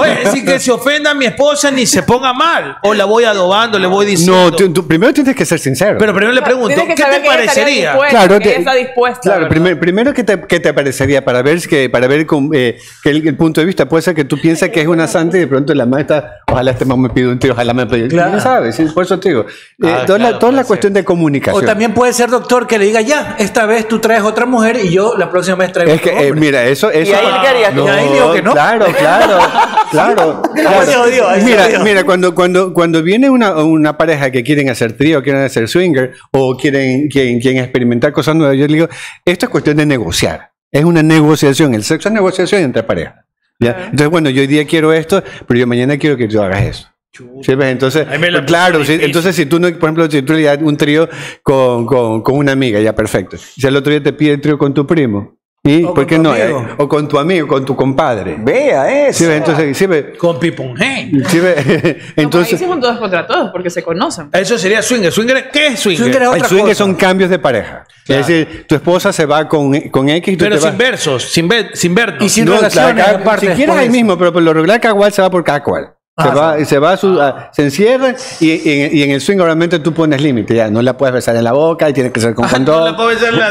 Oye, sin que se ofenda a mi esposa ni se ponga mal. O la voy adobando, le voy diciendo.
No, tú- tú- primero tienes que ser sincero.
Pero primero le pregunto,
Tienes que
¿qué
saber
te
que ella estaría
parecería?
dispuesta,
Claro,
que
te-
ella está dispuesta.
Eh, Claro,
¿verdad?
primer- primero que te, que te parecería para ver que, para ver con, eh, que el, el punto de vista puede ser que tú piensas que es una santa y de pronto la madre está, ojalá este mamá me pida un tío, ojalá me pida.
Claro.
No sabes, sí, por eso te digo. Eh,
Ah,
toda
claro,
la, toda la
pues,
puede
cuestión de
O
comunicación.
también puede ser doctor que le diga, ya, esta vez tú traes otra mujer y yo la próxima vez traigo
es que,
otro
eh,
hombre".
mira, eso. eso
ahí le quedaría,
No,
y ahí
le digo que no.
Claro, claro, claro. claro.
se odió, ahí se
mira,
odió.
mira, cuando, cuando, cuando viene una, una pareja que quieren hacer trío, quieren hacer swinger o quieren, quieren, quieren experimentar cosas nuevas, yo le digo, esto es cuestión de negociar. Es una negociación. El sexo es negociación entre parejas. ¿ya? Entonces, bueno, yo hoy día quiero esto, pero yo mañana quiero que tú hagas eso. Sí, ves, Entonces,
Ahí me la
pues, claro,
puse
sí,
difícil.
entonces si tú, no, por ejemplo, si tú le das un trío con, con, con una amiga, ya perfecto. Si al otro día te pide el trío con tu primo, ¿Y
O
por
con
qué
tu
no?
amigo.
Eh, O con tu amigo, con tu compadre. Vea eso. entonces, sí, ve.
Con Piponje.
Sí, ve.
Entonces, ahí
entonces,
sí son todos contra todos porque se conocen.
Eso sería swinger. ¿Swinger qué es swinger?
el swing son cambios de pareja. Es decir, tu esposa se va con, con X y tú
Pero
te
sin
vas.
versos, sin, ver, sin vernos.
No, cada- Si quieres
pues.
ahí mismo, pero por lo regular cada cual se va por cada cual. Se
Ah,
va, se va a su- a- se encierra y, y en- y en el swing obviamente tú pones límite, ya no la puedes besar en la boca y tiene que ser con condón.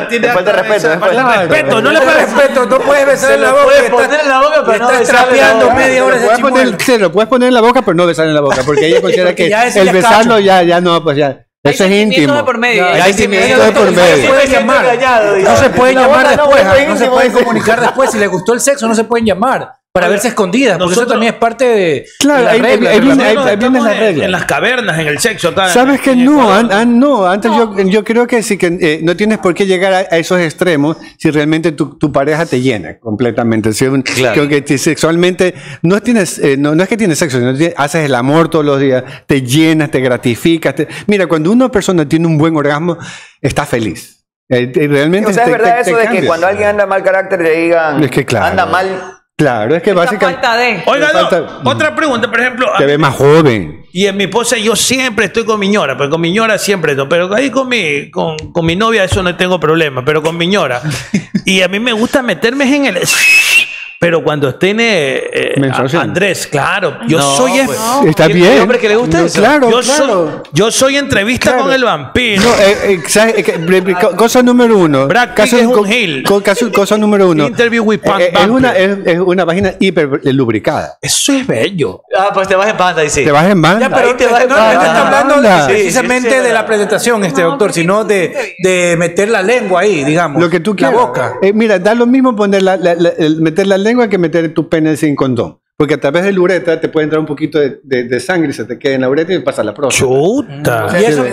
Tiene falta respeto.
Claro.
respeto, no le puedes respeto, no puedes besar en la boca. Puedes poner en la boca,
Pero no besarle la boca. Lo puedes poner- sí, lo puedes poner en la boca, pero no besar en la boca, porque ella considera
Porque
que
ya eso
el
ya
besarlo
cacho.
ya, ya no, pues ya. Eso es íntimo.
de por medio.
Ya,
Ya,
hay
hay
sentimientos
sentimientos
de por
No se
medio.
pueden llamar, no se pueden llamar después, ah, no se pueden comunicar después. Si les gustó el sexo, no se pueden llamar para verse escondidas, porque eso también es parte de
Claro,
de la
ahí-
regla,
ahí
de la
viene- ahí-
norma.
ahí viene la regla.
En las cavernas, en el sexo. tal.
¿Sabes que no? an- an- no, antes Yo, yo creo que sí que eh, no tienes por qué llegar a, a esos extremos si realmente tu, tu pareja te llena completamente. Si un- que, que te- sexualmente no tienes, eh, no, no es que tienes sexo, sino que haces el amor todos los días, te llenas, te gratificas. te- Mira, cuando una persona tiene un buen orgasmo, está feliz. Eh, eh, realmente
O sea, es
te- te-
verdad
te
eso de que
cambias.
cuando alguien anda mal carácter le digan
Es que claro.
anda mal.
Claro, es que básicamente
Falta de.
Oiga, no, otra pregunta, por ejemplo.
te ve más joven.
Y en mi esposa yo siempre estoy con mi ñora, pero con mi ñora siempre, no, pero ahí con mi, con, con mi novia eso no tengo problema, pero con mi ñora. y a mí me gusta meterme en el... Pero cuando esté en, eh, eh,
Menstruación.
a- Andrés, claro, yo
No,
soy...
pues.
es-
Está
¿Y-
bien.
¿Hay hombre que le gusta
No,
eso?
claro,
yo
claro.
Soy, yo soy entrevista con el vampiro.
No, eh, eh, ¿sabes? Eh, que- pre- pre- co- cosa número uno.
Brad Pitt
Caso-
es un
co-
heel.
co- caso- cosa número uno.
Interview with Punk
Eh, eh, es,
Bumper.
una, es, es una página hiper lubricada.
Eso es bello.
Ah, pues te vas en banda, dice.
Te vas en banda.
Ya, pero
Ahí
te vas en Ah.
No, no, no está
banda.
hablando
Anda.
de- precisamente
Sí, sí, sí,
de la presentación, este doctor, sino de, de meter la lengua ahí, digamos.
Lo que tú quieras.
La boca.
Eh, mira, da lo mismo poner la, la- la- el meter la lengua que meter tu pene sin condón. Porque a través de la uretra te puede entrar un poquito de, de- de sangre y se te queda en la uretra y pasa a la próstata.
Chuta.
¿Y eso,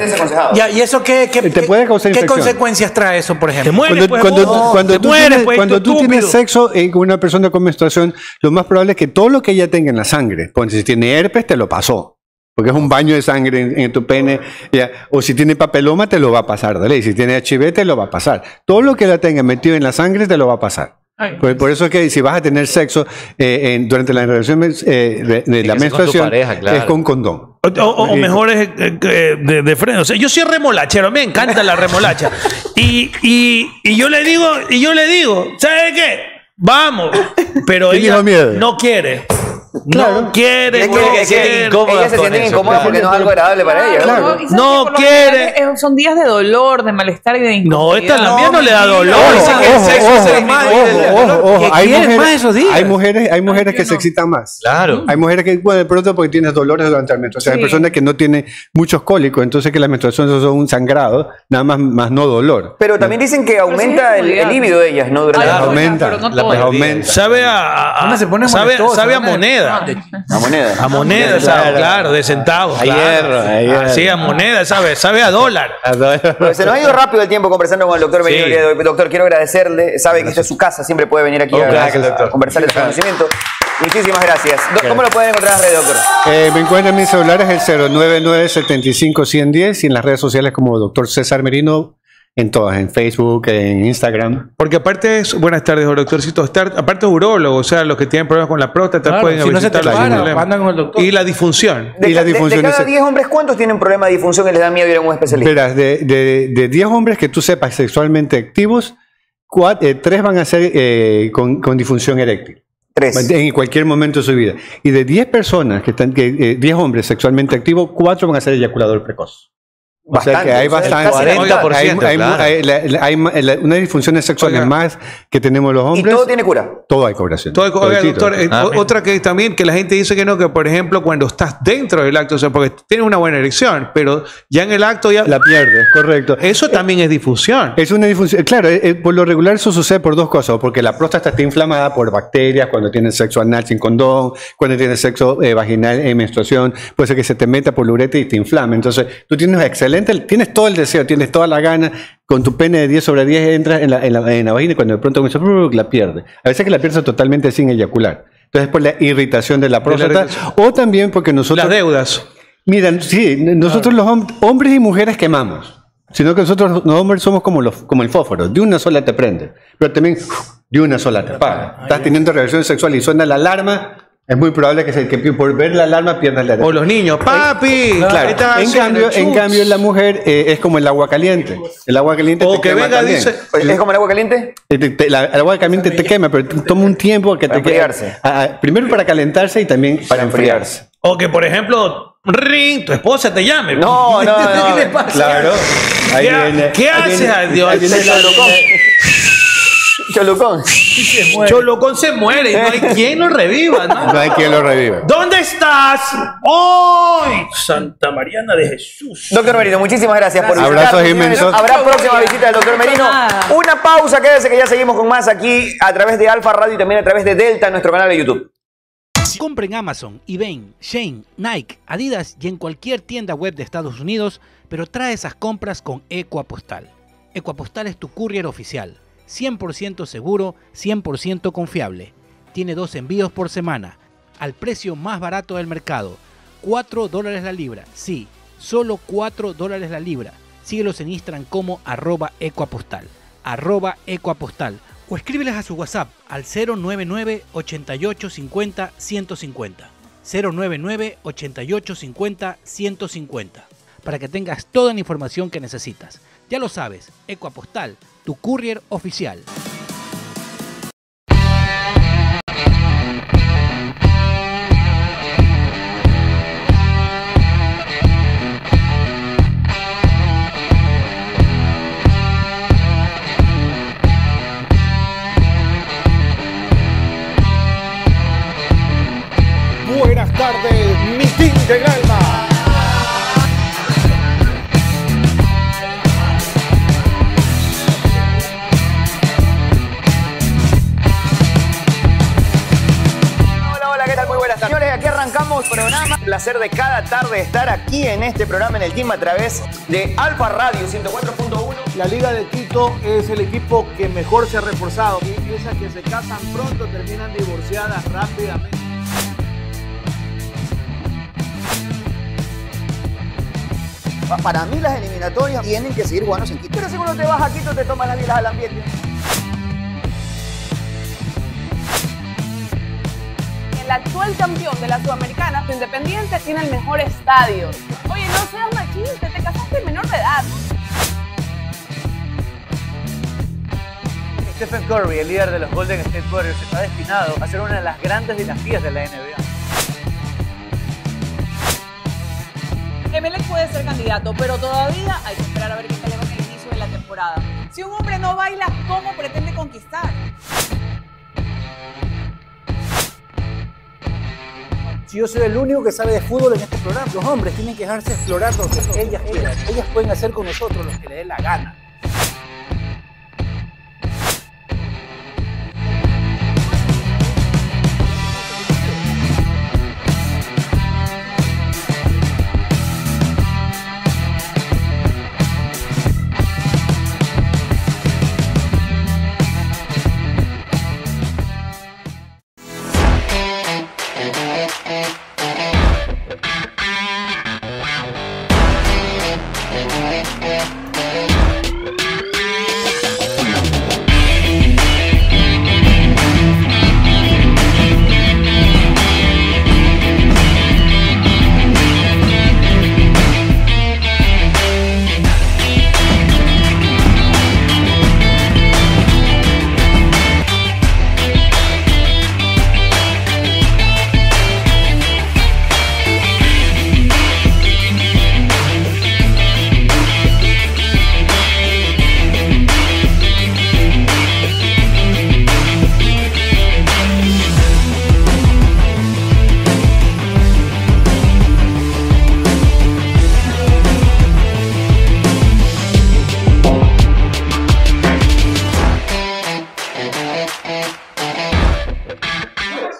ya, ¿y eso qué, qué-
Te puede causar
qué
infección.
consecuencias trae eso, por ejemplo?
cuando cuando,
No,
cuando
pues, te
tú,
mueres,
tienes,
pues,
cuando
tú
tú tienes
estúpido.
sexo eh, con una persona con menstruación, lo más probable es que todo lo que ella tenga en la sangre, pues, si tiene herpes, te lo pasó. Porque es un baño de sangre en, en tu pene. ya. O si tiene papeloma, te lo va a pasar. Dale. Y si tiene HIV, te lo va a pasar. Todo lo que la tenga metido en la sangre, te lo va a pasar.
Ay.
Por, por eso es que si vas a tener sexo eh, en- durante la relación mens- eh, de, de la
ser con tu
menstruación,
pareja, claro.
es con condón.
O, o- o mejor es eh, eh, de, de freno. O sea, yo soy remolachero, me encanta la remolacha. Y, y, y yo le digo, y yo le digo, ¿sabes qué? Vamos. Pero
¿Qué
ella
dijo miedo?
no quiere. No quiere,
Es que
no
ella se siente
quiere.
incómoda Ellas se con sienten eso, incómodas claro. porque no es algo agradable para ellas,
Claro.
y sabes
No
que por lo
quiere.
general es- Eh, son días de dolor, de malestar y de
No, esta la
incomodidad.
mía no le da dolor.
Ojo,
Dice que el
ojo,
sexo
ojo,
se disminuye.
ojo, ojo, ojo.
¿Qué
Hay
quieres más
mujeres,
esos días?
hay mujeres, hay mujeres que se excitan más.
Claro.
Hay mujeres que, bueno, de pronto porque tienes dolores durante la menstruación.
Sí.
Hay personas que no tienen muchos cólicos, entonces que las menstruaciones son un sangrado, nada más, más no dolor.
Pero también dicen que aumenta
sí,
el, el
comodidad.
libido de ellas, ¿no? Durante
Las
la
Claro.
aumenta.
pero no
las
todo.
aumenta.
Sabe a, a- a-
Una se pone Ah,
sabe,
molestosa,
sabe a
una-
moneda.
La moneda.
A moneda, sabe, claro, de centavos.
A
claro.
hierro, a hierro.
Así, a moneda, sabe, sabe a dólar.
Ah,
Pero se nos ha ido rápido el tiempo conversando con el doctor Benigno. el día de hoy. Doctor, quiero agradecerle. Sabe que esta es su casa, siempre puede venir aquí a-
gracias,
a,
doctor.
conversar de su conocimiento. Muchísimas gracias. Do- ¿Cómo lo pueden encontrar en las redes, doctor?
Eh, me encuentran en mis celulares el 099-75-110 y en las redes sociales como Doctor César Merino, en todas, en Facebook, en Instagram.
Porque aparte es, buenas tardes, doctorcito. estar- Aparte es urólogo, o sea, los que tienen problemas con la próstata
Claro,
pueden
si no se te
visitarlo sin
para,
problema.
mandan con el doctor.
Y la disfunción.
De,
Y la
ca- de- de
disfunción
cada
es-
10 hombres, ¿cuántos tienen problema de disfunción que les da miedo ir a un especialista?
Verás, de, de, de 10 hombres que tú sepas sexualmente activos, 3 van a ser eh, con, con disfunción eréctil.
Tres.
En cualquier momento de su vida. Y de 10 personas, que están, que, eh, 10 hombres sexualmente activos, 4 van a ser eyaculador precoz. O sea
Bastante,
que hay
o sea, es
bastante.
casi la mitad.
hay, hay,
40%,
hay-
claro.
hay- eh, la- la- hay ma- la- unas disfunciones sexuales
Oiga.
más que tenemos los
Y
hombres.
todo tiene cura.
todo hay cobración.
Todo- oiga,
Toditito.
doctor, eh,
Ah,
o-
mira.
otra que también que la gente dice que no, que por ejemplo cuando estás dentro del acto, o sea, porque tienes una buena erección, pero ya en el acto ya...
La pierdes, correcto. Eh,
eso también es difusión.
Es una disfunción. Claro, eh, eh, por lo regular eso sucede por dos cosas. o Porque la próstata está inflamada por bacterias cuando tienes sexo anal sin condón, cuando tienes sexo eh, vaginal en menstruación. Puede ser que se te meta por la uretra y te inflame. Entonces, tú tienes excelente, tienes todo el deseo, tienes toda la gana. Con tu pene de 10 sobre 10 entras en la, en la- en la vagina y cuando de pronto comienza, brr, la pierdes. A veces que la pierdes totalmente sin eyacular. Entonces, por la irritación de la próstata.
irritación.
o también porque nosotros.
Las deudas.
Mira, sí, nosotros los hom- hombres y mujeres quemamos, sino que nosotros los hombres somos como, los, como el fósforo, de una sola te prende, pero también uf, de una sola tapada. Estás teniendo relaciones sexuales y suena la alarma, es muy probable que, se- que por ver la alarma pierdas la
O los niños, papi,
Eh, Claro.
¿qué estás
En
haciendo,
cambio, en
chus?
cambio la mujer eh, es como el agua caliente. El agua caliente
O
te
que
quema
venga,
también.
dice-
El-
¿Es como el agua caliente?
te- te- la- el agua caliente te quema, pero t- toma un tiempo que
Para
te
enfriarse.
Ah, ah, primero para calentarse y también para enfriarse.
O que, por ejemplo, ring, tu esposa te llame.
No, no, no.
¿Qué le pasa?
Claro. Ahí
¿Qué, ha-
viene-
qué
ahí
haces,
viene-
adiós?
ahí viene el
Cholocón.
Cholocón.
Cholocón se muere y no hay quien lo reviva, ¿no?
No hay quien lo reviva.
¿Dónde estás? ¡Hoy! Santa Mariana de Jesús.
Doctor Merino, muchísimas gracias, por
Abrazos
visitarnos,
inmensos.
señores. Habrá próxima visita del doctor Merino. Una pausa, quédese que ya seguimos con más aquí a través de Alfa Radio y también a través de Delta, nuestro canal de YouTube.
Si compren Amazon, eBay, Shane, Nike, Adidas y en cualquier tienda web de Estados Unidos, pero trae esas compras con Ecoapostal. Ecoapostal es tu courier oficial, 100% seguro, 100% confiable. Tiene dos envíos por semana, al precio más barato del mercado, 4 dólares la libra. Sí, solo 4 dólares la libra. Síguelos en Instagram como arroba ecoapostal, arroba ecoapostal. O escríbeles a su WhatsApp al 099 8850 150. 099 8850 150. Para que tengas toda la información que necesitas. Ya lo sabes, Ecoapostal, tu courier oficial.
Buenas tardes, Mitin del Alma.
Hola, hola, ¿qué tal? Muy buenas tardes. Señores, aquí arrancamos programa. Placer de cada tarde estar aquí en este programa en el team a través de Alfa Radio 104.1.
La Liga de Quito es el equipo que mejor se ha reforzado. Y esas que se casan pronto terminan divorciadas rápidamente.
Pa- Para mí las eliminatorias tienen que seguir jugando en Quito.
Pero si uno te vas a Quito, te tomas las vidas al ambiente.
El actual campeón de la Sudamericana, su Independiente, tiene el mejor estadio. Oye, no seas machista, te casaste menor de edad.
Stephen Curry, el líder de los Golden State Warriors, está destinado a ser una de las grandes dinastías de la NBA.
Emelec puede ser candidato, pero todavía hay que esperar a ver qué tal le va en el inicio de la temporada. Si un hombre no baila, ¿cómo pretende conquistar?
Si yo soy el único que sabe de fútbol en este programa, los hombres tienen que dejarse explorar lo que ellas quieran. Ellas pueden hacer con nosotros lo que les dé la gana.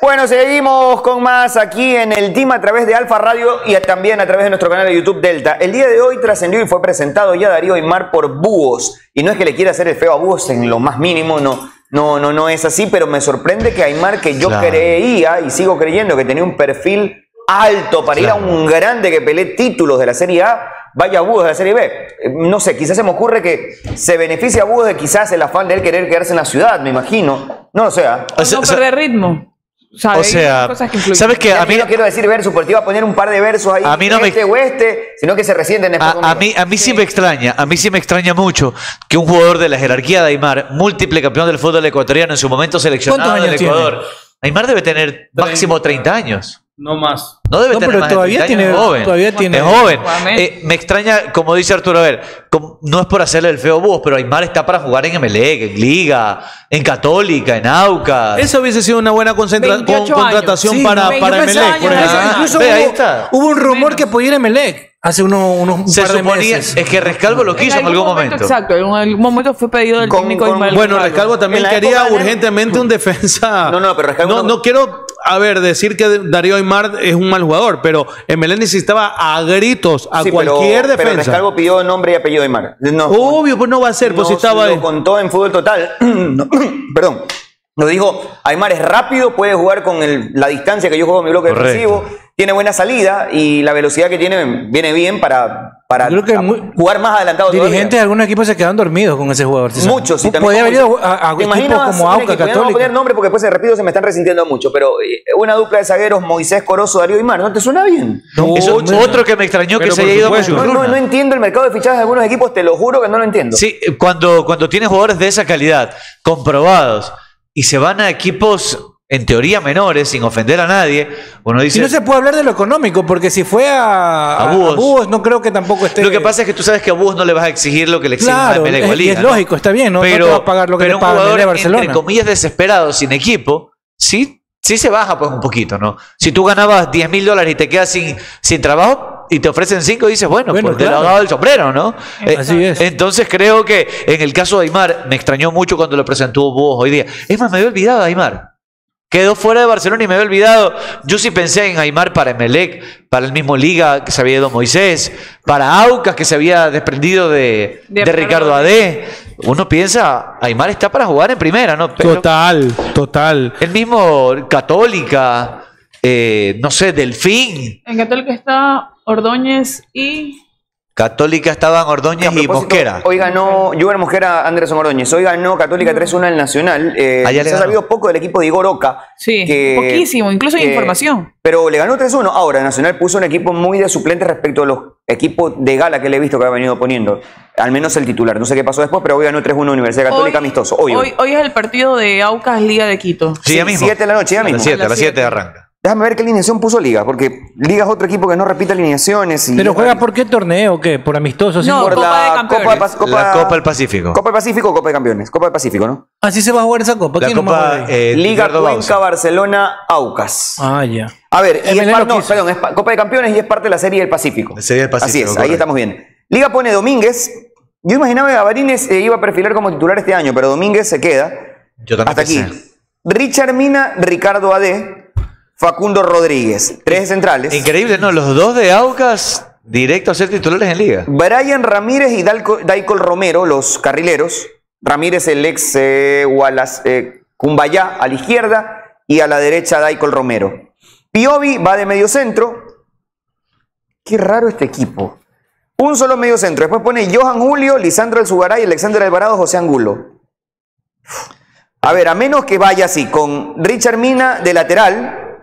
Bueno, seguimos con más aquí en el team a través de Alfa Radio y también a través de nuestro canal de YouTube Delta. El día de hoy trascendió y fue presentado ya Darío Aymar por Búhos. Y no es que le quiera hacer el feo a Búhos en lo más mínimo, no. No, no, no es así, pero me sorprende que Aymar, que yo
Claro.
creía y sigo creyendo que tenía un perfil alto para ir a un grande que pelee títulos de la Serie A, vaya a Búhos de la Serie B. Eh, No sé, ¿ah? quizás se me ocurre que se beneficia a Búhos de quizás el afán de él querer quedarse en la ciudad, me imagino. No, o sea.
O sea, no perder ritmo. ¿sabe?
o sea,
Hay cosas que influyen.
a mí no quiero decir versus, porque te iba a poner un par de versos ahí.
A mí no me-
este o este, sino que se resienten después
A, a mí, a mí sí. me extraña, a mí sí me extraña mucho que un jugador de la jerarquía de Aymar, múltiple campeón del fútbol ecuatoriano, en su momento seleccionado
¿Cuántos
del
años
Ecuador, Aymar debe tener máximo 30 años.
No más.
No debe
No,
tener
pero
más de
todavía
30 años,
tiene-
es joven.
todavía tiene-
Es joven.
Guamé.
Eh, me extraña, como dice Arturo, a ver, com- no es por hacerle el feo búho, pero Aymar está para jugar en MLE, en Liga, en Católica, en Aucas.
Eso hubiese sido una buena concentra- con-
28
contratación
años.
para,
Sí,
para
28
Emelec, por
años,
ejemplo.
Ah,
Incluso
ve,
hubo,
ahí está.
hubo un rumor que podía ir Emelec hace uno- unos un
Se
par de
suponía,
meses.
es que Rescalvo lo quiso en algún momento.
Exacto, en algún momento fue pedido del técnico Ismael
Bueno,
Gonzalo.
Rescalvo también quería urgentemente un defensa. No, no, pero No, quiero, a ver, decir que Darío Aymar es un mal jugador, pero Emelec necesitaba a gritos a
Sí, pero-
cualquier
pero
defensa.
Rescalvo pidió nombre y apellido de Aymar. No,
Obvio, pues no va a ser, pues si
nos
estaba.
lo contó en fútbol total. No, Perdón. Nos dijo, Aymar es rápido, puede jugar con el- la distancia que yo juego en mi bloque
Correcto.
defensivo, tiene buena salida y la velocidad que tiene viene bien para, para jugar más adelantado. todavía.
Dirigentes de algunos equipos se quedaron dormidos con ese jugador. ¿sí sabes?
Muchos, y también
Podía haber
como-
ido a, a
¿Te
equipos
imaginas
como
un
Auca,
equipo? Ya No voy a
Católica.
poner nombre porque después se repito se me están resintiendo mucho, pero eh, una dupla de zagueros Moisés Corozo, Darío Imar, ¿no te suena bien?
Eso- otro que me extrañó que
Pero
se
por
haya ido a
supuesto. no, no, no entiendo el mercado de fichajes de algunos equipos, te lo juro que no lo entiendo.
Sí, eh, cuando, cuando tienes jugadores de esa calidad, comprobados, y se van a equipos en teoría menores, sin ofender a nadie, uno
Y
dice...
no se puede hablar de lo económico, porque si fue a,
A
a- a
Búhos.
Búhos, no creo que tampoco esté.
Lo que pasa es que tú sabes que a Búhos no le vas a exigir lo que le exigen
Este, Claro,
a Emelec o a
es- y
Liga,
es
¿no?
lógico, está bien, no- no te va a pagar lo que
pero
le paga
un jugador,
Emelec a Barcelona.
entre comillas, desesperado, sin equipo, sí, sí se baja pues un poquito, ¿no? Si tú ganabas 10 mil dólares y te quedas sin, sin trabajo y te ofrecen 5, dices, bueno, pues te lo ha
claro.
dado el sombrero, ¿no? Así es. Entonces creo que en el caso de Aymar, me extrañó mucho cuando lo presentó Búhos hoy día. Es más, me había olvidado de Aymar. Quedó fuera de Barcelona y me había olvidado. Yo sí pensé en Aymar para Emelec, para el mismo Liga que se había ido Moisés, para Aucas que se había desprendido de,
De
de Ricardo Adé. Uno piensa, Aymar está para jugar en primera, ¿no? Pero
Total, total.
el mismo Católica, eh, no sé, Delfín.
En Católica está Ordóñez y.
Católica estaban Ordóñez y Mosquera.
Hoy ganó Juber Mosquera Anderson Ordóñez. Hoy ganó Católica 3-1 al Nacional. Eh,
Allá
se
le
ha
ganó.
sabido poco del equipo de Igor Oca.
Sí, poquísimo, incluso en información.
Eh, Pero le ganó 3-1. Ahora, Nacional puso un equipo muy de suplentes respecto a los equipos de gala que le he visto que ha venido poniendo. Al menos el titular. No sé qué pasó después, pero hoy ganó 3-1 Universidad Católica Amistoso. Hoy, hoy.
Hoy, hoy es el partido de Aucas Liga de Quito.
Sí, 7 de la noche, ya mismo.
a las 7 arranca.
Déjame ver qué alineación puso Liga, porque Liga es otro equipo que no repite alineaciones. y-
Pero juega por qué torneo, o ¿qué? ¿Por amistosos?
No,
¿Por
Copa
la-
de Campeones. Copa de Pas- Copa-
La Copa del Pacífico.
Copa del Pacífico o Copa de Campeones. Copa del Pacífico, ¿no?
Así se va a jugar esa copa.
La
¿Quién
Copa,
más juega ahí?
eh,
Liga Cuenca, Barcelona, Aucas.
Ah, ya.
A ver, y es, par- no, perdón, es pa- Copa de Campeones y es parte de la Serie del Pacífico.
Sería el Pacífico,
Así es, ahí
correcto.
estamos bien. Liga pone Domínguez. Yo imaginaba que Gabarines eh, iba a perfilar como titular este año, pero Domínguez se queda.
Yo también
Hasta aquí. Richard Mina, Ricardo Ade, Facundo Rodríguez. Tres centrales.
Increíble, ¿no? Los dos de Aucas directo a ser titulares en Liga.
Brian Ramírez y Dalco- Daicol Romero, los carrileros. Ramírez, el ex eh, Wallace, eh, Cumbayá, a la izquierda. Y a la derecha, Daicol Romero. Piovi va de medio centro. Qué raro este equipo. Un solo medio centro. Después pone Johan Julio, Lisandro Alzugaray, Alexander Alvarado, José Angulo. A ver, a menos que vaya así, con Richard Mina de lateral.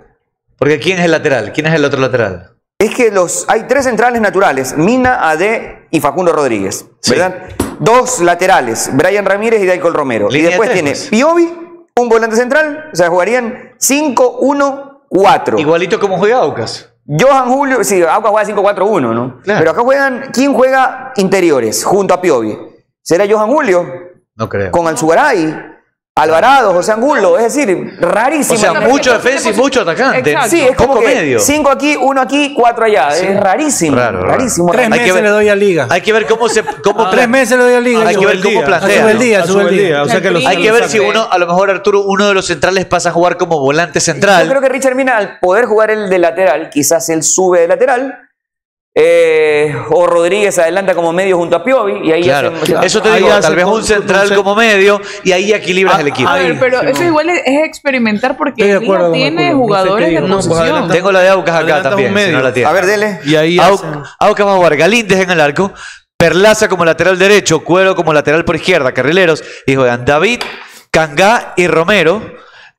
Porque ¿quién es el lateral? ¿Quién es el otro lateral?
Es que los, hay tres centrales naturales, Mina, Ade y Facundo Rodríguez, ¿verdad? Dos laterales, Brian Ramírez y Daicol Romero. Y
Línea de
después
tres,
tiene
pues.
Piovi, un volante central, o sea, jugarían 5-1-4.
Igualito como juega Aucas.
Johan Julio, sí, Aucas juega 5-4-1, ¿no? Pero acá juegan, ¿quién juega interiores junto a Piovi? ¿Será Johan Julio?
No creo.
Con Alzugaray, Alvarado, José Angulo, es decir, rarísimo.
O sea, mucho defensa y mucho atacante.
Sí, es como
Poco
que
medio.
cinco aquí, uno aquí, cuatro allá. Es rarísimo.
Raro, raro.
rarísimo.
Tres
rarísimo.
meses Hay que ver- le
doy a Liga.
Hay que ver cómo se. Cómo
Tres meses le doy a Liga.
Hay que ver cómo plantea.
Sube el
¿no?
ah,
día, sube el día.
o sea que los-
hay que ver si uno, a lo mejor Arturo, uno de los centrales pasa a jugar como volante
Yo creo
central.
que Richard Mina, al poder jugar el de lateral, quizás él sube de lateral. eh, o Rodríguez adelanta como medio junto a Piovi. Y ahí
Claro.
hacen-
Eso te
ahí
digo,
hacen
tal vez
con-
un Ah, central como medio y ahí equilibras el equipo.
A ver, pero eso igual es, es experimentar porque Liga tiene jugadores de reposición.
Tengo la de Aucas acá
adelantas
también.
un medio.
si no la tiene.
A ver, dele.
Y ahí Aucas va a jugar Galíndez en el arco, Perlaza como lateral derecho, Cuero como lateral por izquierda, Carrileros, y juegan David, Cangá y Romero.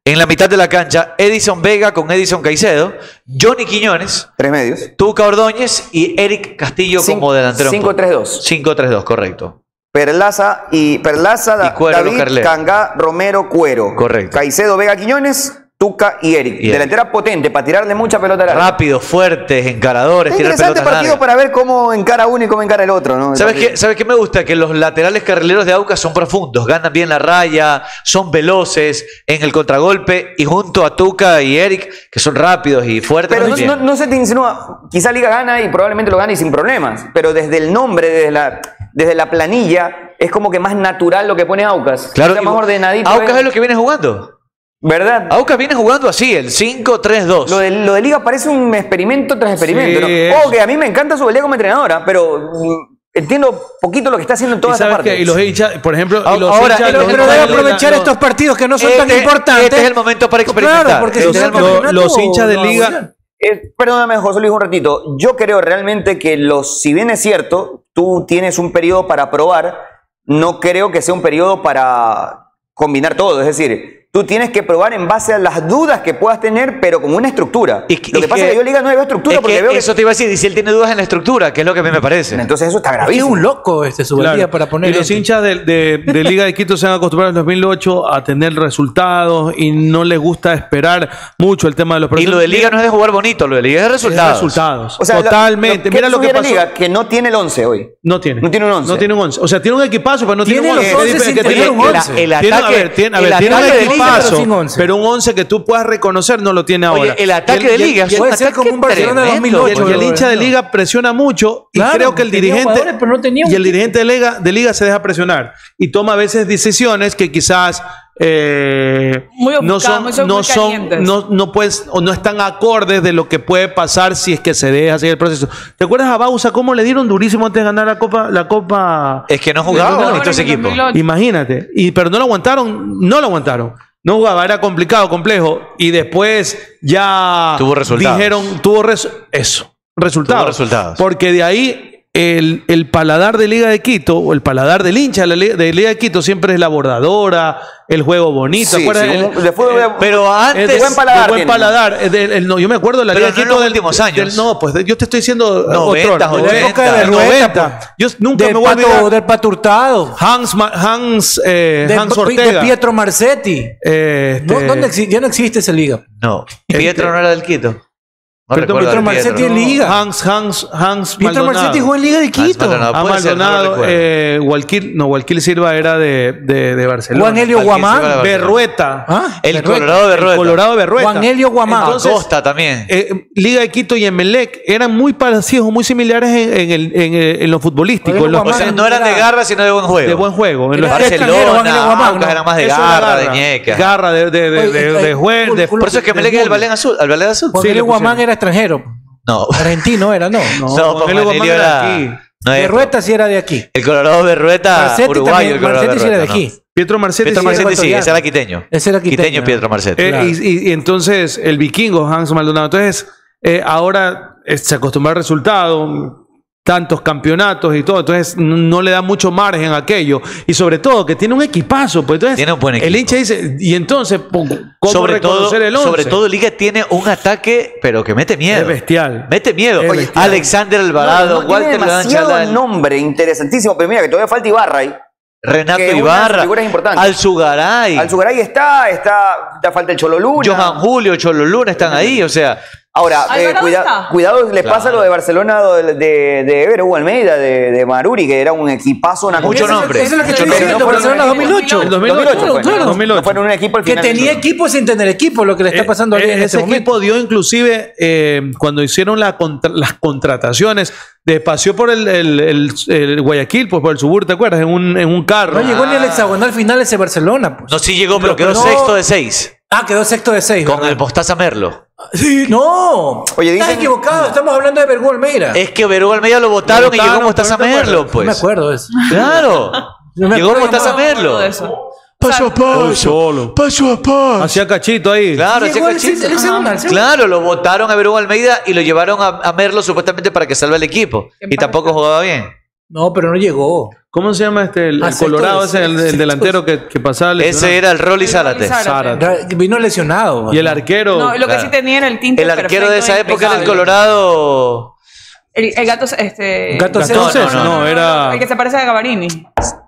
En la mitad de la cancha, Edison Vega con Edison Caicedo, Johnny Quiñones.
Tres medios.
Tuca Ordóñez y Eric Castillo como delantero.
5-3-2.
5-3-2, correcto.
Perlaza y Perlaza, Da-
Cuero
David,
Carlet.
Cangá, Romero, Cuero.
Correcto.
Caicedo, Vega, Quiñones, Tuca y Eric.
Y Eric.
Delantera potente para tirarle mucha pelota al área.
Rápidos, fuertes, encaradores,
Es
tirar
interesante
pelota
partido para ver cómo encara uno y cómo encara el otro, ¿no?
¿Sabes qué, ¿Sabes qué me gusta? Que los laterales carrileros de Aucas son profundos, ganan bien la raya, son veloces en el contragolpe y junto a Tuca y Eric, que son rápidos y fuertes.
Pero
muy
no,
bien.
no- no se te insinúa, quizá Liga gana y probablemente lo gane y sin problemas, pero desde el nombre, desde la, desde la planilla, es como que más natural lo que pone Aucas.
Claro,
Está
y-
más ordenadito. eh.
Aucas
¿ven?
es lo que viene jugando.
¿Verdad?
Aucas viene jugando así, el 5-3-2.
Lo de, lo de Liga parece un experimento tras experimento.
Sí,
¿no?
es.
Ojo, que a mí me encanta su pelea como entrenadora, pero mm, entiendo poquito lo que está haciendo en toda
¿Y
esa
sabes
parte.
qué? Y los hinchas, por ejemplo, y los
Ahora,
hinchas-
pero- pero
los hinchas
debe
de Liga-
aprovechar
no.
estos partidos que no son tan
Este-
importantes.
este es el momento para experimentar.
Claro, porque si
Este
no
es
el
el momento.
campeonato,
los hinchas de
no,
Liga-
bueno.
Eh, perdóname, José Luis, un ratito. Yo creo realmente que los, si bien es cierto, tú tienes un periodo para probar, no creo que sea un periodo para combinar todo. Es decir, tú tienes que probar en base a las dudas que puedas tener, pero con una estructura. lo que
es
pasa es
que-
que yo en Liga no veo estructura
Es
porque
que
veo que
eso te iba a decir, y si él tiene dudas en la estructura, que es lo que a mí me parece.
Entonces eso está gravísimo.
Es un loco este Subalía
Claro.
para poner.
y los
gente.
hinchas de, de- de Liga de Quito se han acostumbrado en 2008 a tener resultados y no les gusta esperar mucho el tema de los
Y lo de Liga no es de jugar bonito, lo de Liga es de resultados.
resultados.
O sea, lo-
Totalmente.
lo que
Mira lo que
sugiere
pasó.
Liga, que no tiene el 11 hoy.
No tiene.
No tiene un 11.
No tiene un 11. O sea, tiene un equipazo, pero no tiene,
Tiene
un
los
11.
once
Tiene-
sin
que
tener
tiene-
un once.
El
Tiene- a
ataque-
ver, tiene, a
el
ver, tiene
ataque de
un
Liga, pero
equipazo,
sin once.
pero un 11 que tú puedas reconocer no lo tiene ahora.
el ataque
Y el-
de
y el-
Liga es
y el-
un
Puede ser
ataque
como un Barcelona de
tremendo,
2008.
y el hincha de
Bueno.
liga presiona mucho y
Claro,
creo que el
tenía
dirigente
jugadores, pero no tenía un
y el
equipo.
dirigente de liga, de liga se deja presionar y toma a veces decisiones que quizás eh,
Muy
no
ofuscadas,
son,
muy- son
no,
muy
son
calientes.
no, no puedes o no están acordes de lo que puede pasar si es que se deja seguir el proceso. ¿Te acuerdas a Bausa cómo le dieron durísimo antes de ganar la copa la copa?
Es que no jugaba
No,
bonito ese
en el
equipo.
2008.
Imagínate. Y, pero no lo aguantaron, no lo aguantaron. No jugaba, era complicado, complejo. Y después ya
Tuvo resultados.
dijeron, tuvo res- eso, resultados.
Tuvo resultados.
Porque de ahí el, el paladar de Liga de Quito, o el paladar del hincha de, la Liga- de Liga de Quito siempre es la bordadora, el juego bonito.
Sí,
¿Acuerdas? eh,
sí,
El-
un- de fútbol-
Pero
el
antes.
de
buen paladar
de buen
tiene.
paladar. El del- el- no, yo me acuerdo de la
Pero
Liga de
no en
Quito
los
del-
últimos
del-
años.
no, pues de- yo te estoy diciendo
Noventas,
otro, de la época
ochentas.
del 90.
Noventa,
Yo nunca
del
me voy a
pato,
olvidar.
Del Pato Hurtado.
Hans, Ma- Hans, eh,
Del-
Hans
de
Ortega.
Pietro Marcetti.
Eh,
No,
este-
¿dónde exi- ya no existe esa liga.
No. Pietro no era del Quito. No recuerdo
Pietro
al
Marcetti
Pietro.
en liga.
Hans, Hans, Hans
Pietro
Maldonado.
Marcetti jugó en Liga de Quito.
Maldonado.
Ah,
Puede ser, no lo
Maldonado,
recuerdo.
eh, Gualquil- no, Gualquil Silva era de, de, de Barcelona.
Juan Elio
Alguien se va a la
Guamán.
Barcelona.
Berrueta.
¿Ah?
El
Berrueta.
Colorado de Rueda.
El Colorado Berrueta.
Juan Elio Guamán.
Entonces,
Costa también.
eh, Liga de Quito y Emelec eran muy parecidos, muy similares en, en el- en el- en lo futbolístico,
Juan
en los-
Elio
o sea, no eran de garra, sino de buen juego.
de buen juego. En
Era
los
extranjero, Juan Elio
Barcelona,
Guamán,
Aucas
¿no?
eran más de
Eso era
garra, de ñeca.
Garra, de, de, de,
Oye,
de,
eh,
de jue-
cul-
de-
cul-
Por eso es que
del
Melec es el
fútbol.
Balén Azul. ¿Al Balén Azul?
Juan
Sí, le
Elio Guamán
pusieron.
era extranjero.
No.
Argentino era, no.
No,
No,
Juan
Juan
Elio
Elio
Guamán era
era-
aquí.
no es-
Berrueta sí era de aquí.
El Colorado
Ah,
Berrueta,
Marcetti
uruguayo.
también.
el Colorado
Marcetti sí era de
Berrueta,
aquí.
no.
Pietro Marcetti.
Pietro
sí,
Marcetti sí,
ecuatoriano.
ese era quiteño.
Ese era quiteño.
Pietro Marcetti.
Eh,
Claro.
y, y- y entonces el vikingo Hans Maldonado. Entonces eh, ahora eh, se acostumbra al resultado, tantos campeonatos y todo. Entonces no, no le da mucho margen a aquello. Y sobre todo que tiene un equipazo. Pues entonces
Tiene un buen
el
equipo.
hincha dice, y entonces, po- ¿cómo
sobre todo,
reconocer el once?
sobre todo Liga tiene un ataque, pero que mete miedo.
Es bestial.
Mete miedo.
Es
Oye,
bestial.
Alexander
No,
Alvarado,
no, tiene
Walter
demasiado
Ganchalán,
nombre interesantísimo, pero mira que todavía falta Ibarra ahí.
Renato
que una de sus
Ibarra,
figuras importantes.
Alzugaray,
Alzugaray está, está, está falta el Chololuna.
Johan Julio, Cholo Luna están ahí. O sea,
Ahora, eh,
Alvarado
cuida-
está.
cuidado, les
Claro.
pasa lo de Barcelona, lo de, de, de Evero Hugo Almeida, de, de Maruri, que era un equipazo, una
Mucho
cosa-
nombre.
Eso es lo que
Mucho
estoy
nombre.
diciendo,
Pero no fueron
Barcelona
en el
2008.
el
2008, fue,
2008,
¿no?
2008.
No fueron un equipo al
Que
final.
tenía equipo sin tener equipo, lo que le está
Eh,
pasando a
eh,
Liga en
ese
este momento.
equipo dio inclusive eh, cuando hicieron la contra- las contrataciones de pasó por el, el- el- el Guayaquil pues por el Subur te acuerdas en un, en un carro
No llegó ni al hexagonal final ese Barcelona. pues.
no sí llegó, pero quedó
no-
sexto de seis.
Ah, quedó sexto de seis.
Con
¿verdad?
el Mostaza Merlo.
Sí, no.
Oye,
Estás
dicen-
equivocado. Estamos hablando de Bergú Almeida.
Eh,
Es que Verú Almeida lo votaron y llegó
votaron,
Mostaza
pero no te
Merlo,
No me
pues.
acuerdo de eso.
Claro.
No me
Llegó
acuerdo
Mostaza
más.
Merlo.
de eso.
paso a paso paso a paso hacía cachito ahí
Claro,
Llegó el
chico, chico.
el
Ah,
hexagonal. sí.
Claro, lo votaron a Verón Almeida y lo llevaron a, a Merlo supuestamente para que salve al equipo. Y tampoco jugaba bien.
No, pero no llegó.
¿Cómo se llama este? El, el
Acepto
Colorado,
decir,
ese, el, el delantero que, que pasaba. lesionado?
Ese era el Rolly Zárate.
Ra- Vino lesionado.
Y el arquero.
No, lo que sí tenía era el tinte.
El arquero
perfecto
de esa
e
época era el
impecable.
Colorado.
El, el gato, este.
Gato Gato César. César. No, era-
El que se parece a Gabarini.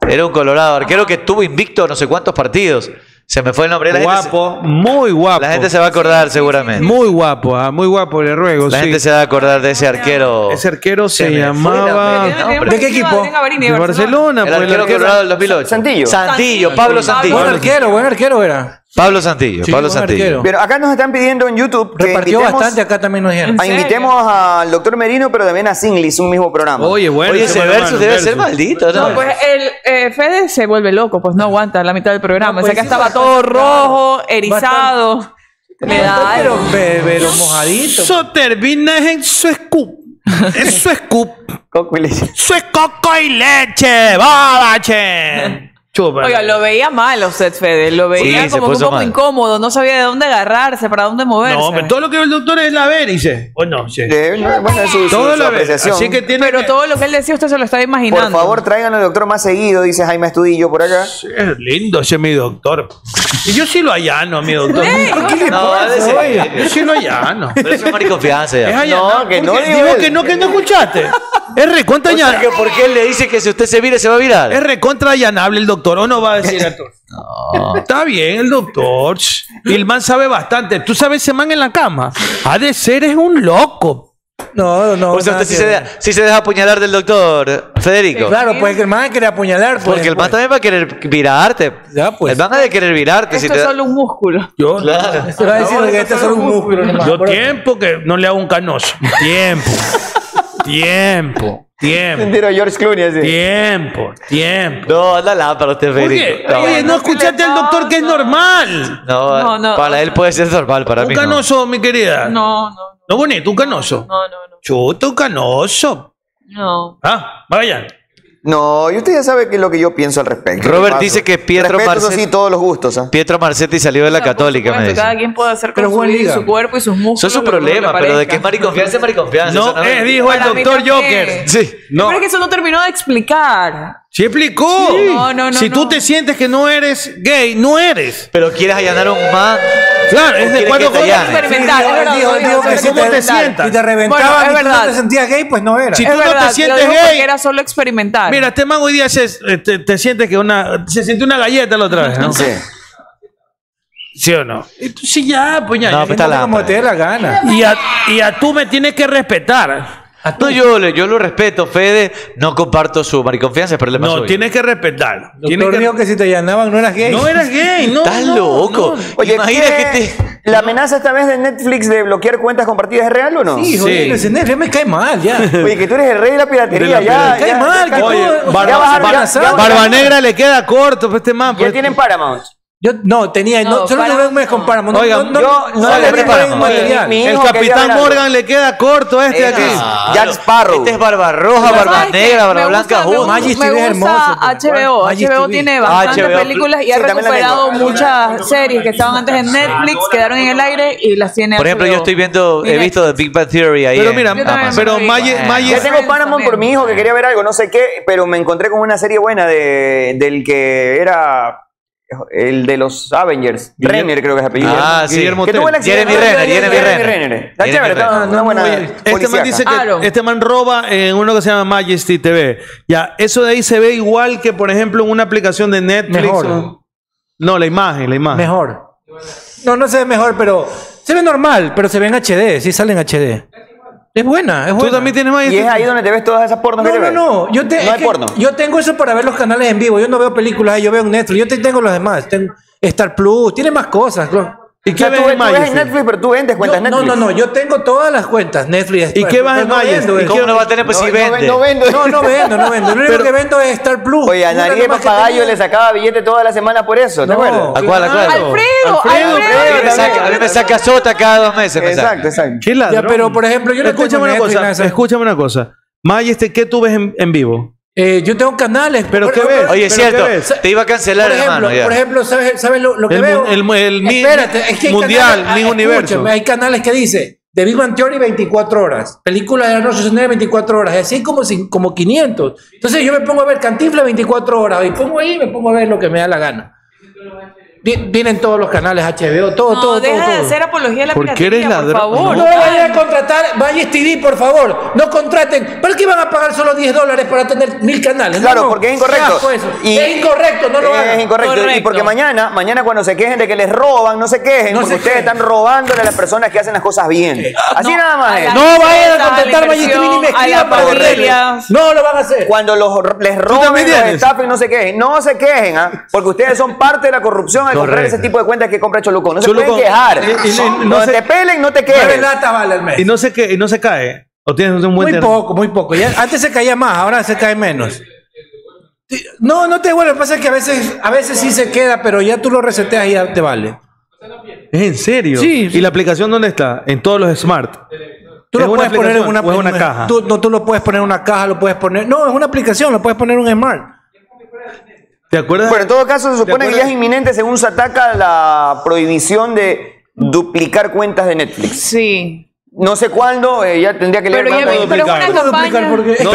Era un Colorado. Arquero que tuvo invicto no sé cuántos partidos. Se me fue el nombre. La gente se-
Guapo, muy guapo.
la gente se va a acordar seguramente.
Muy guapo, ah, muy guapo, le ruego.
La
sí.
gente se va a acordar de
Ah,
ese arquero.
Ese arquero se,
Se me fue la
llamaba.
pena, hombre. ¿De qué equipo?
De Gabarini, de
De Barcelona,
El
pues,
arquero colorado del 2008. Santillo. Santillo, Pablo Santillo.
Buen arquero, buen arquero era.
Pablo Santillo.
Sí,
Pablo
buen
Santillo.
arquero.
Pero acá nos están pidiendo en YouTube que
Repartió
invitemos-
bastante, acá también nos dieron.
Ah, invitemos al doctor Merino, pero también a Singlis, un mismo programa.
Oye, bueno,
Oye, ese versus debe ser maldito,
No, pues el eh, Fede se vuelve loco, pues no aguanta la mitad del programa.
pues
o sea, que estaba todo rojo, erizado. Le da algo.
Pero, pero mojadito.
Eso termina en su scoop. Es su scoop.
Coco y leche.
Su coco y leche. ¡Babache! Chupa.
Oiga, lo veía mal a usted, Fede. Lo veía
Sí, se
como que un
puso
poco
mal.
incómodo. No sabía de dónde agarrarse, para dónde moverse.
No, pero todo lo que ve el doctor es la verice. O no, sí.
bueno, es su-
Todo
su
la verice.
apreciación.
Así que tiene
Pero todo lo que él decía, usted se lo está imaginando.
Por favor, tráiganlo al doctor más seguido, dice Jaime Estudillo por acá.
Es lindo ese mi doctor. Y yo sí lo allano a mi doctor.
Ey,
¿Qué le
no,
pasa,
debe ser.
oye? Yo sí lo allano.
Pero eso es mariconfianza ya.
Es allanar.
No, que no,
¿Por qué?
digo
Digo
él.
que no, que no escuchaste. Es recontra
O sea,
allanar.
que ¿Por qué él le dice que si usted se vire se va a virar?
Es recontra allanable el doctor. ¿O no va a decir a todos? Está bien el doctor. Y el man sabe bastante. Tú sabes ese man en la cama. Ha de ser es un loco.
No, no.
o sea,
nada
usted sí
que
se,
ver.
deja, sí se deja apuñalar del doctor Federico.
Claro, pues el man quería apuñalar. pues,
Porque el man también va a querer virarte.
pues.
El man ha de querer virarte. si
Esto
te
es
da-
solo un músculo.
Yo,
Claro.
Se va a decir que este es solo un músculo nomás.
yo tiempo que no le hago un canoso. Tiempo. tiempo. Tiempo.
Mentira, George Clooney así.
Tiempo. Tiempo.
No, anda la para usted,
¿Por
Federico.
qué? Oye, no escuchaste al doctor que es normal.
No,
No, no,
para él puede ser normal, para
Un
mí no.
canoso, mi querida.
No, no,
No bonito, un canoso.
no, no, no.
Chuta, un canoso.
no.
Ah, vayan.
No, y usted ya sabe que es lo que yo pienso al respecto.
Robert
Paso.
dice que Pietro
Respeto, eso
Marcet-
sí, todos los gustos. ¿ah?
Pietro Marcetti salió de la católica, me
Bueno,
dice.
cada quien puede hacer con
Pero
su,
buen
vida y
liga.
su cuerpo y sus músculos.
Eso es
lo
un
que- lo que
problema, pero de
parezca.
que es mariconfianza, es mariconfianza.
No,
eso no
es, dijo el
Para mí
doctor
también.
Joker.
Sí.
No.
Pero es que eso no terminó de explicar.
Sí explicó.
No, no, no,
si tú
no.
te sientes que no eres gay, no eres.
Pero quieres allanar a un man.
Claro, es
¿Quieres
de
que
cuatro
te
cosas.
allane?
Experimentar. es verdad,
Dijo,
obvio,
dijo
sobre
que si
¿Cómo
te,
te sientas?
si te reventaban
Bueno, es
y tú no
verdad.
te sentías gay, pues no era.
Si
Es
tú no
verdad,
te
lo
sientes
dijo porque
gay.
era solo experimentar.
Mira, este man hoy día se, eh, te, te sientes que una. Se siente una galleta la otra vez, ¿no?
Sí.
¿Sí o no? Y tú sí, ya, pues ya.
No,
ya.
pues está
como
la.
te dé la gana.
Y, a, y a tú me tienes que respetar.
No, yo, le- yo lo respeto, Fede. No comparto su mariconfianza, pero le
No,
pasó.
tienes que respetar. Tienes
Doctor
que-
dijo que si te llamaban no eras gay.
No eres gay, no.
Estás
no,
loco.
no.
Oye,
Imagina
¿qué-
que te.
¿la amenaza esta vez de Netflix de bloquear cuentas compartidas es real o no?
Sí, joder,
Sí.
ese nerd ya me cae mal, ya.
Oye, que tú eres el rey de la piratería. ya,
Cae
ya,
mal,
ya-
que
Oye,
tú-
Barba-
ya bajaron,
Barba-
ya- ya-
Barba-
Barba Negra le queda corto, pues este man.
ya
pues.
tienen Paramount.
Yo no tenía, no,
No,
solo
para-
lo veo un mes con Paramount. No,
Oigan,
no,
yo-
no,
no,
no
le
le
preparan,
ponen
oye,
material.
mi-
El
hijo quería ver
Capitán
algo.
Morgan le queda corto a este
Era.
aquí.
Jack Sparrow.
Este es barba roja,
¿Sabes
barba
qué?
negra, barba
Me
blanca,
gusta- me
juntos.
Magis
gusta-
TV
Me
es
gusta
hermoso, pues.
HBO.
Magis
HBO
TV.
tiene bastantes
HBO.
películas y ha
Sí, también la
recuperado
tengo.
muchas series que estaban antes en Netflix, quedaron en el aire y las tiene
Por ejemplo,
HBO.
yo estoy viendo, he
Mira,
visto The Big Bang Theory ahí.
Pero
en
mira,
Yo también
Amazon.
pero
soy-
Maggie,
Bueno.
Maggie-
Ya tengo Paramount por mi
también.
hijo que quería ver algo, no sé qué, pero me encontré con una serie buena de, del que era el de los Avengers.
Guillermo-
Renner creo que es el apellido.
Ah, sí.
Guillermo
Que tuvo el
Tell.
accidente.
Jeremy
Ah,
Renner,
ya, ya,
Jeremy Renner.
Está
Jeremy
chévere, está
Renner.
una buena
Oye, este man
policíaca.
dice que
Aaron.
este man roba en uno que se llama Majesty TV. Ya, eso de ahí se ve igual que, por ejemplo, en una aplicación de Netflix.
Mejor.
o- No, la imagen, la imagen.
Mejor. No, no se ve mejor, pero se ve normal, pero se ve en HD, sí sale en HD. Es buena, es
Tú
buena.
también tienes Majesty.
Y es ahí donde te ves todas esas pornos que
No,
te
no,
ves.
no. Yo, te-
no
es
hay
que
porno.
yo tengo eso para ver los canales en vivo. Yo no veo películas, ahí, yo veo en Netflix. Yo te- tengo los demás. Tengo Star Plus, tiene más cosas. claro.
¿Y
O
qué
sea,
ves
tú,
en
ves- tú ves
Majesty?
en Netflix, pero tú vendes cuentas
Yo-
Netflix.
no, no, no. Yo tengo todas las cuentas Netflix.
¿Y qué vas
pero
en
no
Majesty?
vendo
¿Y
eso.
¿Cómo no va a tener pues
No,
si
no
vende?
ven- no vendo.
No, no vendo, no vendo. Lo único
Pero-
que vendo es Star Plus.
Oye, a
Era lo
Nariel
más que
Papagayo
tenía.
le sacaba billete toda la semana por eso, ¿te
No.
acuerdas?
¿A cuál, a cuál?
Alfredo, Alfredo,
A mí me
Alfredo
saca- A mí me saca sota cada dos meses. me saca.
Exacto, exacto.
Qué ladrón.
Ya, pero, por ejemplo, yo no
escúchame
tengo
una
Netflix, nada de
cosa.
eso.
Escúchame una cosa. Majesty, ¿qué tú ves en, en vivo?
Eh, yo tengo canales.
¿Pero qué ves?
Oye, es
¿Pero qué
cierto.
ves?
Te iba a cancelar,
Por ejemplo,
hermano. ya.
por ejemplo ¿sabes, sabes lo, lo que
El,
veo?
mu- el, el mi-
Espérate, es que hay
mundial,
canales-
mi
ah,
universo.
escúchame, hay canales que dice The Big Bang Theory 24 horas, películas de Arnold Schwarzenegger 24 horas, y así como, cin- como 500. Entonces yo me pongo a ver Cantinflas 24 horas, y pongo ahí y me pongo a ver lo que me da la gana. Vi- Vienen todos los canales HBO, todo,
No,
todo,
deja
todo,
de
todo.
hacer apología de la piratería, por favor.
Oh, No vayan a contratar Valles TV, por favor. No contraten. ¿Por qué van a pagar solo 10 dólares para tener mil canales?
Claro,
No,
porque es incorrecto.
carajo eso.
Y-
es incorrecto, no lo
es
hagan.
incorrecto. Y porque mañana, mañana cuando se quejen de que les roban, no se quejen, porque ustedes están robándole a las personas que hacen las cosas bien. Así
No,
nada más.
a
es.
la No empresa, vayan a a la contratar Valle inversión, TV ni me a la escriban para familia. arreglos. No lo van a hacer.
Cuando los, ro- les roben, los estafen, no se quejen. No se quejen, ¿ah? porque ustedes son parte de la corrupción al comprar
Correcto.
ese tipo de cuentas que compra Cholucón. No se
Cholucón.
pueden quejar.
Y- y- y- no
no
se-
te pelen, no te quejes.
Y no se, que, y no se cae. O tienes un buen
Muy
terreno.
poco, muy poco. Ya, antes se caía más, ahora se cae menos. Te- No, no te vuelve. Lo que pasa es que a veces, a veces sí se queda, pero ya tú lo reseteas y ya te vale.
¿Es en serio?
Sí, sí.
¿Y la aplicación dónde está? En todos los smart.
Tú
¿Es
lo
una
puedes poner en
aplicación
una,
o es una caja.
Tú, no, tú lo puedes poner en una caja, lo puedes poner. No, es una aplicación, lo puedes poner en un smart.
¿Te acuerdas?
Pero en todo caso se
¿Te
supone que ya
acuerdas?
es inminente según se ataca la prohibición de duplicar cuentas de Netflix.
Sí.
No sé cuándo, eh, ya tendría que leer
Pero ya
cuántas-
vi- pero es una campaña.
pero,
No, no,
no,
que puedas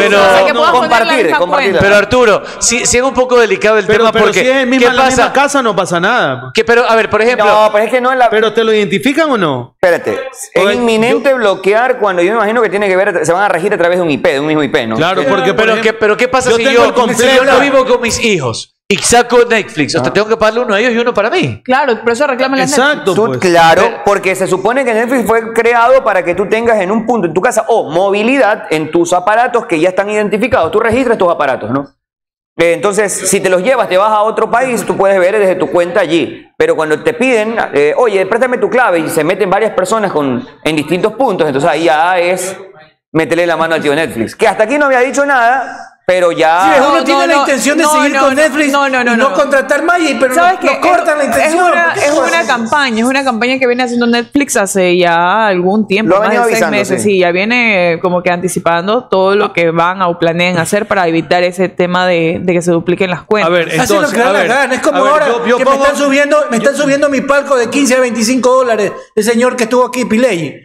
poner la
compartir,
misma
compartir.
Pero Arturo, si, si es un poco delicado el tema
pero
porque
si es en misma-
¿qué
la
pasa?
misma casa no pasa nada.
Que, pero a ver, por ejemplo,
No, pero es que no es la...
¿Pero te lo identifican o no?
Espérate, es inminente bloquear cuando yo me imagino que tiene que ver, se van a regir a través de un IP, de un mismo IP, ¿no?
Claro, porque, por
pero,
ejemplo,
¿qué, pero ¿qué pasa
yo
si
tengo
yo,
el completo. Ah.
si yo no vivo con mis hijos y saco Netflix? O sea, tengo que pagarle uno a ellos y uno para mí.
Claro, por eso reclaman las
Exacto, pues.
Tú- Claro, porque se supone que Netflix fue creado para que tú tengas en un punto en tu casa o movilidad en tus aparatos que ya están identificados. Tú registras tus aparatos, ¿no? Eh, Entonces, si te los llevas, te vas a otro país, tú puedes ver desde tu cuenta allí. Pero cuando te piden, eh, oye, préstame tu clave y se meten varias personas con, en distintos puntos, entonces ahí ya es métele la mano al tío Netflix. Que hasta aquí no había dicho nada, pero ya...
Ah,
Sí, uno tiene la intención de seguir con Netflix
No, no, no.
y no contratar más, y- pero
¿Sabes
no-
qué?
no cortan la
Es-
intención,
Es una,
¿por qué
es
no
una
hacen?
campaña, es una campaña que viene haciendo Netflix hace ya algún tiempo,
Lo ha
más de
venido
seis
avisando,
meses.
sí.
Sí. ya viene eh, como que anticipando todo lo que van a, o planean hacer para evitar ese tema de, de que se dupliquen las cuentas.
A ver,
Hacen lo
entonces,
que dan
a
la
ver,
gana. Es como
a ver,
ahora
yo- yo
que
pongo-
me están subiendo, me están subiendo mi palco de 15 a 25 dólares. El señor que estuvo aquí, Piley.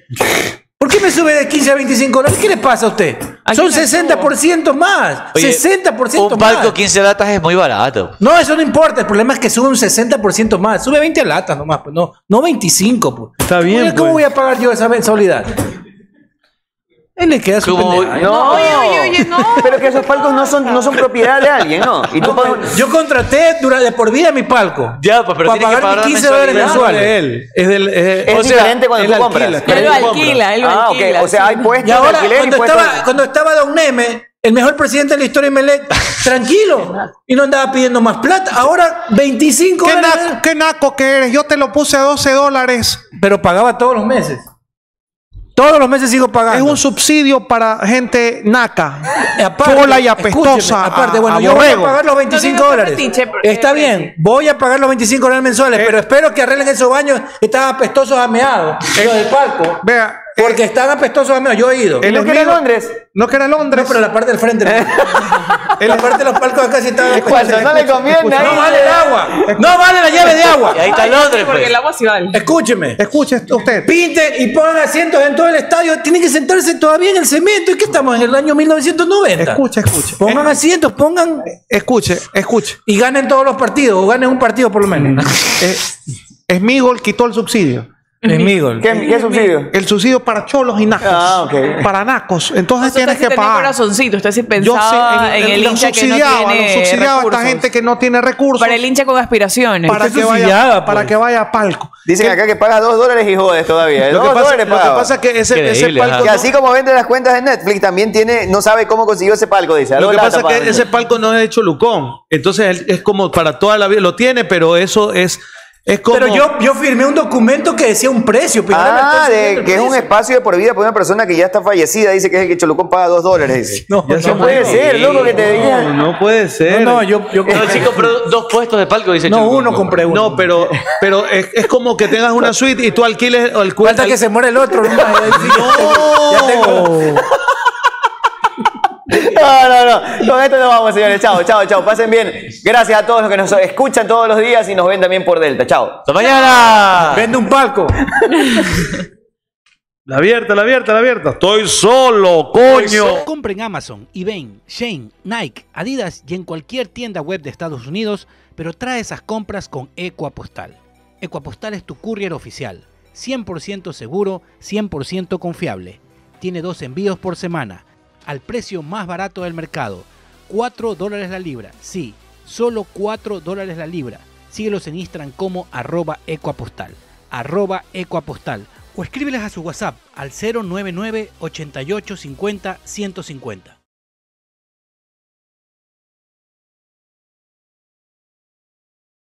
¿Por qué me sube de 15 a 25 dólares? ¿Qué le pasa a usted? Son 60% más.
Oye,
60%
eh, Un
más.
palco 15 latas es muy barato.
No, eso no importa. El problema es que sube un 60% más. Sube 20 latas nomás, pues no, no 25. Pues. Está bien. ¿Cómo voy a pagar yo esa mensualidad? Él le queda su pendeja. ¿eh?
No, Pero que esos palcos no son, no son propiedad de alguien, ¿no? pues, Y tú pagas-
Yo contraté durante por vida mi palco.
Ya, pues, pero
para
tiene
pagar
que pagar
mis
la
15 dólares
mensualidad.
mensuales.
Es de
él. Es del,
Es diferente cuando tú compras.
Él lo alquila, él lo
Ah, ok.
alquila.
O sea, hay puestos
Y ahora,
de alquiler y
cuando
puestos-
estaba, cuando estaba Don Neme, el mejor presidente de la historia de Melec, tranquilo. Y no andaba pidiendo más plata. Ahora, 25
¿Qué
dólares.
naco, qué naco que eres? Yo te lo puse a 12 dólares.
Pero pagaba todos los meses. Todos los meses sigo pagando.
Es un subsidio para gente naca.
Eh, Aparte,
Chola y
escúcheme,
apestosa.
Aparte,
a-
bueno,
a
yo voy a
borrego.
pagar los 25 dólares.
fetiche, pero-
Está bien, voy a pagar los 25 dólares
Eh,
mensuales, pero espero que arreglen esos baños que están apestosos a meado, los del palco.
Eh, Vea, eh.
Porque están apestosos a meado, yo he ido.
el
No,
¿No que era amigo- Londres? No que era Londres.
pero la parte del frente. no.
Eh,
la parte de los palcos acá sí están
Cuando
apestosos.
no le conviene, ahí
No vale
le-
el agua, no vale la llave de agua.
Y ahí está Londres,
Porque
pues.
el agua sí vale.
Escúcheme.
Escuche usted.
Pinten y pongan asientos en todo el estadio. Tienen que sentarse todavía en el cemento. ¿Y qué estamos? En el año 1990.
Escuche, escuche.
Pongan asientos, pongan.
eh, Escuche, escuche.
Y ganen todos los partidos. O ganen un partido por lo menos.
Smigol quitó el subsidio.
Enemigo.
¿Qué, qué subsidio?
El subsidio para cholos y nacos.
Ah, ok.
Para nacos. Entonces
Usted
tienes
sí
que
tenía
pagar.
corazoncito, usted sí pensaba en, el
los
hincha que no
subsidiaba,
tiene
los subsidiaba a esta
recursos.
gente que no tiene recursos.
Para el hincha con aspiraciones.
para que vaya,
pues.
para que vaya a palco.
Dicen acá que pagas dos dólares y jodes todavía.
Lo
Dos
que, pasa,
dólares
lo que
pagaba.
pasa es que ese, ese
Increíble,
palco.
Que
no-
así como vende las cuentas de Netflix, también tiene, no sabe cómo consiguió ese palco, dice. a
Lo
dos
que pasa
latas
es que
pagan.
ese palco no es de Cholucón. Entonces él- es como para toda la vida. Lo tiene, pero eso es, es como.
Pero yo, yo firmé un documento que decía un precio. pero ahora me están
Ah, de,
subiendo el
que es un
precio.
espacio de por vida para una persona que ya está fallecida, dice que es el que Cholucón paga dos dólares, dice.
No,
Ya se
No puede
murió.
ser, loco, que te
No,
digan.
no puede ser.
no, no, yo, yo
No, el chico compró dos puestos de palco, dice
No,
Cholucón.
uno compré uno.
No, pero, pero es, es como que tengas una suite y tú alquiles el
Falta
cuarto.
que se muera el otro. ¿no? Ya tengo.
No, no, no. Con esto nos vamos, señores. Chao, chao, chao. Pasen bien. Gracias a todos los que nos escuchan todos los días y nos ven también por Delta. Chao.
¡Hasta mañana!
Vende un palco.
La abierta, la abierta, la abierta. Estoy solo, coño.
Compren Amazon, eBay, Shane, Nike, Adidas y en cualquier tienda web de Estados Unidos, pero trae esas compras con Ecoapostal. Ecoapostal es tu courier oficial, 100% seguro, 100% confiable. Tiene dos envíos por semana, al precio más barato del mercado, 4 dólares la libra. Sí, solo 4 dólares la libra. Síguelos en Instagram como arroba ecoapostal, arroba ecoapostal o escríbeles a su WhatsApp al 099 88 50 150.